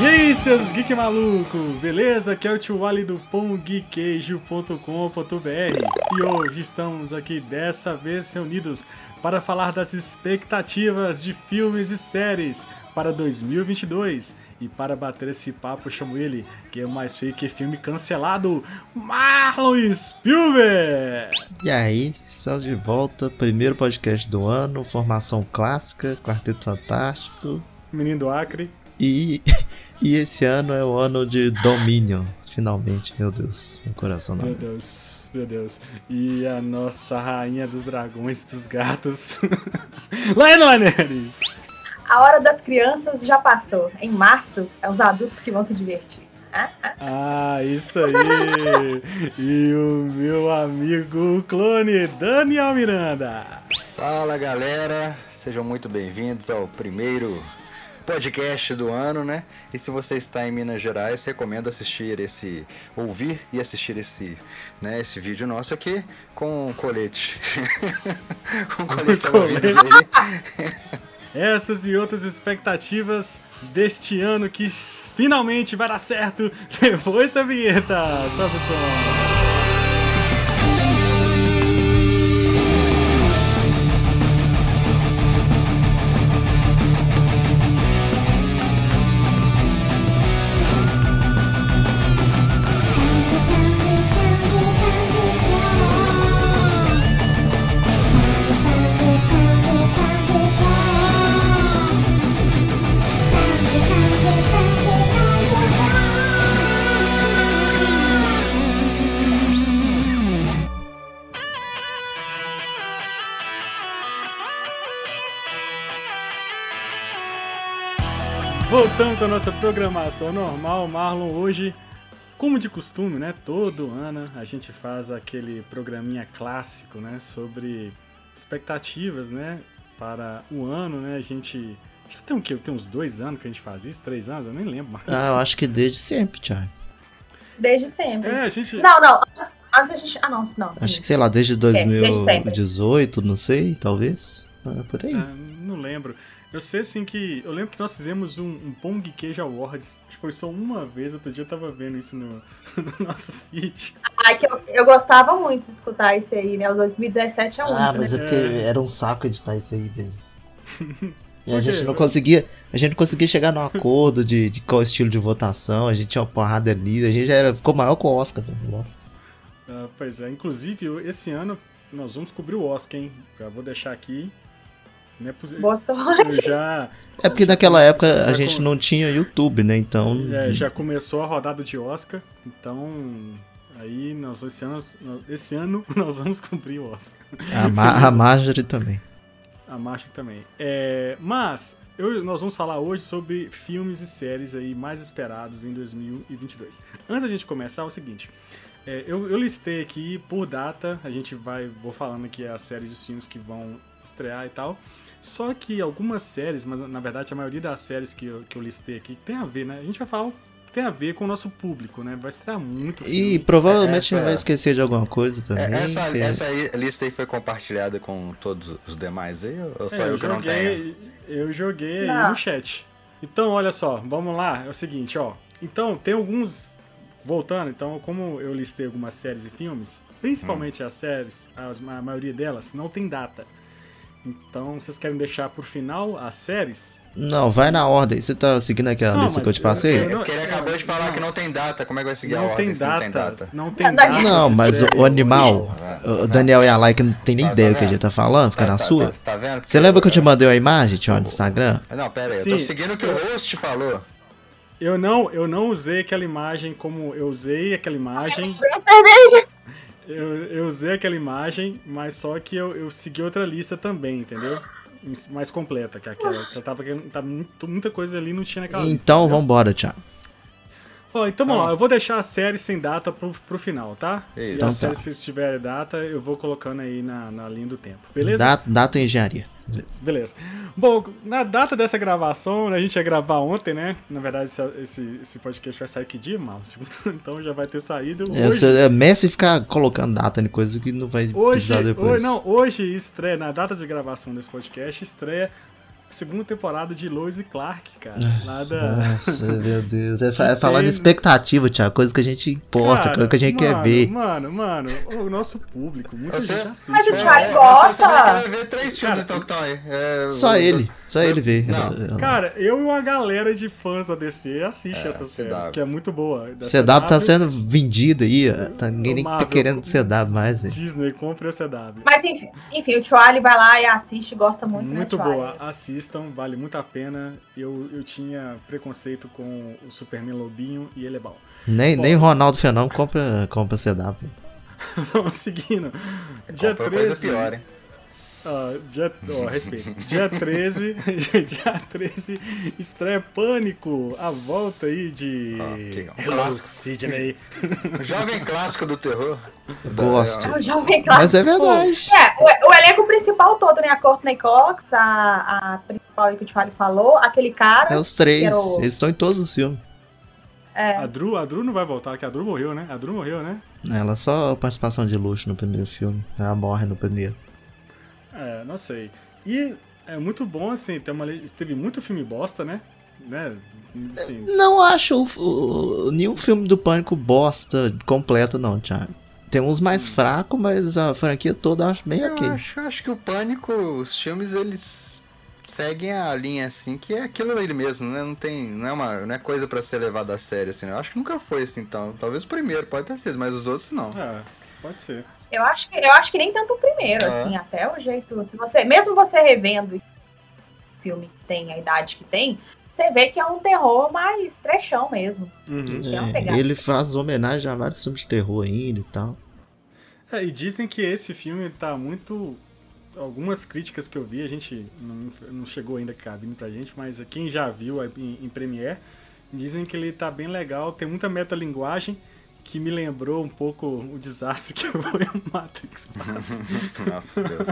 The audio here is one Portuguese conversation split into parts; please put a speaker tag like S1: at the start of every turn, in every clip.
S1: E aí, seus geek malucos, beleza? Aqui é o tio Ali do pongqueijo.com.br e hoje estamos aqui dessa vez reunidos para falar das expectativas de filmes e séries para 2022. E para bater esse papo, eu chamo ele, que é mais feio que filme cancelado, Marlon Spielberg!
S2: E aí, estamos de volta, primeiro podcast do ano, formação clássica, quarteto fantástico.
S1: Menino do Acre.
S2: E, e esse ano é o ano de Dominion, finalmente. Meu Deus, meu coração não.
S1: Meu Deus, meu Deus. E a nossa rainha dos dragões e dos gatos. é, Lionel Neres!
S3: A hora das crianças já passou. Em março, é os adultos que vão se divertir. Ah, ah.
S1: Ah, isso aí! e o meu amigo clone Daniel Miranda.
S4: Fala galera, sejam muito bem-vindos ao primeiro podcast do ano, né? E se você está em Minas Gerais, recomendo assistir esse, ouvir e assistir esse, né, esse vídeo nosso aqui com um colete, com um colete ao ouvido aí.
S1: Essas e outras expectativas deste ano que finalmente vai dar certo depois da vinheta. Sobe o som. Voltamos à nossa programação normal, Marlon. Hoje, como de costume, né? Todo ano a gente faz aquele programinha clássico, né? Sobre expectativas, né? Para o ano, né? A gente já tem o quê? Tem uns dois anos que a gente faz isso, três anos, eu nem lembro mais.
S2: Ah, eu acho que desde sempre, Thiago.
S3: Desde sempre.
S1: É, a gente.
S3: Não, não. Antes, antes a gente. Ah, não, não.
S2: Acho que, sei lá, desde
S3: É, desde sempre.
S2: 2018, não sei, talvez. Ah, por aí.
S1: Ah, não lembro. Eu sei assim que. Eu lembro que nós fizemos um, um Pong Queijo Awards, acho que foi só uma vez, outro dia eu tava vendo isso no, no nosso feed.
S3: Ai, que eu, eu gostava muito de escutar esse aí, né? O 2017 é um.
S2: Ah, mas é porque era um saco editar isso aí, velho. E a gente não conseguia, a gente não conseguia chegar num acordo de, de qual estilo de votação, a gente tinha uma porrada ali, a gente já era, ficou maior que o Oscar, tá velho. Nossa.
S1: Ah, pois é, inclusive esse ano nós vamos cobrir o Oscar, hein? Já vou deixar aqui. Não é possível.
S3: Boa sorte.
S1: Eu já,
S2: É porque naquela época a
S1: Já
S2: gente
S1: com-
S2: não tinha YouTube, né? Então.
S1: é, já começou a rodada de Oscar, então aí nós esse ano, esse ano nós vamos cumprir o Oscar.
S2: A, Ma a Marjorie também.
S1: A marcha também. É, mas eu- nós vamos falar hoje sobre filmes e séries aí mais esperados em 2022. Antes da gente começar, é o seguinte. é, eu, eu listei aqui por data, a gente vai, vou falando aqui as séries dos filmes que vão estrear e tal. Só que algumas séries, mas na verdade a maioria das séries que eu, que eu listei aqui tem a ver, né? A gente vai falar o que tem a ver com o nosso público, né? Vai estrear muito.
S2: E
S1: filme.
S2: provavelmente
S4: Essa-
S2: vai esquecer de alguma coisa
S4: É,
S2: também.
S4: Essa,
S2: porque-
S4: essa aí- lista aí foi compartilhada com todos os demais aí, ou só
S1: É,
S4: eu, que não tenho?
S1: joguei, Eu joguei aí
S3: Não.
S1: no chat. Então, olha só, vamos lá. É o seguinte, ó. Então, tem alguns. Voltando, então, como eu listei algumas séries e filmes,
S4: Hum.
S1: principalmente as séries, as- a maioria delas não tem data. Então, vocês querem deixar por final as séries?
S2: Não, vai na ordem. Você tá seguindo aqui a
S1: Não,
S2: lista que eu
S1: mas
S2: te passei?
S1: eu-
S4: É porque ele
S1: não,
S4: acabou de falar
S1: não.
S4: que não tem data, como é que vai seguir a
S1: Não
S4: ordem
S1: tem,
S4: se não tem
S1: data,
S4: data?
S1: não tem
S3: Não,
S1: data.
S3: não. é
S2: Não,
S1: de
S2: mas o,
S1: série.
S2: o animal. O Daniel e a Laika não tem nem
S4: Tá, tá
S2: ideia do que a
S4: vendo?
S2: gente tá falando, fica
S4: Tá-
S2: na
S4: tá-
S2: sua.
S4: Tá, tá vendo?
S2: Você lembra que eu te mandei uma imagem, Tio, no Instagram?
S4: Não, pera aí, eu tô
S1: Sim.
S4: seguindo o que o host falou.
S1: Eu não, eu não usei aquela imagem como eu usei aquela imagem Eu, eu usei aquela imagem, mas só que eu, eu segui outra lista também, entendeu? Mais completa que é aquela. Que eu tava, querendo- tava muito- muita coisa ali não tinha naquela lista.
S2: Então
S1: entendeu?
S2: vambora, Thiago.
S1: Ó, então vamos
S4: Tá.
S1: lá, eu vou deixar a série sem data pro, pro final, tá?
S4: Isso.
S1: E
S4: Então
S1: a
S2: tá.
S1: série, se tiver data, eu vou colocando aí na, na linha do tempo. Beleza?
S2: Data, data engenharia. Beleza.
S1: Beleza. Bom, na data dessa gravação, né, a gente ia gravar ontem, né? Na verdade, esse, esse, esse podcast vai sair que dia, mal? Então já vai ter saído.
S2: É,
S1: hoje.
S2: se- é, Messi ficar colocando data em coisa que não vai
S1: Hoje,
S2: precisar depois.
S1: hoje- não, hoje estreia, na data de gravação desse podcast, estreia a segunda temporada de Lois e Clark, cara.
S2: Ah,
S1: Lá da-
S2: Nossa, meu Deus. É, fa- é
S1: Entendo.
S2: falar de expectativa, Thiago. Coisa que a gente importa,
S1: Cara,
S2: coisa que a gente
S1: mano,
S2: quer ver.
S1: Mano, mano, o nosso público, muita
S4: Você-
S1: gente assiste.
S3: Mas o
S1: né?
S3: Thiago
S4: eu
S3: gosta.
S4: só quero ver três
S1: Cara,
S4: filmes então que estão aí. É,
S2: Só
S4: o-
S2: ele. Só ele vê.
S4: Não,
S2: Eu- eu-
S1: Cara, eu e uma galera de fãs da DC assiste essa série,
S4: CW.
S1: que é muito boa. Da
S2: CW tá sendo vendido aí. ó. Tá, ninguém nem tá
S1: Marvel.
S2: querendo CW mais. hein.
S1: Disney, compre a CW.
S3: Mas enfim, enfim, o Charlie vai lá e assiste, gosta muito. né,
S1: Muito
S3: Charlie?
S1: boa, assistam, vale muito a pena. Eu, eu tinha preconceito com o Superman Lobinho e ele é bom.
S2: Nem,
S1: Bom.
S2: nem Ronaldo Fenômeno compra, compra CW.
S1: Vamos seguindo. Dia
S4: É, Comprou coisa
S1: 13.
S4: pior, hein?
S1: ah, dia, ó, respeito. Dia 13. dia 13 estreia Pânico. A volta aí de.
S4: Ah, que legal.
S1: Hello,
S4: Clássico.
S1: Sidney. né?
S4: Jovem clássico do terror.
S2: Gosto.
S3: É o jovem
S2: Mas
S3: clássico.
S2: é verdade.
S3: É, o, o elenco principal todo, né? A Courtney Cox, a, a principal que o Charlie falou, aquele cara.
S2: É os três.
S3: Quero-
S2: Eles estão em todos os filmes.
S1: A Dru, a Dru não vai voltar, que a Dru morreu, né? A Dru morreu, né?
S2: Ela só participação de luxo no primeiro filme. Ela morre no primeiro.
S1: É, não sei. E é muito bom, assim, tem uma, le- teve muito filme bosta, né? Né? Assim,
S2: Não acho o- o- o- nenhum filme do Pânico bosta completo, não, Thiago. Tem uns mais fracos, mas a franquia toda eu acho bem
S4: Eu
S2: ok.
S4: acho, acho que o Pânico, os filmes, eles seguem a linha, assim, que é aquilo ali mesmo, né? Não tem, não é, uma, não é coisa pra ser levada a sério, assim. Eu acho que nunca foi assim, então. Talvez o primeiro, pode ter sido, mas os outros não.
S1: é, pode ser.
S3: Eu acho que eu acho que nem tanto o primeiro,
S4: É.
S3: assim, até o jeito. Se você, mesmo você revendo o filme que tem a idade que tem, você vê que é um terror mais trechão mesmo.
S1: Uhum.
S3: Tem uma
S2: É,
S3: pegada.
S2: ele faz homenagem a vários filmes de terror ainda e tal.
S1: É, e dizem que esse filme tá muito. Algumas críticas que eu vi, a gente não, não chegou ainda cabine pra gente, mas quem já viu aí em, em Premiere, dizem que ele tá bem legal, tem muita metalinguagem que me lembrou um pouco o desastre que foi o Matrix 4.
S4: Nossa, Deus.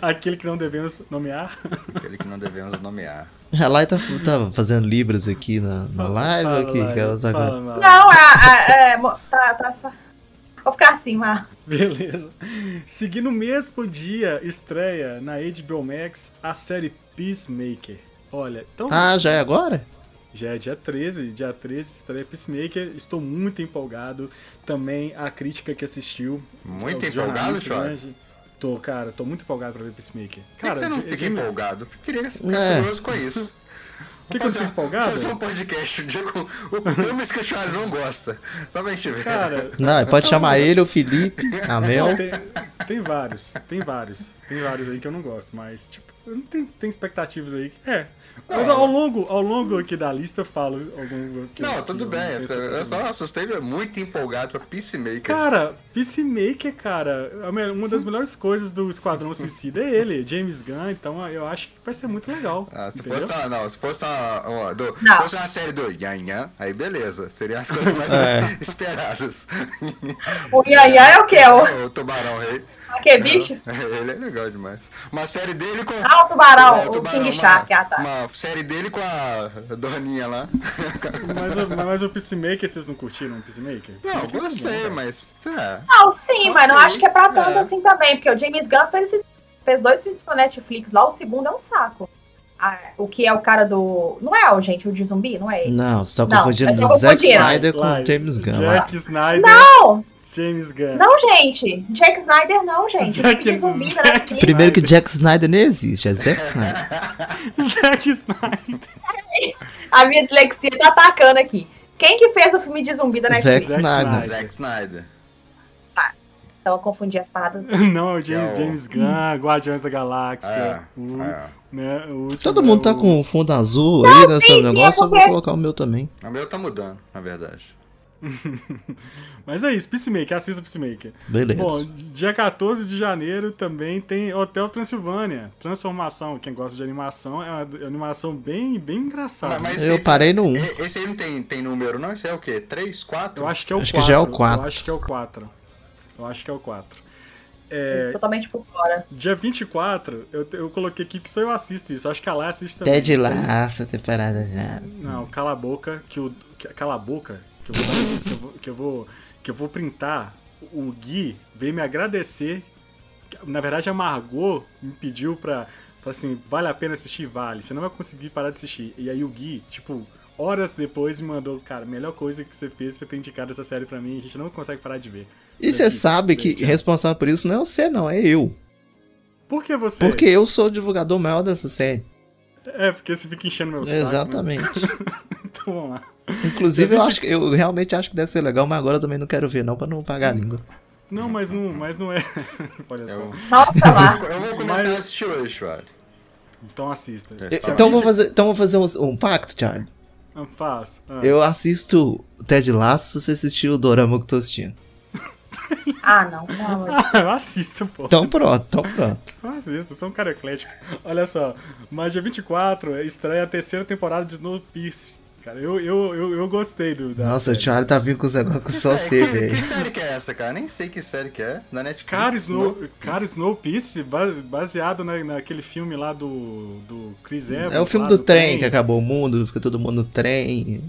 S1: Aquele que não devemos nomear.
S4: Aquele que não devemos nomear.
S2: A Lai tá, tá fazendo libras aqui na, na live
S1: Fala,
S2: aqui, que ela tá-
S1: fala, Mara.
S3: Não, a, a- é, mo- tá, tá só. Vou ficar assim, mas
S1: Beleza. Seguindo o mesmo dia, estreia na HBO Max a série Peacemaker. Olha, então
S2: Ah, já é agora?
S1: já é dia 13, dia 13 estreia Peacemaker. Estou muito empolgado. Também a crítica que assistiu.
S4: Muito
S1: os
S4: empolgado,
S1: jornalistas,
S4: Jorge?
S1: né? Tô, cara, tô muito empolgado pra ver Peacemaker.
S4: Por que,
S1: Cara,
S4: que você não
S1: de-
S4: fica
S1: de-
S4: empolgado? Eu Queria ficar
S2: É.
S4: curioso com isso.
S1: Por que, que eu
S4: Fazer-
S1: fico empolgado?
S4: Fazer um podcast um dia com o filmes que o Charles não gosta. Só pra gente ver.
S1: Cara,
S2: Não, pode chamar ele, o Felipe, a Mel.
S1: Tem, tem vários, tem vários. Tem vários aí que eu não gosto, mas, tipo, eu não tenho, tem expectativas aí. que- É. Ao, ao longo, ao longo aqui da lista eu falo alguns que
S4: não,
S1: que
S4: tudo
S1: eu
S4: bem.
S1: tenho
S4: Eu, eu só assustei, eu muito empolgado pra Peacemaker.
S1: Cara, Peacemaker, cara, é uma- uma das melhores coisas do Esquadrão Suicida é ele, James Gunn, então eu acho que vai ser muito legal.
S4: Ah, se
S1: entendeu?
S4: fosse uma, não, se fosse uma, uma- do-
S3: Não.
S4: fosse uma série do Yan Yan, aí beleza, seriam as coisas mais
S2: É.
S4: esperadas.
S3: o Ian é o que? O,
S4: o Tubarão Rei,
S3: o que, bicho?
S4: ele é legal demais. Uma série dele com...
S3: Ah, o tubarão,
S4: É,
S3: o
S4: Tubarão,
S3: King
S4: uma-
S3: Shark, ah tá.
S4: Uma série dele com a doninha lá.
S1: Mas, o- mas o Peacemaker, vocês não curtiram o Peacemaker?
S4: Não,
S1: Peacemaker é muito bom,
S4: gostei,
S1: cara.
S4: mas... É,
S3: Não, sim, mas não
S4: Ok,
S3: acho que é pra tanto
S4: é.
S3: assim também, porque o James Gunn fez, esses- fez dois filmes pra Netflix lá, o segundo é um saco. Ah, o que é o cara do. Não é o gente, o de zumbi, não é ele.
S2: Não, você tá
S3: Não,
S2: confundindo
S3: eu tô
S2: o Zack
S3: confundindo.
S2: Snyder com
S1: Lá,
S2: o James Gunn. né?
S1: Jack Snyder,
S3: Não,
S1: James Gunn.
S3: não, gente. Jack Snyder, não, gente.
S1: Jack-
S3: Filme de zumbi tá da
S1: Zack
S3: Netflix.
S2: Primeiro que Jack Snyder nem existe, é Zack Snyder.
S1: Zack Snyder.
S3: A minha dislexia tá atacando aqui. Quem que fez o filme de zumbi da Netflix?
S2: Zack Snyder.
S4: Zack Snyder.
S3: Então eu confundi as paradas.
S1: Não, é o
S4: É o-
S1: James, James Gunn, Guardiões da Galáxia.
S4: É,
S1: o,
S4: é.
S1: né, o último
S2: Todo mundo
S1: é
S2: tá
S1: o-
S2: com o fundo azul aí nesse
S3: sim,
S2: negócio,
S3: é
S2: eu vou
S3: porque-
S2: colocar o meu também.
S4: O meu tá mudando, na verdade.
S1: Mas é isso, Peacemaker, assista Peacemaker.
S2: Beleza.
S1: Bom, dia 14 de janeiro também tem Hotel Transilvânia. Transformação, quem gosta de animação, é uma d- animação bem, bem engraçada.
S4: Ah, mas-
S2: eu parei no 1.
S4: E- Esse aí não tem, tem número, não? Esse é o quê? 3, 4?
S1: Eu acho que é o 4.
S2: Acho que já é o quatro.
S1: Eu acho que é o 4. Eu acho que é o 4. É.
S3: Totalmente por fora.
S1: Dia 24, eu, eu coloquei aqui que só eu assisto isso. Acho que a Lá assiste também.
S2: Ted Lasso, temporada já.
S1: Não, cala a boca, que o. que- cala a boca, que eu vou, dar- que eu vou, que eu vou, que eu vou printar. O Gui veio me agradecer. Na verdade, a Margot me pediu pra, Fala assim, vale a pena assistir? Vale. Você não vai conseguir parar de assistir. E aí o Gui, tipo, horas depois me mandou, cara, melhor coisa que você fez foi ter indicado essa série pra mim, a gente não consegue parar de ver.
S2: E você sabe que responsável por isso não é você, não, é eu.
S1: Por que você?
S2: Porque eu sou o divulgador maior dessa série.
S1: É, porque você fica enchendo meu saco. né?
S2: Exatamente.
S1: então vamos lá.
S2: Inclusive, eu, acho que, eu realmente acho que deve ser legal, mas agora eu também não quero ver, não, pra não pagar a
S1: Hum.
S2: língua.
S1: Não, mas não, mas não é. Olha só.
S4: Eu,
S3: Nossa, lá.
S4: eu vou começar a assistir hoje, Charlie.
S1: Então assista.
S4: É.
S2: Eu- Então vamos fazer, então vamos fazer um, um pacto, Charlie.
S1: Ah, Faz. Ah.
S2: Eu assisto o Ted Lasso se você assistir o Dorama que eu tô assistindo.
S3: Ah, não. pelo amor de Deus.
S1: Ah, eu assisto, pô.
S2: Então pronto, então pronto.
S1: Eu assisto, sou um cara eclético. Olha só, mas dia 24 estreia a terceira temporada de No Piece. Cara, eu, eu, eu, eu gostei do. Da
S2: Nossa, o
S1: série.
S2: Charlie tá vindo com os negócios que só
S4: Sério,
S2: você
S4: que, que
S2: velho.
S4: série que é essa, cara? Nem sei que série que é. Da Netflix.
S1: Cara,
S4: não.
S1: Snow, cara, Snow Piece, base- baseado na, naquele filme lá do, do Chris Evans.
S2: É o filme
S1: lá
S2: do trem que acabou o mundo, fica todo mundo no trem.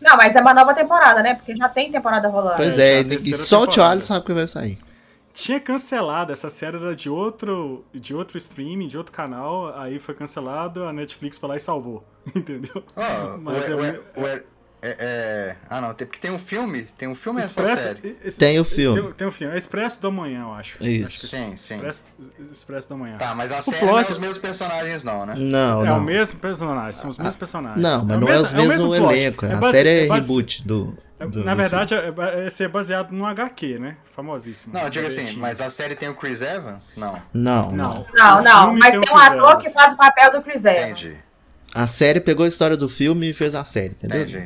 S3: Não, mas é uma nova temporada, né? Porque já tem temporada rolando.
S2: Pois
S1: já é
S2: é,
S1: a
S2: e
S1: terceira
S2: só o
S1: temporada.
S2: Charlie sabe que vai sair.
S1: Tinha cancelado, essa série era de outro, de outro streaming, de outro canal, aí foi cancelado, a Netflix foi lá e salvou, entendeu?
S4: Ó,
S1: Mas
S4: Ah,
S1: é
S4: ué-
S1: eu-
S4: ué- ué- é, é- Ah, não. Tem, porque tem um filme. Tem um filme essa série.
S1: es-
S2: Tem o filme.
S1: Tem, tem o filme, é Expresso da Manhã, eu acho.
S2: Isso.
S1: Acho que é
S4: Sim, sim.
S1: Expresso, Expresso da Manhã.
S4: Tá, mas a
S1: O
S4: série
S1: plot-
S4: não é os mesmos personagens, não, né?
S2: Não,
S1: É o
S2: não.
S1: mesmo personagem, são os mesmos personagens.
S2: Não, mas
S1: o
S2: não é
S1: mesmo-
S2: os
S1: o
S2: mesmos
S1: mesmo plot.
S2: elenco. A
S1: base-
S2: série é
S1: base-
S2: reboot do.
S1: é-
S2: do-
S1: na
S2: do
S1: verdade, é, ba- é ser baseado num HQ, né? Famosíssimo.
S4: Não, eu digo assim,
S1: Direitinho.
S4: mas a série tem o Chris Evans? Não.
S2: filme. Não,
S1: Não,
S2: não.
S3: Não,
S1: o
S3: não.
S1: filme
S3: Mas tem
S1: o
S3: um
S1: Chris
S3: ator que
S1: Evans.
S3: faz o papel do Chris Evans.
S4: Entendi,
S2: A série pegou a história do filme e fez a série,
S1: É
S2: entendeu?
S4: entendi,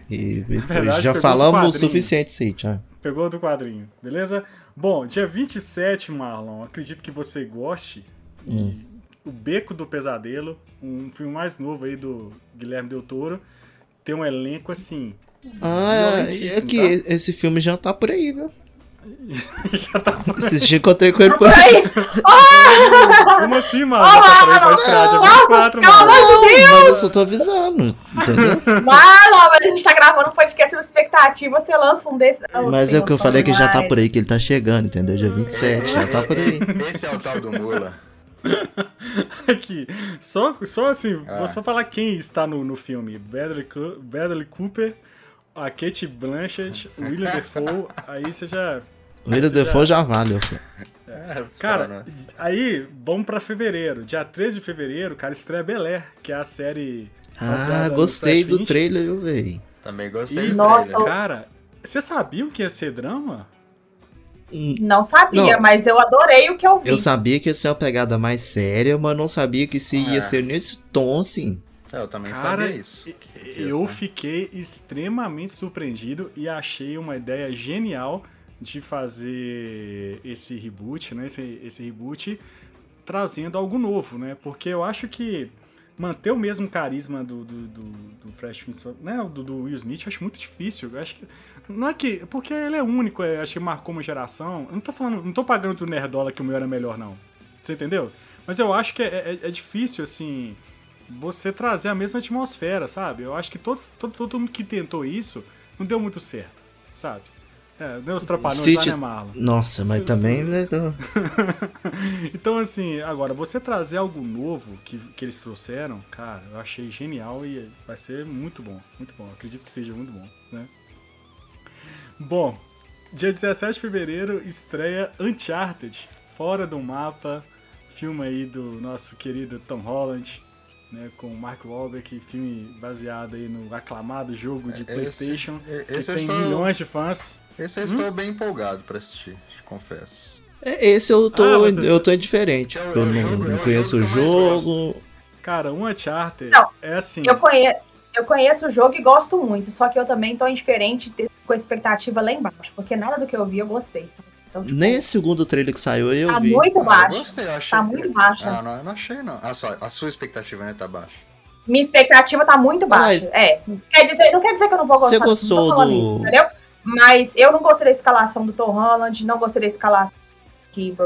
S4: entendi.
S2: E, e-
S1: verdade,
S2: já
S1: pegou o
S2: falamos o
S1: quadrinho.
S2: suficiente, né? isso aí, Charlie.
S1: Pegou do quadrinho, beleza? Bom, dia 27, Marlon, acredito que você goste.
S2: Hum.
S1: O Beco do Pesadelo, um filme mais novo aí do Guilherme Del Toro. Tem um elenco assim.
S2: Ah,
S1: violentíssimo,
S2: é que
S1: tá?
S2: esse filme já tá por aí, viu?
S1: Já tá.
S2: Esses dias eu encontrei com ele por
S3: Por
S2: aí.
S3: aí.
S1: Como assim, Marlon? Já tá pra ir pra estrear dia 24, Marlon.
S2: Não, mas eu só tô avisando, entendeu?
S3: Marlon, mas a gente tá gravando um podcast na expectativa. Você lança um desses. Ah,
S2: Mas
S3: sim,
S2: é o que eu
S3: lançou
S2: falei que já tá
S3: demais.
S2: por aí, que ele tá chegando, entendeu? Dia 27, já tá por aí.
S4: Esse é o tal do Mula.
S1: aqui. Só, só assim,
S4: Ah.
S1: vou só falar quem está no, no filme. Bradley, Cu- Bradley Cooper, a Kate Blanchett, o William Defoe, aí você já...
S2: Vira
S1: Você já-
S2: default já vale, eu falei.
S4: É, só,
S1: Cara,
S4: né?
S1: aí vamos pra fevereiro. Dia 13 de fevereiro, cara, estreia Belé, que é a série... baseada
S2: Ah,
S1: no
S2: gostei
S1: Flash
S2: do
S1: Finch.
S2: trailer, eu véi.
S4: também gostei
S1: Ih,
S4: do
S3: nossa,
S4: trailer.
S1: Cara, você sabia o que ia ser drama?
S2: Hum,
S3: Não sabia,
S2: Não.
S3: mas eu adorei o que eu vi.
S2: Eu sabia que ia ser uma pegada mais séria, mas não sabia que se ia
S1: Ah.
S4: É.
S2: ser nesse tom, assim.
S4: Eu também
S1: Cara,
S4: sabia isso.
S1: e-
S4: Que- que
S1: Eu
S4: isso, né?
S1: fiquei extremamente surpreendido e achei uma ideia genial de fazer esse reboot, né? Esse, esse reboot trazendo algo novo, né? Porque eu acho que manter o mesmo carisma do, do, do, do Fresh Prince of- né? Do, do Will Smith, eu acho muito difícil. Eu acho que, não é que. Porque ele é único, eu acho que marcou uma geração. Eu não tô falando. Não tô pagando do Nerdola que o meu era melhor, não. Você entendeu? Mas eu acho que é, é- é difícil, assim, você trazer a mesma atmosfera, sabe? Eu acho que todos, todo, todo mundo que tentou isso não deu muito certo, sabe? É, deu os trapalhões lá,
S2: City-
S1: né, Marlon?
S2: Nossa, mas
S1: Sim,
S2: também.
S1: sim.
S2: né, eu-
S1: então, assim, agora, você trazer algo novo que, que eles trouxeram, cara, eu achei genial e vai ser muito bom, muito bom. Acredito que seja muito bom, né? Bom, dia 17 de fevereiro estreia Uncharted, Fora do Mapa, filme aí do nosso querido Tom Holland, né, com o Mark Wahlberg, filme baseado aí no aclamado jogo de
S4: É, Esse-
S1: PlayStation,
S4: e-
S1: que
S4: Esse eu
S1: tem
S4: estou-
S1: milhões Hum? de fãs.
S4: esse eu estou bem empolgado pra assistir, te confesso.
S2: É, Esse eu tô,
S1: Ah, vocês-
S2: eu tô indiferente.
S4: É o-
S2: porque Eu
S4: é o
S2: não,
S4: jogo-
S2: não
S4: é o
S2: conheço o
S4: jogo que eu mais
S2: jogo.
S1: Cara, um Uncharted
S3: Não,
S1: é assim...
S3: Eu conheço, eu conheço o jogo e gosto muito, só que eu também tô indiferente te- com a expectativa lá embaixo, porque nada do que eu vi eu gostei. sabe? Então, tipo,
S2: Nem esse segundo trailer que saiu aí eu
S3: tá
S2: vi.
S3: muito
S4: Ah, eu
S3: baixo.
S4: gostei, eu achei.
S3: Tá muito baixo.
S4: Ah, não, eu não achei, não. Ah, só, a sua expectativa, né, tá baixa.
S3: Minha expectativa tá muito baixa. É. Quer dizer, não quer dizer que eu não vou
S2: Ah, Você
S3: gostar. não tô
S2: gostou
S3: falando
S2: do-
S3: isso, entendeu? Mas eu não gostei da escalação do Tom Holland, não gostei da escalação que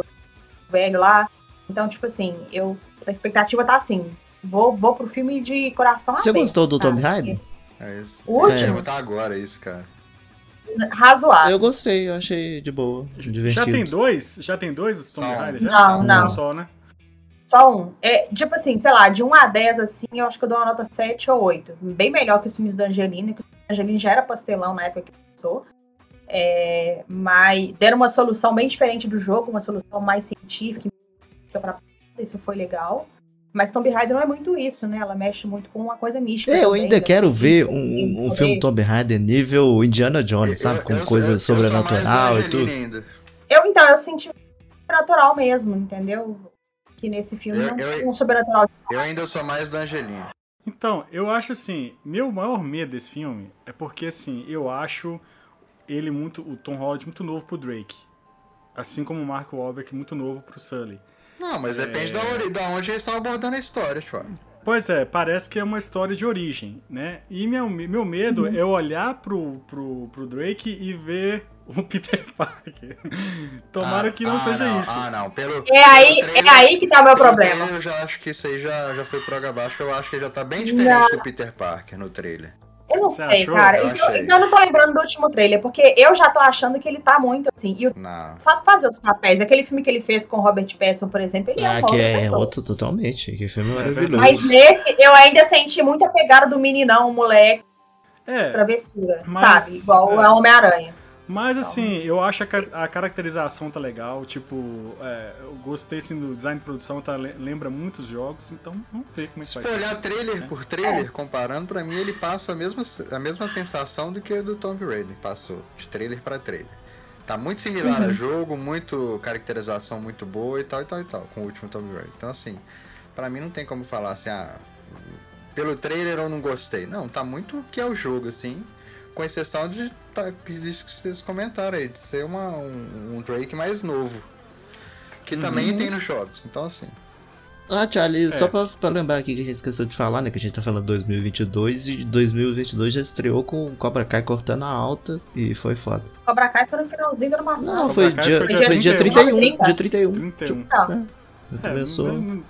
S3: velho lá. Então, tipo assim, eu a expectativa tá assim. Vou, vou pro filme de coração
S2: Você
S3: aberto,
S2: gostou do Tomb
S3: sabe?
S2: Raider?
S4: É isso.
S3: O
S4: Eu ia
S2: último?
S4: perguntar agora isso, cara. É.
S3: Razoável.
S2: Eu gostei, eu achei de boa,
S1: Já tem
S2: divertido.
S1: dois? Já tem dois os Tomb
S4: Só um.
S1: Raider? Já?
S3: Não,
S1: Um
S3: não.
S1: só, né?
S3: Só um. É, tipo assim, sei lá, de 1 a 10, assim, eu acho que eu dou uma nota 7 ou 8. Bem melhor que os filmes da Angelina, que a Angelina já era pastelão na época que começou. É, mas deram uma solução bem diferente do jogo, uma solução mais científica. Pra... Isso foi legal. Mas Tomb Raider não é muito isso, né? Ela mexe muito com uma coisa mística.
S2: É, Eu
S3: também,
S2: ainda
S3: da-
S2: quero ver um,
S3: tem
S2: um
S3: poder.
S2: filme Tomb Raider nível Indiana
S4: Eu-
S2: Jones, sabe? Com
S4: eu- eu-
S2: coisa
S4: eu sou mais
S2: sobrenatural e
S4: Angelina
S2: tudo.
S4: ainda.
S3: Eu, então, eu senti sobrenatural mesmo, entendeu? Que nesse filme
S4: Eu-
S3: não
S4: eu-
S3: tem um sobrenatural.
S4: Eu ainda sou mais do Angelina.
S1: Então, eu acho assim, meu maior medo desse filme é porque assim, eu acho ele muito, o Tom Holland muito novo pro Drake. Assim como o Mark Wahlberg muito novo pro Sully.
S4: Não, mas depende
S1: É.
S4: da, ori- da onde eles estão abordando a história, tipo.
S1: Pois é, parece que é uma história de origem, né? E meu, meu medo
S3: Uhum.
S1: é olhar pro, pro, pro Drake e ver o Peter Parker. Tomara
S4: Ah,
S1: que não
S4: ah,
S1: seja
S4: não,
S1: isso.
S4: Ah, não. Pelo,
S3: É aí,
S4: pelo
S3: é
S4: trailer-
S3: aí que tá o meu
S4: pelo
S3: problema.
S4: trailer Eu já acho que isso aí já, já foi pro água abaixo. Eu acho que já tá bem diferente do Peter Parker no trailer.
S3: Eu não
S1: Você
S3: sei,
S1: achou?
S3: cara.
S4: Eu
S3: então,
S4: achei.
S3: então eu não tô lembrando do último trailer, porque eu já tô achando que ele tá muito assim. E o
S4: Não.
S3: sabe fazer os papéis. Aquele filme que ele fez com o Robert Pattinson, por exemplo,
S1: né?
S3: ele é
S2: Ah,
S3: uma
S2: que
S3: outra
S2: é
S3: pessoa.
S2: outro totalmente. Que
S1: É
S2: filme maravilhoso.
S1: verdade.
S3: Mas nesse, eu ainda senti muita pegada do meninão, moleque,
S1: É,
S3: travessura,
S1: Mas,
S3: sabe? Igual
S1: é.
S3: a Homem-Aranha.
S1: Mas assim, eu acho a, ca- a caracterização tá legal, tipo, é, eu gostei assim do design de produção, tá, le- lembra muitos jogos, então vamos ver como é que
S4: Se
S1: vai
S4: for
S1: ser.
S4: olhar trailer por trailer, comparando, pra mim ele passa a mesma, a mesma sensação do que a do Tomb Raider. Passou de trailer pra trailer. Tá muito similar ao jogo, muito caracterização muito boa e tal e tal e tal, com o último Tomb Raider. Então assim, pra mim não tem como falar assim, ah, pelo trailer eu não gostei. Não, tá muito o que é o jogo, assim, com exceção de tá, disso que vocês comentaram aí, de ser uma, um, um Drake mais novo. Que também tem nos jogos, então assim.
S2: Ah, Charlie, só
S1: É.
S2: pra, pra lembrar aqui que a gente esqueceu de falar, né? Que a gente tá falando 2022 e 2022 já estreou com o Cobra Kai cortando a alta e foi foda.
S3: Cobra Kai foi no finalzinho do ano passado.
S2: Não,
S1: Cobra
S2: foi Hum?
S1: Kai
S2: dia,
S1: foi
S3: dia
S2: foi dia
S3: 31.
S2: 31. Dia 31.
S1: 31.
S3: Então,
S2: Já
S1: É,
S2: começou.
S1: não- não-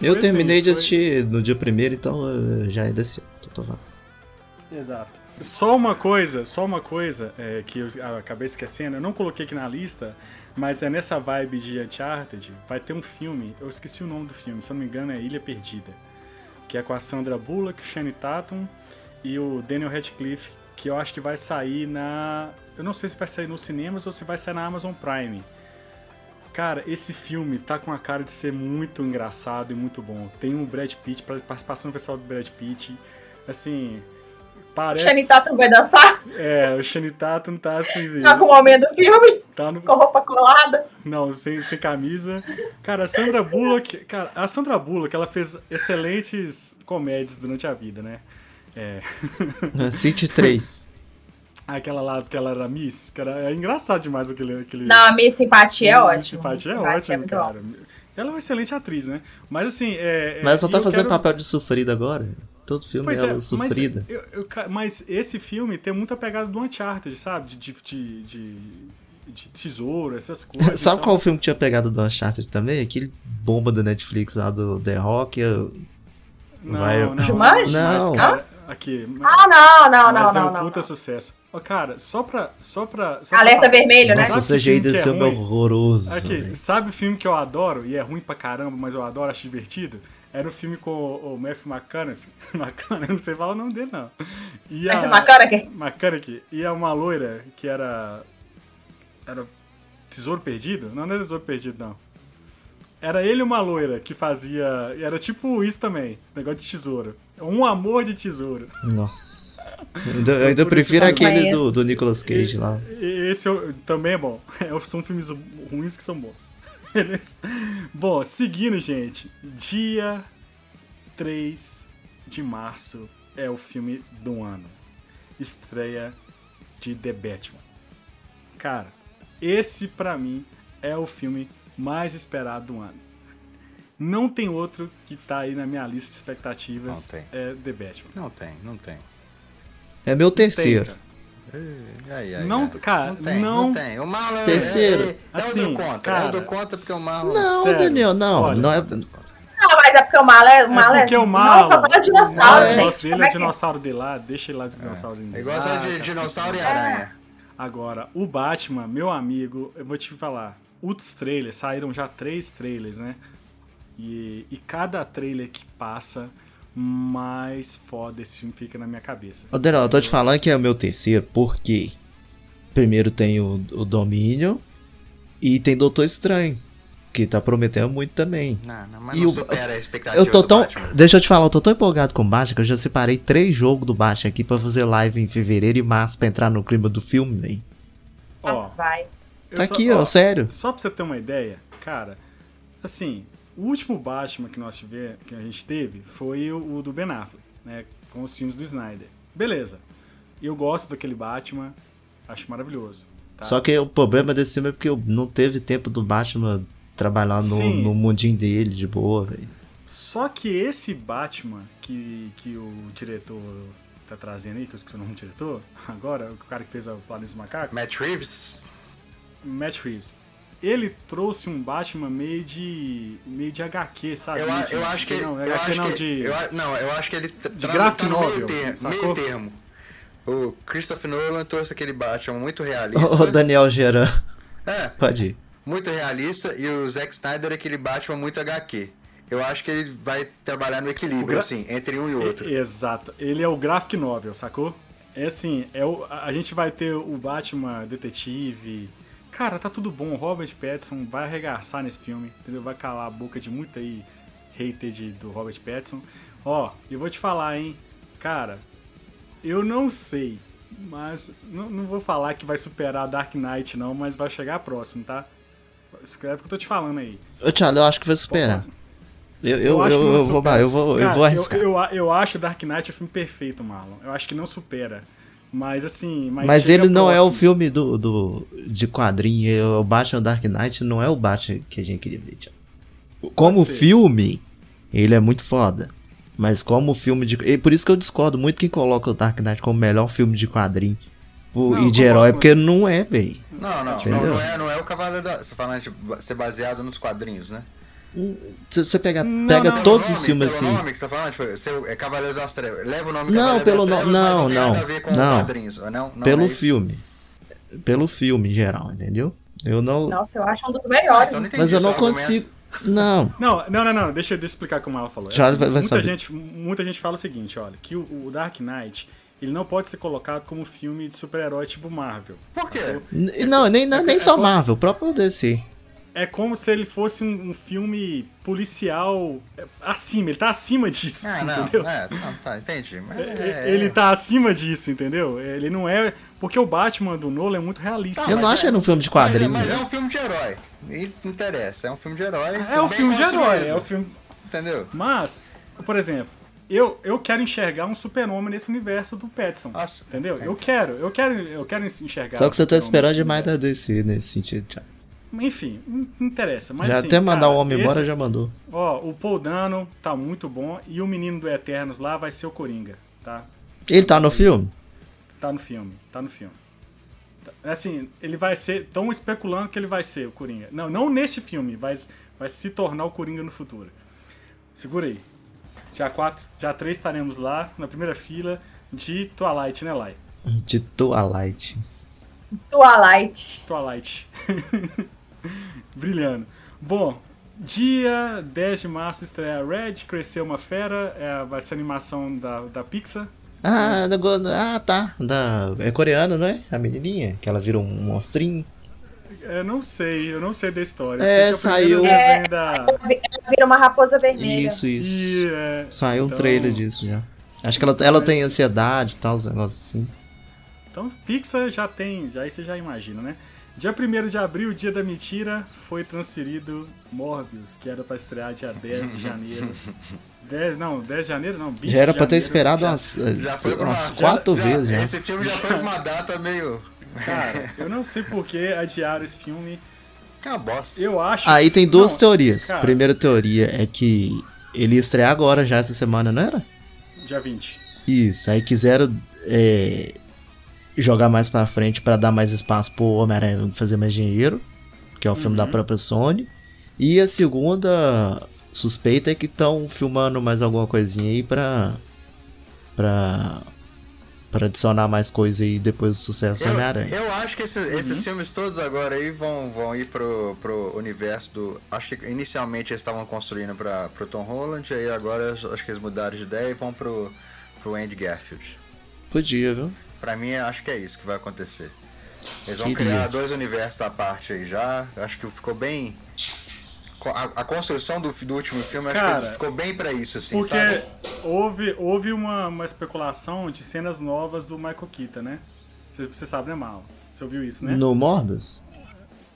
S2: eu
S1: foi
S2: terminei
S1: assim,
S2: de
S1: foi-
S2: assistir no dia primeiro, então eh, já é desse. Tô, tô falando.
S1: Exato. Só uma coisa, só uma coisa é, que eu acabei esquecendo, eu não coloquei aqui na lista, mas é nessa vibe de Uncharted, vai ter um filme, eu esqueci o nome do filme, se eu não me engano é Ilha Perdida, que é com a Sandra Bullock, o Shane Tatum e o Daniel Radcliffe, que eu acho que vai sair na... Eu não sei se vai sair nos cinemas ou se vai sair na Amazon Prime. Cara, esse filme tá com a cara de ser muito engraçado e muito bom. Tem um Brad Pitt, participação pessoal do Brad Pitt. Assim,
S3: O
S1: parece...
S3: Shane Tatum vai dançar
S1: É, o Shane Tatum tá assim,
S3: tá com o homem do filme,
S1: tá no,
S3: com roupa colada.
S1: não, sem, sem camisa. Cara, a Sandra Bullock, cara, a Sandra Bullock, ela fez excelentes comédias durante a vida, né? É,
S2: City 3.
S1: aquela lá que ela era Miss, cara, é engraçado demais aquele aquele
S3: Não, a minha simpatia é
S1: Miss
S3: ótima.
S1: Simpatia é
S3: Simpatia
S1: ótimo,
S3: muito
S1: cara. Ela é uma excelente atriz, né? Mas assim, é, é,
S2: Mas ela só
S1: e
S2: tá
S1: eu
S2: fazendo
S1: quero-
S2: papel de sofrida agora. Todo filme
S1: Pois
S2: ela
S1: é,
S2: sofrida.
S1: Mas, eu- eu ca- mas esse filme tem muita pegada do Uncharted, sabe? De, de, de, de- de tesouro, essas coisas.
S2: Sabe
S1: então-
S2: qual filme que tinha pegado do Uncharted também? Aquele bomba da Netflix lá do The Rock. eu-
S1: Não,
S2: Vai-
S1: não, não.
S3: Demais?
S1: Mas,
S2: Não.
S1: cara, aqui.
S3: Ah, não, não, não,
S1: mas é
S3: não.
S1: um
S3: não,
S1: puta
S3: não.
S1: sucesso. Ó, cara, só pra. Só pra só
S3: Alerta
S1: pra...
S3: vermelho, né?
S2: Nossa, o
S1: Sabe que
S2: CGI
S1: filme que é
S2: desse filme é
S1: ruim?
S2: horroroso.
S1: Aqui,
S2: velho.
S1: sabe o filme que eu adoro e é ruim pra caramba, mas eu adoro, acho divertido? Era um filme com o, o Matthew McConaughey. McConaughey, não sei falar o nome dele, não. E a,
S3: Bacana que
S1: McConaughey. E é uma loira que era. Era Tesouro Perdido? Não, não era Tesouro Perdido, não. Era ele e uma loira que fazia. Era tipo isso também, negócio de tesouro. Um amor de tesouro.
S2: Nossa. Ainda, eu ainda
S1: por isso
S2: prefiro
S1: que eu-
S2: aquele do, do Nicolas Cage
S1: E-
S2: lá.
S1: e- Esse eu- também é bom. É, São filmes ruins que são bons. Beleza? Bom, seguindo, gente. Dia 3 de março é o filme do ano. Estreia de The Batman. Cara, esse pra mim é o filme mais esperado do ano. Não tem outro que tá aí na minha lista de expectativas.
S4: Não tem.
S1: É The Batman.
S4: Não tem, não tem.
S2: É meu
S1: Tem,
S2: terceiro.
S1: cara.
S4: Ai, ai,
S1: Não-
S4: ai.
S1: cara,
S4: não tem,
S1: não-
S4: tem. O Marlon
S2: Terceiro.
S4: É, é, assim, eu
S1: Assim,
S4: dou conta,
S1: cara,
S4: eu dou conta porque o Marlon.
S2: Não,
S1: Sério.
S2: Daniel, não.
S1: Olha.
S2: não é...
S3: Não, mas é porque o Mala é. O Mala
S1: é porque o
S3: Não, só
S1: Mala.
S3: fala dinossauro,
S1: Ah,
S2: é.
S1: Eu
S3: gente.
S1: gosto dele,
S3: Como
S1: é
S3: é que é?
S1: dinossauro de lá, deixa ele lá, dinossauro de
S4: É
S1: lá.
S4: igual só
S1: Ah,
S4: de
S1: cara.
S4: dinossauro e aranha.
S1: Agora, o Batman, meu amigo, eu vou te falar. Os trailers, saíram já três trailers, né? E, e cada trailer que passa, mais foda esse filme fica na minha cabeça.
S2: Ô, Derol, eu tô te falando que é o meu terceiro, porque primeiro tem o, o Domínio e tem Doutor Estranho, que tá prometendo muito também.
S4: Não, não,
S2: E
S4: mas não
S2: o-
S4: supera a expectativa
S2: Eu tô
S4: do
S2: tão.
S4: Batman.
S2: Deixa eu te falar, eu tô tão empolgado com o Batman que eu já separei três jogos do Batman aqui pra fazer live em fevereiro e março pra entrar no clima do filme, véi.
S1: Ó,
S3: Vai.
S1: eu
S2: Tá
S1: só-
S2: aqui, ó, sério.
S1: Só pra você ter uma ideia, cara, assim, o último Batman que nós tive, que a gente teve foi o, o do Ben Affleck, né? Com os filmes do Snyder. Beleza. Eu gosto daquele Batman, acho maravilhoso. tá?
S2: Só que o problema desse filme é porque eu não teve tempo do Batman trabalhar no,
S1: Sim.
S2: no mundinho dele de boa, velho.
S1: Só que esse Batman que, que o diretor tá trazendo aí, que eu esqueci o nome do diretor, agora, o cara que fez o Planeta dos Macacos,
S4: Matt Reeves?
S1: Matt Reeves. Ele trouxe um Batman meio de. meio de HQ, sabe?
S4: Eu, a-
S1: Ah, De-
S4: eu acho que.
S1: Não,
S4: eu
S1: HQ
S4: acho
S1: não,
S4: que-
S1: de.
S4: eu a- não, eu acho que ele tra- tra-
S1: graphic
S4: tá no meio
S1: novel,
S4: termo.
S1: sacou?
S4: Meio termo. O Christopher Nolan trouxe aquele Batman muito
S1: é
S4: realista.
S2: Ô, ô, Daniel Geran,
S4: É,
S2: pode ir.
S4: muito realista. E o Zack Snyder é aquele Batman muito HQ. Eu acho que ele vai trabalhar no equilíbrio,
S1: O gra-
S4: assim, entre um e outro.
S1: E- Exato. Ele é o graphic novel, sacou? É assim, é o- a a gente vai ter o Batman detetive. Cara, tá tudo bom. O Robert Pattinson vai arregaçar nesse filme, entendeu? Vai calar a boca de muita aí hater de- do Robert Pattinson. Ó, eu vou te falar, hein? Cara, eu não sei, mas não, não vou falar que vai superar Dark Knight não, mas vai chegar próximo, tá? Escreve o que eu tô te falando aí.
S2: Ô, Thiago, eu acho que vai superar. Eu, eu, eu,
S1: acho que não
S4: é
S2: eu vou,
S1: supera.
S2: eu, vou, eu
S1: Cara,
S2: vou arriscar.
S1: Eu, eu, eu acho Dark Knight o filme perfeito, Marlon. Eu acho que não supera. Mas assim. Mas,
S2: Mas
S1: chega
S2: ele não é o
S1: próximo.
S2: filme do, do de quadrinho. é O Batman Dark Knight não é o Batman que a gente queria ver. Thiago. Como
S1: ser.
S2: filme, ele é muito foda. Mas como filme de. E por isso que eu discordo muito quem coloca o Dark Knight como o melhor filme de quadrinho
S1: Não,
S2: o- e de
S1: concordo
S2: herói,
S1: com
S2: porque não é, velho.
S4: Não, não, não,
S2: Entendeu?
S4: não, é, não é o Cavaleiro da. Você falando de ba- ser baseado nos quadrinhos, né?
S2: Hum, Se você pega,
S1: Não,
S2: pega
S1: não,
S2: todos
S4: Pelo
S2: os
S4: nome-
S2: filmes
S4: pelo
S2: assim.
S4: nome que você tá falando, tipo, seu- é Cavaleiros das Trevas. Leva o nome
S2: Não,
S4: Cavaleiros
S2: pelo
S4: das
S2: no-
S4: Trevas, mas
S2: não,
S4: tem nada
S2: não,
S4: a ver com
S2: não.
S4: quadrinhos, não, não é
S2: pelo
S4: isso.
S2: filme. Pelo filme em geral, entendeu? Eu não.
S3: Nossa, eu acho um dos
S4: Ah,
S3: melhores.
S4: então entendi
S2: mas eu
S4: esse
S2: não
S4: argumento.
S2: consigo. Não.
S1: Não, não, não, não. Deixa, eu- deixa eu explicar como ela falou. Assim,
S2: Já vai- vai
S1: muita,
S2: saber.
S1: Gente, muita gente fala o seguinte, olha, que o, o Dark Knight ele não pode ser colocado como filme de super-herói tipo Marvel.
S4: Por quê?
S1: sacou?
S2: N- Não, nem, nem, nem só Marvel, o próprio DC.
S1: É como se ele fosse um, um filme policial é, acima, ele tá acima disso,
S4: Ah, não.
S1: entendeu?
S4: É, tá, tá, entendi. Mas
S1: É,
S4: é-
S1: Ele tá acima disso, entendeu? Ele não é. Porque o Batman do Nolan é muito realista.
S4: Tá,
S2: Eu não
S4: mas
S2: acho
S4: é-
S2: ele um filme de
S4: mas é-
S2: quadrinho.
S4: Mas é um filme de herói. E não interessa, é um filme de herói.
S1: É o
S4: bem
S1: filme de herói,
S4: construído,
S1: é o filme.
S4: Entendeu?
S1: Mas, por exemplo, eu, eu quero enxergar um super-homem nesse universo do Petson.
S4: Nossa,
S1: Entendeu?
S4: é.
S1: Eu quero, eu quero, eu quero enxergar.
S2: Só que você tá
S1: um
S2: esperando
S1: super-homem
S2: demais da
S1: nesse
S2: DC nesse sentido. Thiago.
S1: universo. Enfim, não interessa. Mas
S2: já
S1: assim,
S2: até mandar
S1: cara,
S2: o homem embora,
S1: esse-
S2: já mandou.
S1: Ó, o Paul Dano tá muito bom e o menino do Eternos lá vai ser o Coringa, tá?
S2: Ele tá no filme?
S1: Tá no filme, tá no filme. Tá- Assim, ele vai ser. Estão especulando que ele vai ser o Coringa. Não, não neste filme, vai, vai se tornar o Coringa no futuro. Segura aí. Dia 4, dia 3 estaremos lá, na primeira fila de Twilight, né, Lai?
S2: De Twilight.
S3: Twilight.
S1: Twilight. Brilhando. Bom, dia 10 de março estreia Red, Crescer uma Fera, é, vai ser a animação da, da Pixar.
S2: Ah, da go- ah, tá. Da... É coreano, não é? A menininha, que ela vira um monstrinho.
S1: Eu não sei, eu não sei da história.
S2: É,
S1: Eu sei que o primeiro
S2: saiu.
S1: desenho
S3: É,
S1: da-
S3: Ela vi- ela vira uma raposa vermelha.
S2: Isso, isso.
S1: E, é,
S2: Saiu um
S1: então-
S2: trailer disso já. Acho que ela, ela tem ansiedade e tal, os negócios assim.
S1: Então, Pixar já tem, já aí você já imagina, né? Dia 1 de abril, dia da mentira, foi transferido Morbius, que era pra estrear dia 10 de janeiro. 10, não, 10 de janeiro não, 20
S2: Já era
S1: de
S2: pra ter
S1: janeiro.
S2: esperado
S1: Já-
S2: umas, eh,
S4: Já foi pra uma-
S2: umas
S4: já-
S2: quatro vezes né? já.
S4: Esse filme já foi pra uma data meio.
S1: Cara, eu não sei por que adiaram esse filme.
S4: Que é uma bosta.
S1: Eu acho.
S2: Aí tem duas
S1: não,
S2: teorias.
S1: cara.
S2: Primeira teoria é que ele ia estrear agora já essa semana, não era?
S1: Dia 20.
S2: Isso, aí quiseram é, jogar mais pra frente pra dar mais espaço pro Homem-Aranha fazer mais dinheiro, que é o filme da
S1: Uhum.
S2: própria Sony. E a segunda suspeita é que estão filmando mais alguma coisinha aí pra. pra. Pra adicionar mais coisa aí depois do sucesso do Homem-Aranha.
S4: Eu acho que esses, esses
S1: Uhum.
S4: filmes todos agora aí vão, vão ir pro, pro universo do. Acho que inicialmente eles estavam construindo pra, pro Tom Holland, aí agora acho que eles mudaram de ideia e vão pro, pro Andy Garfield.
S2: Podia, viu?
S4: Pra mim, acho que é isso que vai acontecer. Eles vão
S2: Queria.
S4: criar dois universos à parte aí já. Acho que ficou bem. co- A, a construção do, do último filme acho que
S1: Cara,
S4: ficou bem pra isso, assim,
S1: Porque
S4: sabe?
S1: houve, houve uma, uma especulação de cenas novas do Michael Kita, né? Você, você sabe, né, Mal? Você ouviu isso, né?
S2: No Morbius?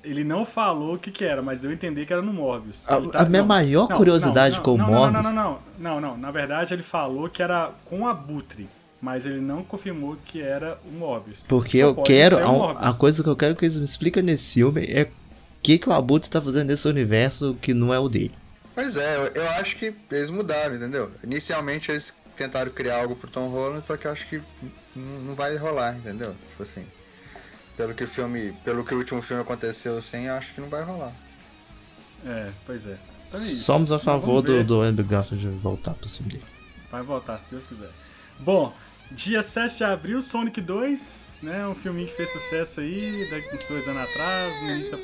S1: Ele não falou o que, que era, mas deu a entender que era no Morbius.
S2: A-
S1: Ele tá-
S2: a minha
S1: não,
S2: maior curiosidade
S1: não,
S2: com o
S1: não, não,
S2: Morbius-
S1: Não, não, não, não, não. Na verdade, ele falou que era com o Abutre, mas ele não confirmou que era o Morbius.
S2: Porque
S1: Só
S2: eu
S1: pode
S2: quero.
S1: ser o
S2: A, um-
S1: Morbius.
S2: a coisa que eu quero que eles me expliquem nesse filme é o que, que o Abutre tá fazendo nesse universo que não é o dele.
S4: Pois é, eu, eu acho que eles mudaram, entendeu? Inicialmente eles tentaram criar algo pro Tom Holland, só que eu acho que n- não vai rolar, entendeu? Tipo assim. Pelo que o filme. Pelo que o último filme aconteceu assim, eu acho que não vai rolar.
S1: É, pois é. Então é isso.
S2: Somos a
S1: Vamos
S2: favor do,
S1: ver.
S2: do Andrew Garfield voltar pro filme dele.
S1: Vai voltar, se Deus quiser. Bom, dia 7 de abril, Sonic 2, né? Um filminho que fez sucesso aí, daqui uns dois anos atrás, no início da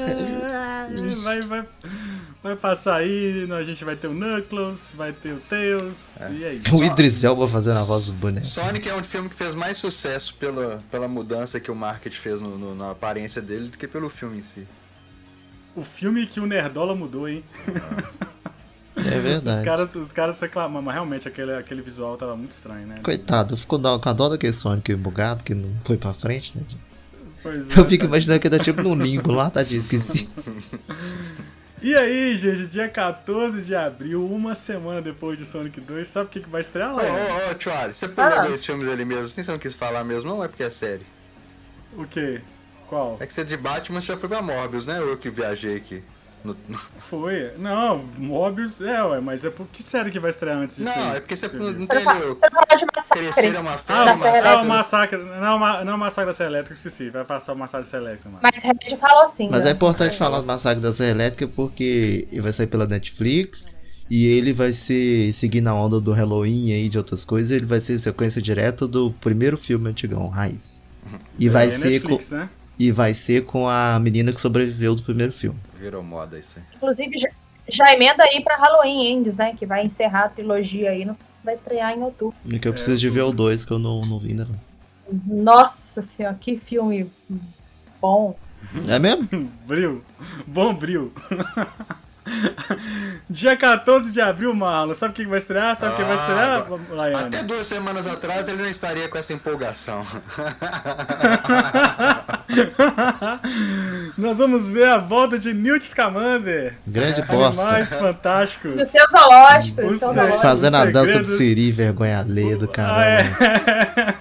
S1: pandemia. Vai, vai, vai passar aí, nós- a gente vai ter o Knuckles, vai ter o Tails, e é isso.
S2: O Idris Elba fazendo a voz do boneco.
S4: Sonic é um filme que fez mais sucesso pela, pela mudança que o market fez no- no- na aparência dele do que pelo filme em si.
S1: O filme que o Nerdola mudou, hein?
S2: É
S1: Os
S2: verdade.
S1: caras, os caras reclamam, mas realmente aquele, aquele visual tava muito estranho, né?
S2: Coitado, eu fico dó- com a dó daquele Sonic bugado que não foi pra frente, né? tio?
S1: Pois é,
S2: Eu fico
S1: tá-
S2: imaginando que tá tipo num limbo lá, tadinho, esqueci.
S1: E aí, gente, dia 14 de abril, uma semana depois de Sonic 2, sabe o que, que vai estrear
S4: Ô,
S1: lá?
S4: ô, ô, Tchuari, você pegou
S3: Ah.
S4: dois filmes ali mesmo, assim você não quis falar mesmo, não é porque é sério.
S1: O quê? Qual?
S4: É que você é de Batman você já foi pra Morbius, né? Eu que viajei aqui. No-
S1: Foi? Não, Mobius, é, ué, mas é por que série que vai estrear antes disso?
S4: Não,
S1: aí?
S4: é porque você
S1: Você
S4: não,
S1: viu?
S4: não
S3: Você não fala-
S4: entendeu.
S3: você não falou de
S4: Crescer é
S3: massacre,
S4: uma
S1: Ah,
S4: feira,
S1: o Massacre,
S4: uma sacra.
S1: o Massacre, não, é o Ma- não o Massacre da Selectra, esqueci, vai passar o Massacre da Selectra, mano.
S3: mas Red falou assim.
S2: Mas é
S3: né?
S2: importante falar do Massacre da Serra Elétrica porque ele vai sair pela Netflix e ele vai ser, seguindo a onda do Halloween aí de outras coisas, ele vai ser sequência direta do primeiro filme antigão, Raiz. E vai,
S1: é
S2: ser com,
S1: Netflix, né?
S2: e vai ser com a menina que sobreviveu do primeiro filme.
S4: Virou moda isso aí.
S3: Inclusive, já, já emenda aí pra Halloween Ends, né? Que vai encerrar a trilogia aí. Não vai estrear em outubro.
S2: E que eu
S1: É,
S2: preciso de
S1: eu-
S2: ver o 2 que eu não, não vi ainda. não.
S3: Nossa senhora, que filme bom.
S2: É mesmo?
S1: Bril. Bom bril. dia 14 de abril, Marlon, sabe o que que vai estrear? Sabe o que vai
S4: Ah,
S1: estrear,
S4: agora-
S1: Laiane?
S4: Até duas semanas atrás ele não estaria com essa empolgação.
S1: Nós vamos ver a volta de Newt Scamander.
S2: Grande bosta.
S1: Animais fantásticos.
S3: E os seus zoológicos.
S1: Os
S3: Os seus
S1: seus-
S3: zoológicos.
S2: Fazendo a dança do
S1: segredos-
S2: Siri, vergonha alheia do
S1: Ah,
S2: caralho.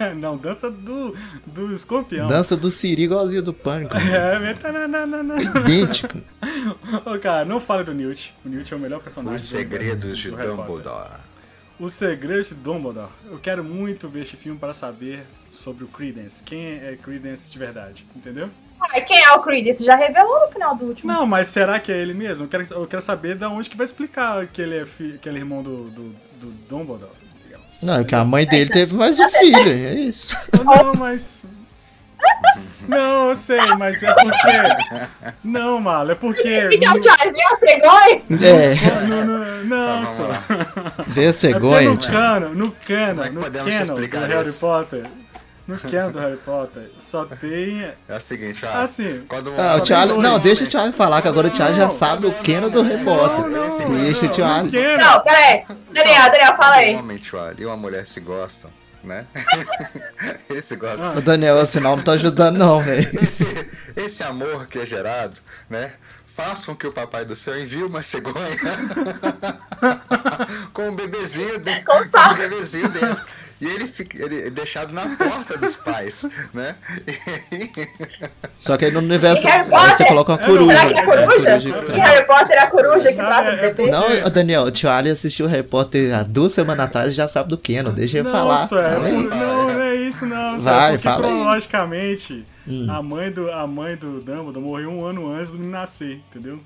S1: é. Não, dança do, do escorpião.
S2: Dança do Siri igualzinho do Pânico. mano.
S1: É, mas tá na- na- na- na-
S2: Idêntico.
S1: Ô, cara, não fale do Newt. O Newt é o melhor personagem.
S4: Os
S1: do
S4: segredos
S1: universo
S4: de
S1: do Harry Potter.
S4: Dumbledore.
S1: Os segredos de Dumbledore. Eu quero muito ver este filme para saber sobre o Credence. Quem é Credence de verdade, entendeu?
S3: Ah, e quem é o Creed? Você já revelou no final do último.
S1: Não, mas será que é ele mesmo? Eu quero, eu quero saber da onde que vai explicar que ele é, fi- que ele é irmão do, do, do Dumbledore. digamos.
S2: Não, é que a mãe dele teve mais um filho, é isso.
S1: Eu Não, mas. Não, eu sei, mas é porque. Não, Malo, é porque.
S3: Miguel Thiago, viu? Você goi?
S2: É,
S1: No, no, não,
S4: Tá, vamos
S1: só.
S4: lá.
S2: veio a
S1: É porque
S2: cegonha,
S1: no
S2: tio.
S1: cano, no cano,
S4: Como é que
S1: no
S4: podemos
S1: canon do
S4: explicar
S1: Harry
S4: isso?
S1: Potter, no canon do Harry Potter, só tem,
S4: É o seguinte, ó.
S1: assim,
S4: Quando
S2: Ah,
S4: um
S2: o
S4: quando-
S2: Thiago-
S1: dois,
S2: não,
S1: né?
S2: deixa o Thiago falar, que agora o Thiago já
S1: Não,
S2: sabe o
S4: não,
S2: Keno
S4: não,
S2: do
S4: não,
S2: Harry
S4: não,
S1: não,
S2: Potter.
S1: não,
S2: Deixa o
S1: não,
S2: Thiago.
S1: no canon.
S3: Não, peraí. Daniel, Daniel, fala
S4: Um
S3: aí.
S4: homem, Tchuari, e uma mulher se gostam, né? Eles se gostam.
S1: Ah.
S2: O Daniel, o sinal não tá ajudando não, velho.
S4: esse, esse amor que é gerado, né? Faz com que o papai do céu envie uma cegonha com um bebezinho dentro.
S3: Com sal.
S4: um bebezinho dentro. E ele, fica, ele é deixado na porta dos pais, né? E-
S2: Só que aí no universo
S3: E Harry
S2: aí você
S3: Potter?
S2: coloca uma
S1: É,
S2: coruja.
S3: Será que é
S2: É,
S3: a
S4: né?
S3: coruja?
S2: que traz.
S3: Que
S4: tá.
S3: Harry Potter é a coruja que
S1: Não,
S3: traz o
S1: é- é
S3: bebê?
S2: Não, o Daniel, o Tio Ali assistiu o Harry Potter há duas semanas atrás e já sabe do Keno, deixa ele
S1: não,
S2: falar.
S1: Sué,
S2: Fala aí.
S1: não, não, é isso não, Sué,
S2: Vai,
S1: porque
S2: fala aí.
S1: cronologicamente,
S2: Hum.
S1: a, mãe do, a mãe do Dumbledore morreu um ano antes do menino nascer, entendeu?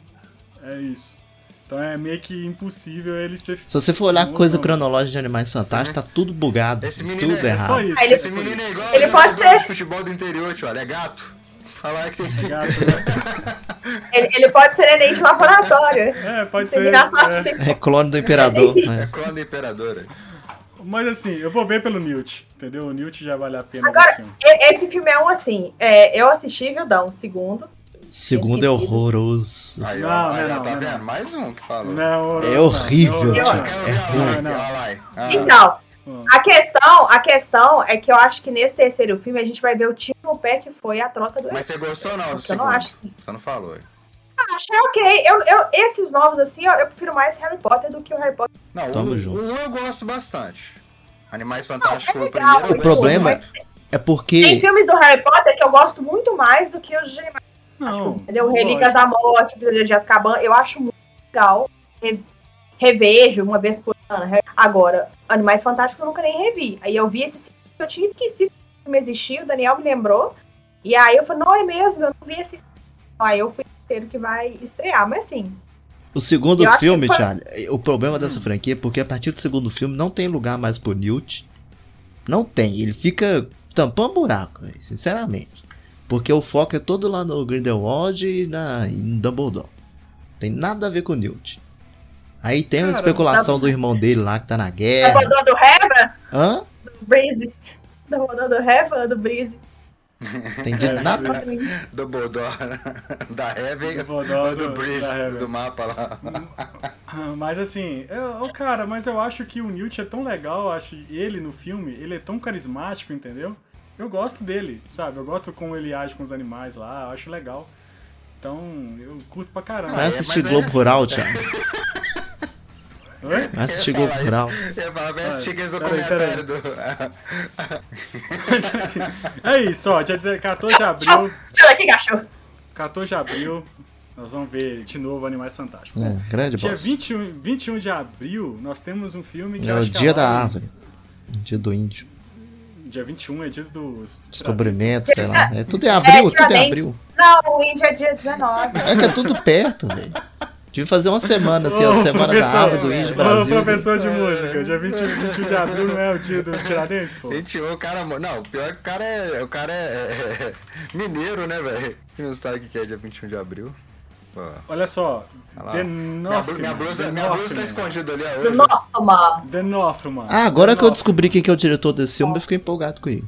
S1: É isso. Então é meio que impossível ele ser. um
S2: Se você for olhar a coisa cronológica de Animais Fantásticos, tá tudo bugado.
S4: Esse menino
S2: tudo
S4: é- é
S2: errado.
S1: Só isso.
S3: Ah, ele-
S1: só
S4: Esse
S1: por
S4: menino é igual
S3: Ele
S4: ao
S3: pode
S4: jogador
S3: ser-
S4: de futebol do interior, tio. Olha, é gato. Falar que tem
S1: isso.
S4: que.
S1: Gato, né?
S3: Ele, ele pode ser neném de laboratório.
S1: É, pode ser.
S3: Inseminação
S1: é.
S3: artificial.
S2: É clone do Imperador.
S4: É
S2: né?
S4: clone da imperadora.
S1: Mas assim, eu vou ver pelo Newt, entendeu? O Newt já vale a pena
S3: Agora-
S1: ver filme.
S3: E- Esse filme é um assim. é, eu assisti Vildão, segundo.
S2: Segundo é
S3: Esquecido.
S2: horroroso.
S4: Aí,
S1: Não,
S4: ó,
S1: não,
S4: aí, ó,
S1: não,
S4: tá
S1: não,
S4: vendo?
S1: não.
S4: Mais um que falou.
S1: Não,
S2: É
S1: não,
S2: horrível,
S1: não,
S2: Thiago.
S4: Eu quero ver
S2: É
S4: a
S2: ruim.
S4: Lai,
S1: Não, não.
S4: a Lai. Ah,
S3: Então,
S1: não.
S3: a questão, a questão é que eu acho que nesse terceiro filme a gente vai ver o time no pé que foi a troca do.
S4: Mas você gostou ou não do
S3: eu
S4: segundo?
S3: não acho.
S4: Você não falou.
S3: Ah, achei ok. Eu, eu, esses novos, assim, eu, eu prefiro mais Harry Potter do que o Harry Potter.
S4: Não, o-
S2: Tamo
S4: o,
S2: junto.
S4: um eu gosto bastante. Animais
S3: é
S4: Fantásticos, o
S3: legal,
S4: primeiro.
S3: é
S2: O
S4: eu gosto.
S2: problema
S3: mas-
S2: é
S3: Tem
S2: porque.
S3: filmes do Harry Potter que eu gosto muito mais do que os de animais.
S1: Não,
S3: Entendeu?
S1: Tipo, lógico.
S3: Relíquias é da Morte, Prisioneiro de Azkaban. Eu acho muito legal. Re- Revejo uma vez por ano. Re- Agora, Animais Fantásticos eu nunca nem revi. Aí eu vi esse filme, eu tinha esquecido que esse filme existia, o Daniel me lembrou. E aí eu falei, não, é mesmo, eu não vi esse filme. Aí eu fui o terceiro que vai estrear, mas assim,
S2: O segundo
S3: Eu acho que
S2: filme,
S3: foi- Hum.
S2: Charlie, o problema dessa franquia é porque a partir do segundo filme não tem lugar mais pro Newt. Não tem. Ele fica tampando buraco, velho, sinceramente. Porque o foco é todo lá no Grindelwald e na, e no Dumbledore. Tem nada a ver com o Newt. Aí tem a
S1: Cara,
S2: especulação do irmão dele lá que tá na
S3: é.
S2: guerra.
S3: Dumbledore do Heva,
S2: Hã?
S3: do Breeze. Dumbledore do Heva, do Breeze.
S2: Entendi
S1: É,
S2: nada.
S1: Breeze.
S4: Do Bodor, da Heaven,
S1: Do Bodó,
S4: do
S1: do-
S4: Breeze,
S1: da Heaven.
S4: do mapa lá.
S1: Ah, Mas assim, eu, eu- cara, mas eu acho que o Newt é tão legal, eu acho ele no filme, ele é tão carismático, entendeu? Eu gosto dele, sabe? Eu gosto como ele age com os animais lá, eu acho legal. Então, eu curto pra caramba.
S2: Vai
S4: é,
S2: assistir
S4: mas
S2: Globo
S4: é-
S2: Rural, Thiago.
S1: Oi?
S2: Vai assistir
S4: Eu ia
S2: Globo
S4: falar
S2: Rural.
S4: isso. Eu ia falar, vai assistir aqueles
S1: Peraí, peraí.
S4: documentários do...
S1: É isso, ó, dia 14 14 de abril,
S3: Olha que cachorro.
S1: 14 de abril, nós vamos ver de novo Animais Fantásticos.
S2: É, grande
S1: Dia
S2: bosta.
S1: 21, 21 de abril, nós temos um filme que
S2: É
S1: eu
S2: o
S1: acho que
S2: dia
S1: a
S2: da
S1: Laura-
S2: árvore. O Dia do índio.
S1: Dia 21 é dia dos...
S2: Descobrimento, sei lá. É, tudo é abril,
S3: É,
S2: tudo é
S3: também.
S2: abril.
S3: Não, o Índia é dia 19.
S2: É que é tudo perto, velho. Tive que fazer uma semana, assim,
S1: Ô,
S2: a semana da
S1: professor,
S2: árvore do índio
S1: Ô,
S2: Brasil. né?
S1: professor de música, dia 20, 21 de abril não é o dia do Tiradentes, pô?
S4: Gente, o cara... Não, o pior é que o cara é... O cara é, é mineiro, né, velho? Que Não sabe o que que é dia 21 de abril. Pô,
S1: Olha só,
S4: olha lá.
S1: The
S4: Minha, blu-
S1: Northman.
S4: minha blusa,
S1: The
S4: minha blusa tá
S1: Northman.
S4: escondida ali, ó.
S3: Do
S4: hoje.
S3: Nossa, mano.
S1: The Northman.
S2: Ah, agora
S1: The
S2: que eu
S1: Northman.
S2: descobri quem que é o diretor desse filme, eu fiquei empolgado com ele.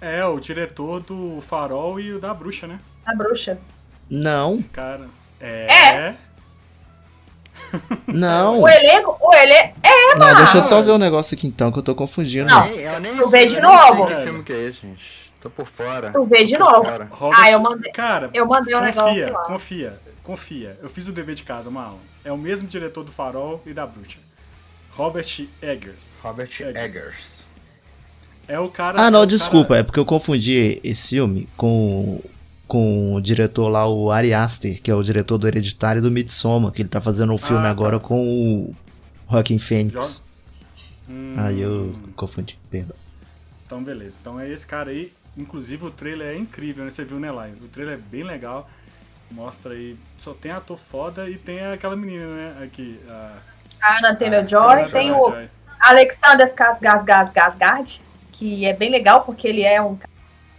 S1: É, o diretor do Farol e o da Bruxa, né?
S3: A bruxa.
S2: Não,
S1: Esse cara... É...
S3: É.
S2: não.
S3: O elenco, o elenco. É, mano.
S2: Hum. Não, deixa eu só ver um negócio aqui então, que eu tô confundindo.
S3: Não.
S4: Nem- eu nem
S3: Tu
S4: sei-
S3: vê de
S4: eu nem
S3: novo.
S4: sei Que filme que é esse, gente? Tô por fora.
S3: Tu vê de
S4: Tô por
S3: novo.
S4: fora.
S1: Robert-
S3: Ah, eu mandei-
S1: Cara,
S3: Eu mandei um
S1: confia,
S3: negócio lá.
S1: confia, confia. Eu fiz o dever de casa, Marlon. É o mesmo diretor do Farol e da Bruxa. Robert Eggers.
S4: Robert Eggers.
S1: É o cara...
S2: Ah,
S1: é o
S2: não,
S1: cara-
S2: desculpa, é porque eu confundi esse filme com, com o diretor lá, o Ari Aster, que é o diretor do Hereditário e do Midsommar, que ele tá fazendo um filme
S1: Ah, tá.
S2: agora com o Joaquin Phoenix.
S1: Hum,
S2: Aí eu confundi, perdão.
S1: Então, beleza. Então é esse cara aí. Inclusive, o trailer é incrível, né? Você viu, né, Live? O trailer é bem legal. Mostra aí. Só tem ator foda e tem aquela menina, né? Aqui. A... né?
S3: A Ana tá? Ah, Taylor
S1: Ela
S3: Joy.
S1: já-
S3: é. Tem
S1: já-
S3: o Alexander Skarsgård, que é bem legal porque ele é um cara,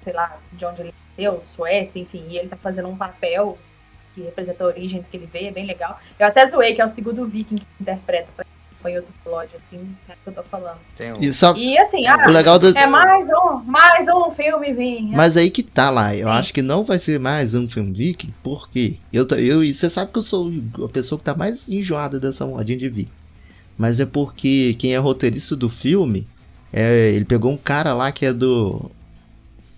S3: sei lá, de onde ele deu, Suécia, enfim, e ele tá fazendo um papel que representa a origem que ele veio, é bem legal. Eu até zoei que é o segundo viking que interpreta pra foi outro plot, assim, sabe o que eu tô falando.
S4: Tem um...
S2: E sabe,
S3: E assim, ah,
S2: o legal das,
S3: é mais um, mais um filme, Vim.
S2: Mas aí que tá lá, eu acho que não vai ser mais um filme geek, porque eu, ta- eu e você sabe que eu sou a pessoa que tá mais enjoada dessa modinha de geek. Mas é porque quem é roteirista do filme, é, ele pegou um cara lá que é do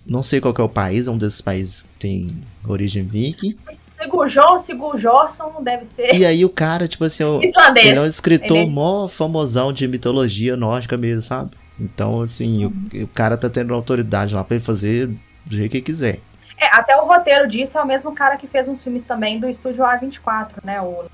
S2: não sei qual que é o país, é um desses países que tem origem viking.
S3: Sigurjon, Sigurjorson deve ser
S2: E aí o cara, tipo assim, o-
S3: islandês.
S2: ele é um escritor
S3: Ele-
S2: mó famosão de mitologia nórdica mesmo, sabe? Então, assim, o, o cara tá tendo autoridade lá pra ele fazer do jeito que quiser.
S3: É, até o roteiro disso é o mesmo cara que fez uns filmes também do estúdio A24, né? O...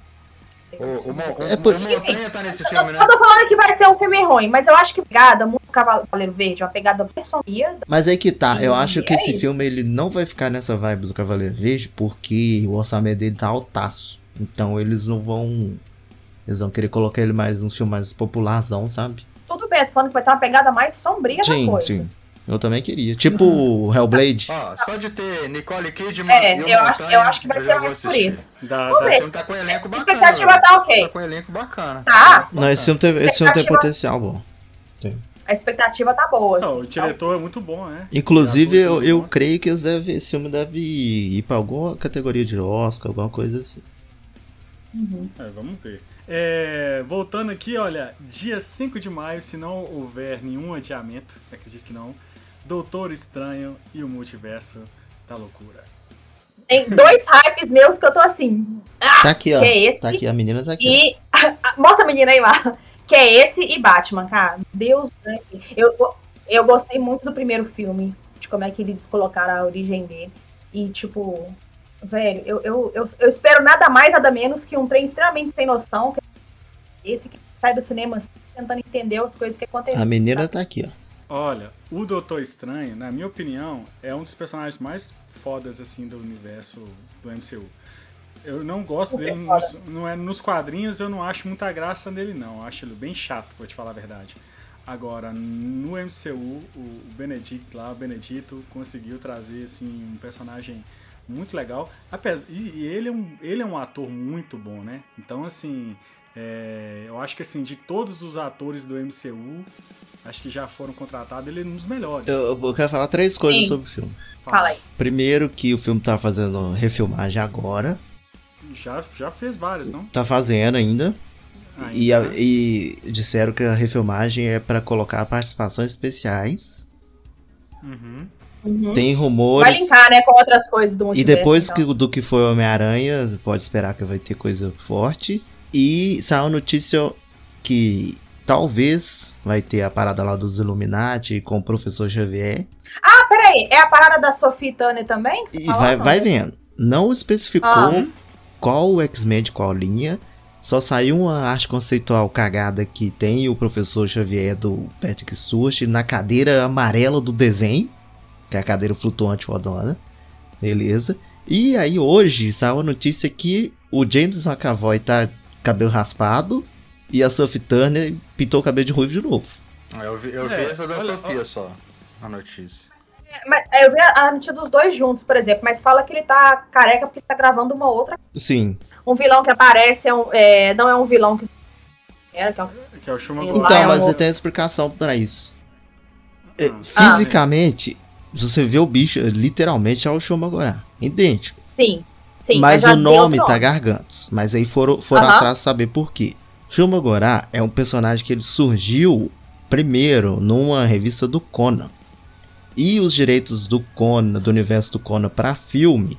S4: O, o, Mon- o-
S2: É por-
S4: o Montanha tá nesse
S3: Eu,
S4: filme, né?
S3: eu tô falando que vai ser um filme ruim, mas eu acho que pegada muito Cavaleiro Verde, uma pegada personia.
S2: Mas aí que tá, eu
S3: E
S2: acho que
S3: é
S2: esse
S3: isso.
S2: filme ele não vai ficar nessa vibe do Cavaleiro Verde, porque o orçamento dele tá altaço. Então eles não vão Eles vão querer colocar ele mais um filme mais popularzão, sabe?
S3: Tudo bem, tô falando que vai ter uma pegada mais sombria
S2: sim,
S3: da coisa. Uhum. Ah,
S2: sim. Eu também queria. Tipo o Hellblade.
S4: Ó, só de ter Nicole Kidman
S3: É,
S4: e o
S3: eu acho, eu acho que vai
S4: eu já
S3: ser
S4: vou
S3: mais por
S4: assistir.
S3: isso.
S1: Da,
S3: Vamos
S1: da-
S3: ver.
S4: Você não tá com um elenco
S3: A
S4: bacana.
S3: expectativa
S4: velho.
S3: tá
S4: Tá
S3: ok.
S4: com um elenco bacana.
S3: Tá.
S2: Não, esse filme, teve, esse filme tem
S3: Expectativa-
S2: potencial, bom.
S3: A expectativa tá boa.
S1: Não,
S3: assim.
S1: o diretor é muito bom, né?
S2: Inclusive, eu, eu
S3: né?
S1: Nossa.
S2: creio que eles deve, esse filme deve ir pra alguma categoria de Oscar, alguma coisa assim.
S3: Uhum.
S1: É, vamos ver. É, voltando aqui, olha, dia 5 de maio, se não houver nenhum adiamento, acredito que não, Doutor Estranho e o Multiverso da Loucura.
S3: Tem dois hypes meus que eu tô assim.
S2: Tá aqui, ó.
S3: Que é esse
S2: Tá aqui, a menina tá aqui.
S3: e. Mostra a menina aí lá. Que é esse e Batman, cara. Deus do céu. eu, eu gostei muito do primeiro filme, de como é que eles colocaram a origem dele. E, tipo, velho, eu, eu, eu, eu espero nada mais, nada menos que um trem extremamente sem noção. Que é esse que sai do cinema assim, tentando entender as coisas que aconteceram.
S2: A menina tá aqui, ó.
S1: Olha, o Doutor Estranho, na minha opinião, é um dos personagens mais fodas assim do universo do MCU. Eu não gosto dele nos, não é, nos quadrinhos, eu não acho muita graça nele não. Eu acho ele bem chato, pra te falar a verdade. Agora, no MCU, o Benedict lá, o Benedito, conseguiu trazer assim um personagem muito legal. Apesar, e, e ele, é um, ele é um ator muito bom, né? Então, assim, é, eu acho que assim, de todos os atores do MCU, acho que já foram contratados, ele é um dos melhores.
S2: Eu, eu quero falar três coisas
S3: Sim.
S2: sobre o filme.
S3: Fala aí.
S2: Primeiro, que o filme tá fazendo refilmagem agora.
S1: Já, já fez várias, não?
S2: Tá fazendo ainda. E, a-
S1: Ainda.
S2: e disseram que a refilmagem é pra colocar participações especiais.
S1: Uhum.
S3: Uhum.
S2: Tem
S3: Vai
S2: rumores.
S3: linkar, né, com outras coisas do
S2: E
S3: multiverso.
S2: depois
S3: então.
S2: que, do que foi Homem-Aranha, pode esperar que vai ter coisa forte. E saiu notícia que talvez vai ter a parada lá dos Illuminati com o professor Xavier.
S3: Ah, peraí, é a parada da Sophie Turner também? que você
S2: E
S3: falou,
S2: vai,
S3: não?
S2: vai vendo. Não especificou
S3: Ah.
S2: qual o X-Men de qual linha. Só saiu uma arte conceitual cagada que tem o professor Xavier do Patrick Stewart na cadeira amarela do desenho. Que é a cadeira flutuante fodona. Beleza. E aí hoje saiu a notícia que o James McAvoy tá cabelo raspado e a Sophie Turner pintou o cabelo de ruivo de novo.
S4: Ah, Eu vi, eu vi
S1: É,
S4: essa da
S1: olha-
S4: Sofia só, a notícia.
S3: Mas, é, eu vi a a notícia dos dois juntos, por exemplo, mas fala que ele tá careca porque tá gravando uma outra.
S2: Sim.
S3: Um vilão que aparece é um- é, não é um vilão que. Era, que é um-
S1: Que é o Shuma
S3: Então,
S2: Então,
S3: Lá é
S2: mas
S3: o-
S2: eu tenho explicação pra isso. É,
S1: Ah,
S2: fisicamente, se você vê o bicho, é, literalmente é o Shomagorá. Idêntico.
S3: Sim, sim.
S2: mas
S3: já
S2: o
S3: deu
S2: nome
S3: outro
S2: tá Gargantos. Mas aí foram, foram
S3: Aham.
S2: atrás saber por quê. Shomagorá é um personagem que ele surgiu primeiro numa revista do Conan. E os direitos do Conan, do universo do Conan pra filme,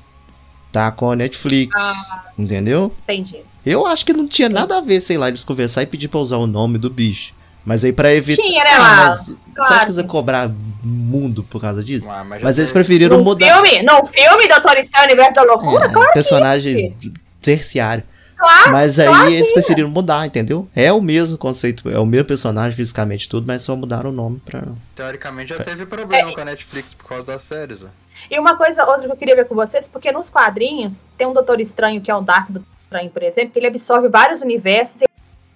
S2: tá com a Netflix.
S3: Ah.
S2: Entendeu?
S3: Entendi.
S2: Eu acho que não tinha nada a ver, sei lá, eles conversar e pedir pra usar o nome do bicho. Mas aí pra evitar.
S3: Tinha, né, lá?
S2: Ah, mas você acha
S3: claro.
S2: que você ia cobrar mundo por causa disso?
S4: Ah, mas já
S2: Mas eles
S4: teve-
S2: preferiram
S3: Num
S2: mudar.
S3: filme? Num filme, Doutor Estranho, Universo da Loucura?
S2: É, personagem terciário.
S3: Claro,
S2: Mas aí
S3: claro,
S2: eles preferiram mudar, entendeu? É o mesmo conceito, é o mesmo personagem fisicamente e tudo, mas só mudaram o nome pra.
S4: Teoricamente
S2: É.
S4: já teve
S3: É,
S4: problema com a Netflix por causa das séries, ó.
S3: E uma coisa, outra que eu queria ver com vocês, porque nos quadrinhos tem um Doutor Estranho, que é um Dark Doutor Estranho, por exemplo, que ele absorve vários universos e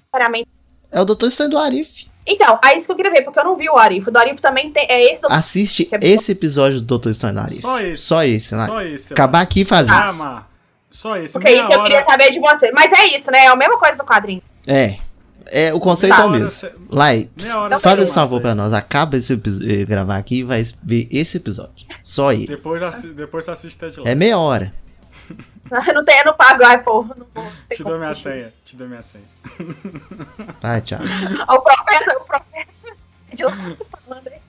S3: necessariamente.
S2: É o Doutor Estranho do Arif.
S3: Então, é isso que eu queria ver, porque eu não vi o Arif. O do Arif também tem. É esse Doutor
S2: Assiste
S3: Que é bom.
S2: esse episódio do Doutor Estranho do Arif.
S1: Só esse.
S2: Só esse, né?
S1: Só esse.
S2: Acabar aqui e fazer
S1: Ah,
S2: isso.
S1: Mar, Só esse.
S3: Porque
S1: Meia
S3: isso eu
S1: hora-
S3: queria saber de vocês. Mas é isso, né? É a mesma coisa do quadrinho.
S2: É. É, o conceito
S3: Tá.
S2: é o
S1: meia
S2: mesmo.
S1: hora cê-
S2: Lai,
S1: Meia hora
S2: faz
S1: cê
S2: esse
S1: mata,
S2: favor pra nós. Acaba esse episo- eh, gravar aqui e vai ver esse episódio. Só ele.
S1: Depois, assi... Depois você assiste Ted Lasso.
S2: É meia hora.
S3: Eu não tenho, eu não pago, ai, pô. Não vou ter
S1: Te dou minha
S3: como.
S1: senha. Te dou minha senha.
S2: Vai, tchau.
S3: Ó, O profeta, o profeta. De lá se falando, hein?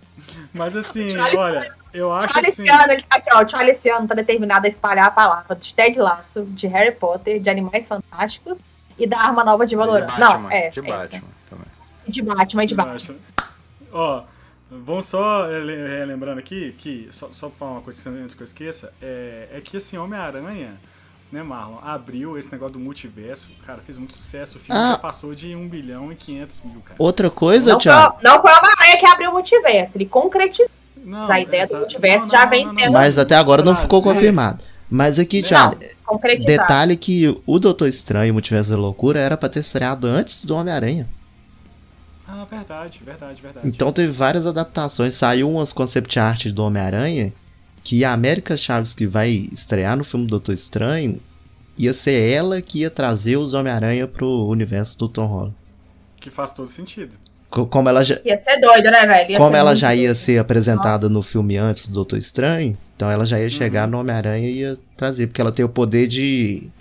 S1: Mas assim,
S3: Charles-
S1: olha, eu acho
S3: Charles
S1: assim.
S3: Ciano, ele tá aqui, ó. O Charles Ciano tá determinado a espalhar a palavra de Ted Lasso, de Harry Potter, de Animais Fantásticos e da arma nova de Valorant.
S4: de Batman,
S3: Não, é.
S4: de
S3: é
S4: Batman também.
S3: isso. De Batman, de
S1: Eu
S3: Batman.
S1: acho. Ó, vamos só eh, le- eh, lembrando aqui que, só, só pra falar uma coisa antes que eu esqueça, é, é que assim, Homem-Aranha, né, Marlon, abriu esse negócio do multiverso, cara, fez muito sucesso, o filme
S2: Ah.
S1: já passou de 1 bilhão e 500 mil, cara.
S2: Outra coisa,
S3: Não foi,
S2: Thiago.
S3: não foi uma aranha que abriu o multiverso, ele concretizou.
S1: Não,
S3: Mas a ideia do
S1: essa-
S3: multiverso já vem sendo-
S2: Mas até agora não ficou
S1: Trazer-
S2: confirmado. Mas aqui, Thiago,
S3: é tá.
S2: detalhe que o Doutor Estranho e o Multiverso da Loucura era pra ter estreado antes do Homem-Aranha.
S1: Ah, verdade, verdade, verdade.
S2: Então teve várias adaptações. Saiu umas concept art do Homem-Aranha que a América Chaves que vai estrear no filme Doutor Estranho ia ser ela que ia trazer os Homem-Aranha pro universo do Tom Holland.
S1: Que faz todo sentido.
S2: Co- Como ela já,
S3: Ia ser doido, né, velho? Ia
S2: como
S3: ser
S2: ela
S3: muito
S2: já ia
S3: doido.
S2: ser apresentada no filme antes do Doutor Estranho, então ela
S3: Uhum.
S2: já ia chegar no Homem-Aranha e ia trazer, porque ela tem o poder de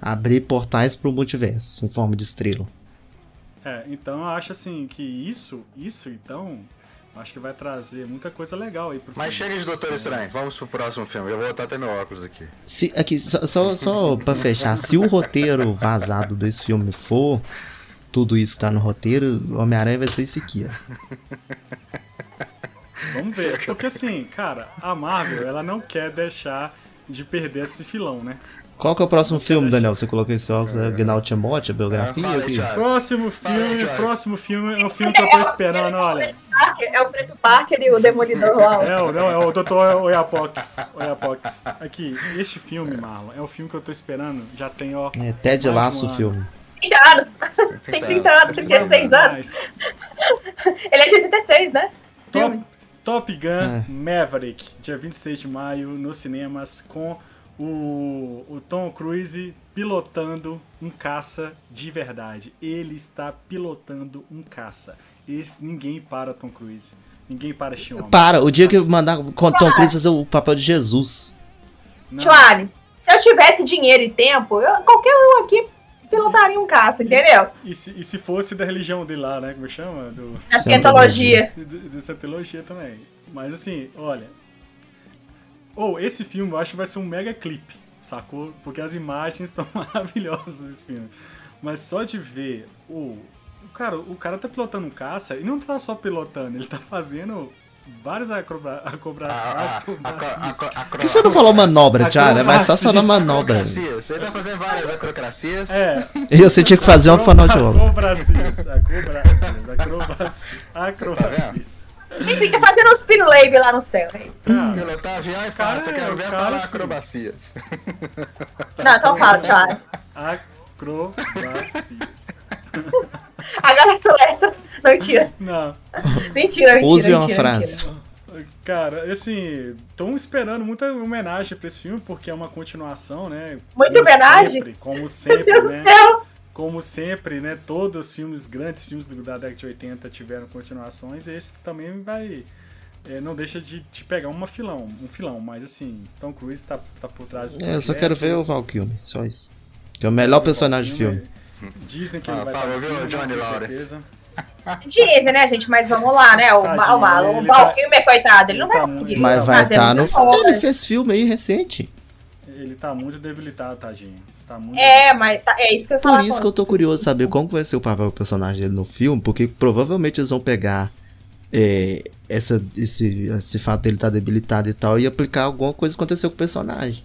S2: abrir portais pro multiverso em forma de estrela.
S1: É, então eu acho assim que isso, isso então, eu acho que vai trazer muita coisa legal aí pro
S4: Mas
S1: filme.
S4: chega de Doutor Estranho, vamos pro próximo filme. Eu vou botar até meu óculos aqui.
S2: Se, aqui, só, só, só pra fechar, se o roteiro vazado desse filme for tudo isso que tá no roteiro, o Homem-Aranha vai ser esse aqui, ó.
S1: Vamos ver. Porque assim, cara, a Marvel, ela não quer deixar de perder esse filão, né?
S2: Qual que é o próximo filme, Daniel? Você colocou esse óculos, é o Gnal Timóteo, a biografia?
S4: Fala aí,
S2: aqui?
S4: Thiago.
S1: Próximo
S4: É. Fala aí,
S1: filme,
S4: Jorge.
S1: próximo filme é um filme que eu tô esperando, olha.
S3: Parker, É o Preto Parker e o Demolidor lá.
S1: É, o- não, é o Dr. Oiapox. Oiapox. Aqui, este filme, Marlon, é o filme que eu tô esperando. Já tem, ó.
S2: É, Ted
S1: Mais
S2: Laço
S1: um
S2: o
S1: ano.
S2: filme.
S3: 30 anos. Tem 30 anos,
S4: Tem
S3: 36 anos.
S1: mais.
S3: Ele é de 86, né?
S1: Top, Top Gun
S2: É.
S1: Maverick, dia 26 de maio, nos cinemas, com o, o Tom Cruise pilotando um caça de verdade. Ele está pilotando um caça. Esse, ninguém para Tom Cruise. Ninguém para este homem.
S2: Para, o dia que eu mandar com Tom Cruise fazer o papel de Jesus.
S1: Não,
S3: Joane, se eu tivesse dinheiro e tempo, eu- qualquer um aqui pilotaria um caça, entendeu?
S1: e, se, e se fosse da religião dele lá, né? Como chama? Do,
S3: Na
S2: Cientologia.
S3: cientologia.
S1: do, do Scientologia também. Mas assim, olha. Ou esse filme eu acho que vai ser um mega clipe, sacou? Porque as imagens estão maravilhosas desse filme. Mas só de ver o. o Cara, o cara tá pilotando um caça e não tá só pilotando, ele tá fazendo várias acrobra... acrobra...
S4: Ah, ah,
S1: acrobacias.
S4: acro- acro-
S2: Por que você não falou manobra,
S3: Tá
S2: É Tiara? Vai só
S1: Acrobacias.
S2: só na manobra.
S4: Acrobacias. Você tá fazendo várias acrocracias.
S1: É,
S2: E você tinha que fazer uma
S3: Tá
S2: fonoaudióloga.
S1: acrobacias, acrobacias,
S4: Tá
S1: acrobacias, acrobacias.
S3: Ele fica fazendo uns pirulave lá no céu. hein?
S4: Pilotar avião é fácil, eu
S1: Cara,
S4: quero ver
S1: o cara,
S4: falar
S1: assim.
S4: acrobacias.
S3: Não, então fala, Joane.
S1: Acrobacias.
S3: Agora essa letra. Não, mentira.
S1: Não.
S3: Mentira, mentira.
S2: Use uma
S3: mentira,
S2: frase.
S3: mentira.
S1: Cara, assim, estão esperando muita homenagem pra esse filme, porque é uma continuação, né?
S3: Muita
S1: Como
S3: homenagem?
S1: sempre, como
S3: Meu
S1: sempre,
S3: Deus
S1: né?
S3: do céu.
S1: Como sempre, né? Todos os filmes, grandes filmes do- da década de 80 tiveram continuações, e esse também vai. é, não deixa de te pegar uma filão, um filão, mas assim, Tom Cruise tá, tá por trás. do
S2: É, eu só
S1: projeto, né?
S2: quero ver o Val Kilmer, só isso. Que é o melhor personagem do filme.
S1: Hum. Dizem que ele
S4: Ah,
S1: vai
S4: fala,
S1: estar no
S4: viu,
S1: filme,
S4: Johnny
S1: não tenho
S4: Lawrence?
S1: certeza.
S3: Dizem, né, gente? Mas vamos lá, né? O,
S1: Tadinho,
S3: o, Malo, o
S1: ele
S3: Val
S1: tá-
S3: Kilmer, coitado, ele não
S1: ele
S3: vai
S1: tá
S3: conseguir.
S1: muito-
S2: Mas vai
S3: fazer
S2: estar no
S3: muita
S2: filme.
S3: obra.
S2: Ele fez filme aí recente.
S1: Ele tá muito debilitado, tadinho. Tá muito
S3: É, mas tá- é isso que eu
S2: Por
S3: falo.
S2: isso que eu tô curioso saber como vai ser o papel do personagem dele no filme, porque provavelmente eles vão pegar é, essa, esse, esse fato dele estar debilitado e tal e aplicar alguma coisa que aconteceu com o personagem.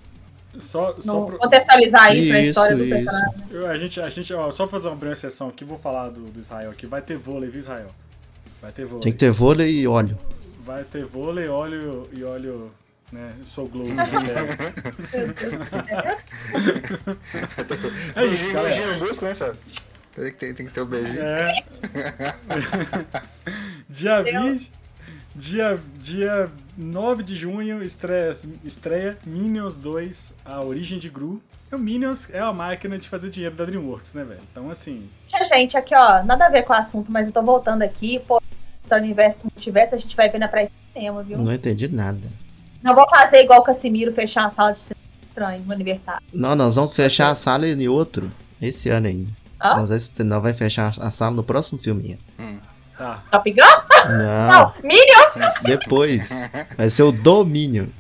S1: Só, só
S3: Não
S1: pro-
S3: contextualizar isso, na história do
S2: Isso, isso.
S3: personagem.
S1: Eu- a gente, a gente ó, só fazer uma breve sessão aqui, vou falar do, do Israel aqui. Vai ter vôlei, viu, Israel? Vai ter vôlei.
S2: Tem que ter vôlei e óleo.
S1: Vai ter vôlei, óleo e óleo, né? Sou glow. né, galera? é isso,
S4: Beijinho,
S1: galera.
S4: beijinho no busco, né, Thiago? Tem que ter, tem que ter o beijinho.
S1: É. dia 20. Dia, dia 9 de junho estreia, estreia Minions 2, A Origem de Gru. E o Minions é a máquina de fazer dinheiro da DreamWorks, né, velho? Então, assim,
S3: Gente, Gente, aqui, ó, nada a ver com o assunto, mas eu tô voltando aqui. Pô, se o universo não tivesse, a gente vai ver na praia de cinema, viu?
S2: Não entendi nada.
S3: Não vou fazer igual o Casimiro, fechar a sala de cinema estranho no aniversário.
S2: Não, nós vamos fechar a sala em outro esse ano ainda.
S3: Hã?
S2: Nós, vamos- nós vai fechar a sala no próximo filminho.
S1: tá.
S3: Top Gun?
S2: Não,
S3: Não, Minions!
S2: depois. Vai ser o domínio.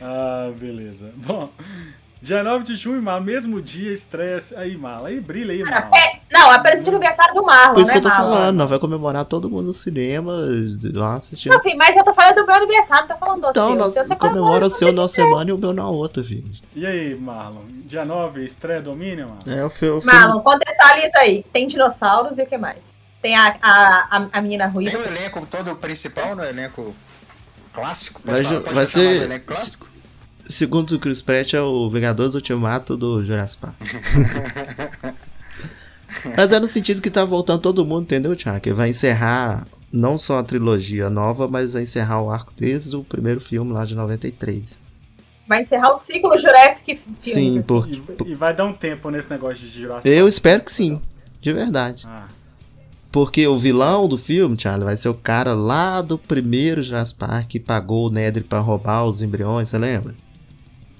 S1: Ah, beleza. Bom, dia 9 de junho, Mala, mesmo dia, estreia. Aí, Mala, aí brilha aí, Mala.
S3: É, não, é presente de aniversário do Marlon,
S2: Por isso que
S3: né,
S2: eu tô
S3: Marlon?
S2: falando, nós vai comemorar todo mundo no cinema, lá assistindo.
S3: Não, filho, mas eu tô falando do meu aniversário, não tô falando do
S2: Então,
S3: seu.
S2: nós
S3: Seu, você
S2: comemora o seu na
S3: é.
S2: semana e o meu na outra, filho.
S1: E aí, Marlon? Dia 9, estreia Dominion, Mala?
S2: É o fi- o filme.
S3: Marlon, contextualiza aí. Tem dinossauros e o que mais? Tem a, a, a, a menina
S4: Tem um o
S3: ruiva.
S4: é elenco todo principal, no elenco clássico.
S2: Vai ju-
S4: falar-
S2: vai
S4: chamar de
S2: ser-
S4: elenco clássico?
S2: Segundo o Chris Pratt, é o Vingadores Ultimato do Jurassic Park. Mas é no sentido que tá voltando todo mundo, entendeu, Tiago? Que vai encerrar não só a trilogia nova, mas vai encerrar o arco desde o primeiro filme lá de 93.
S3: Vai encerrar o ciclo Jurassic Films,
S2: Sim,
S3: assim.
S2: por-
S1: E, e vai dar um tempo nesse negócio de Jurassic
S2: É, eu
S1: Park.
S2: espero que sim, de verdade.
S1: Ah,
S2: Porque o vilão do filme, Charlie, vai ser o cara lá do primeiro Jurassic Park que pagou o Nedry pra roubar os embriões, você lembra?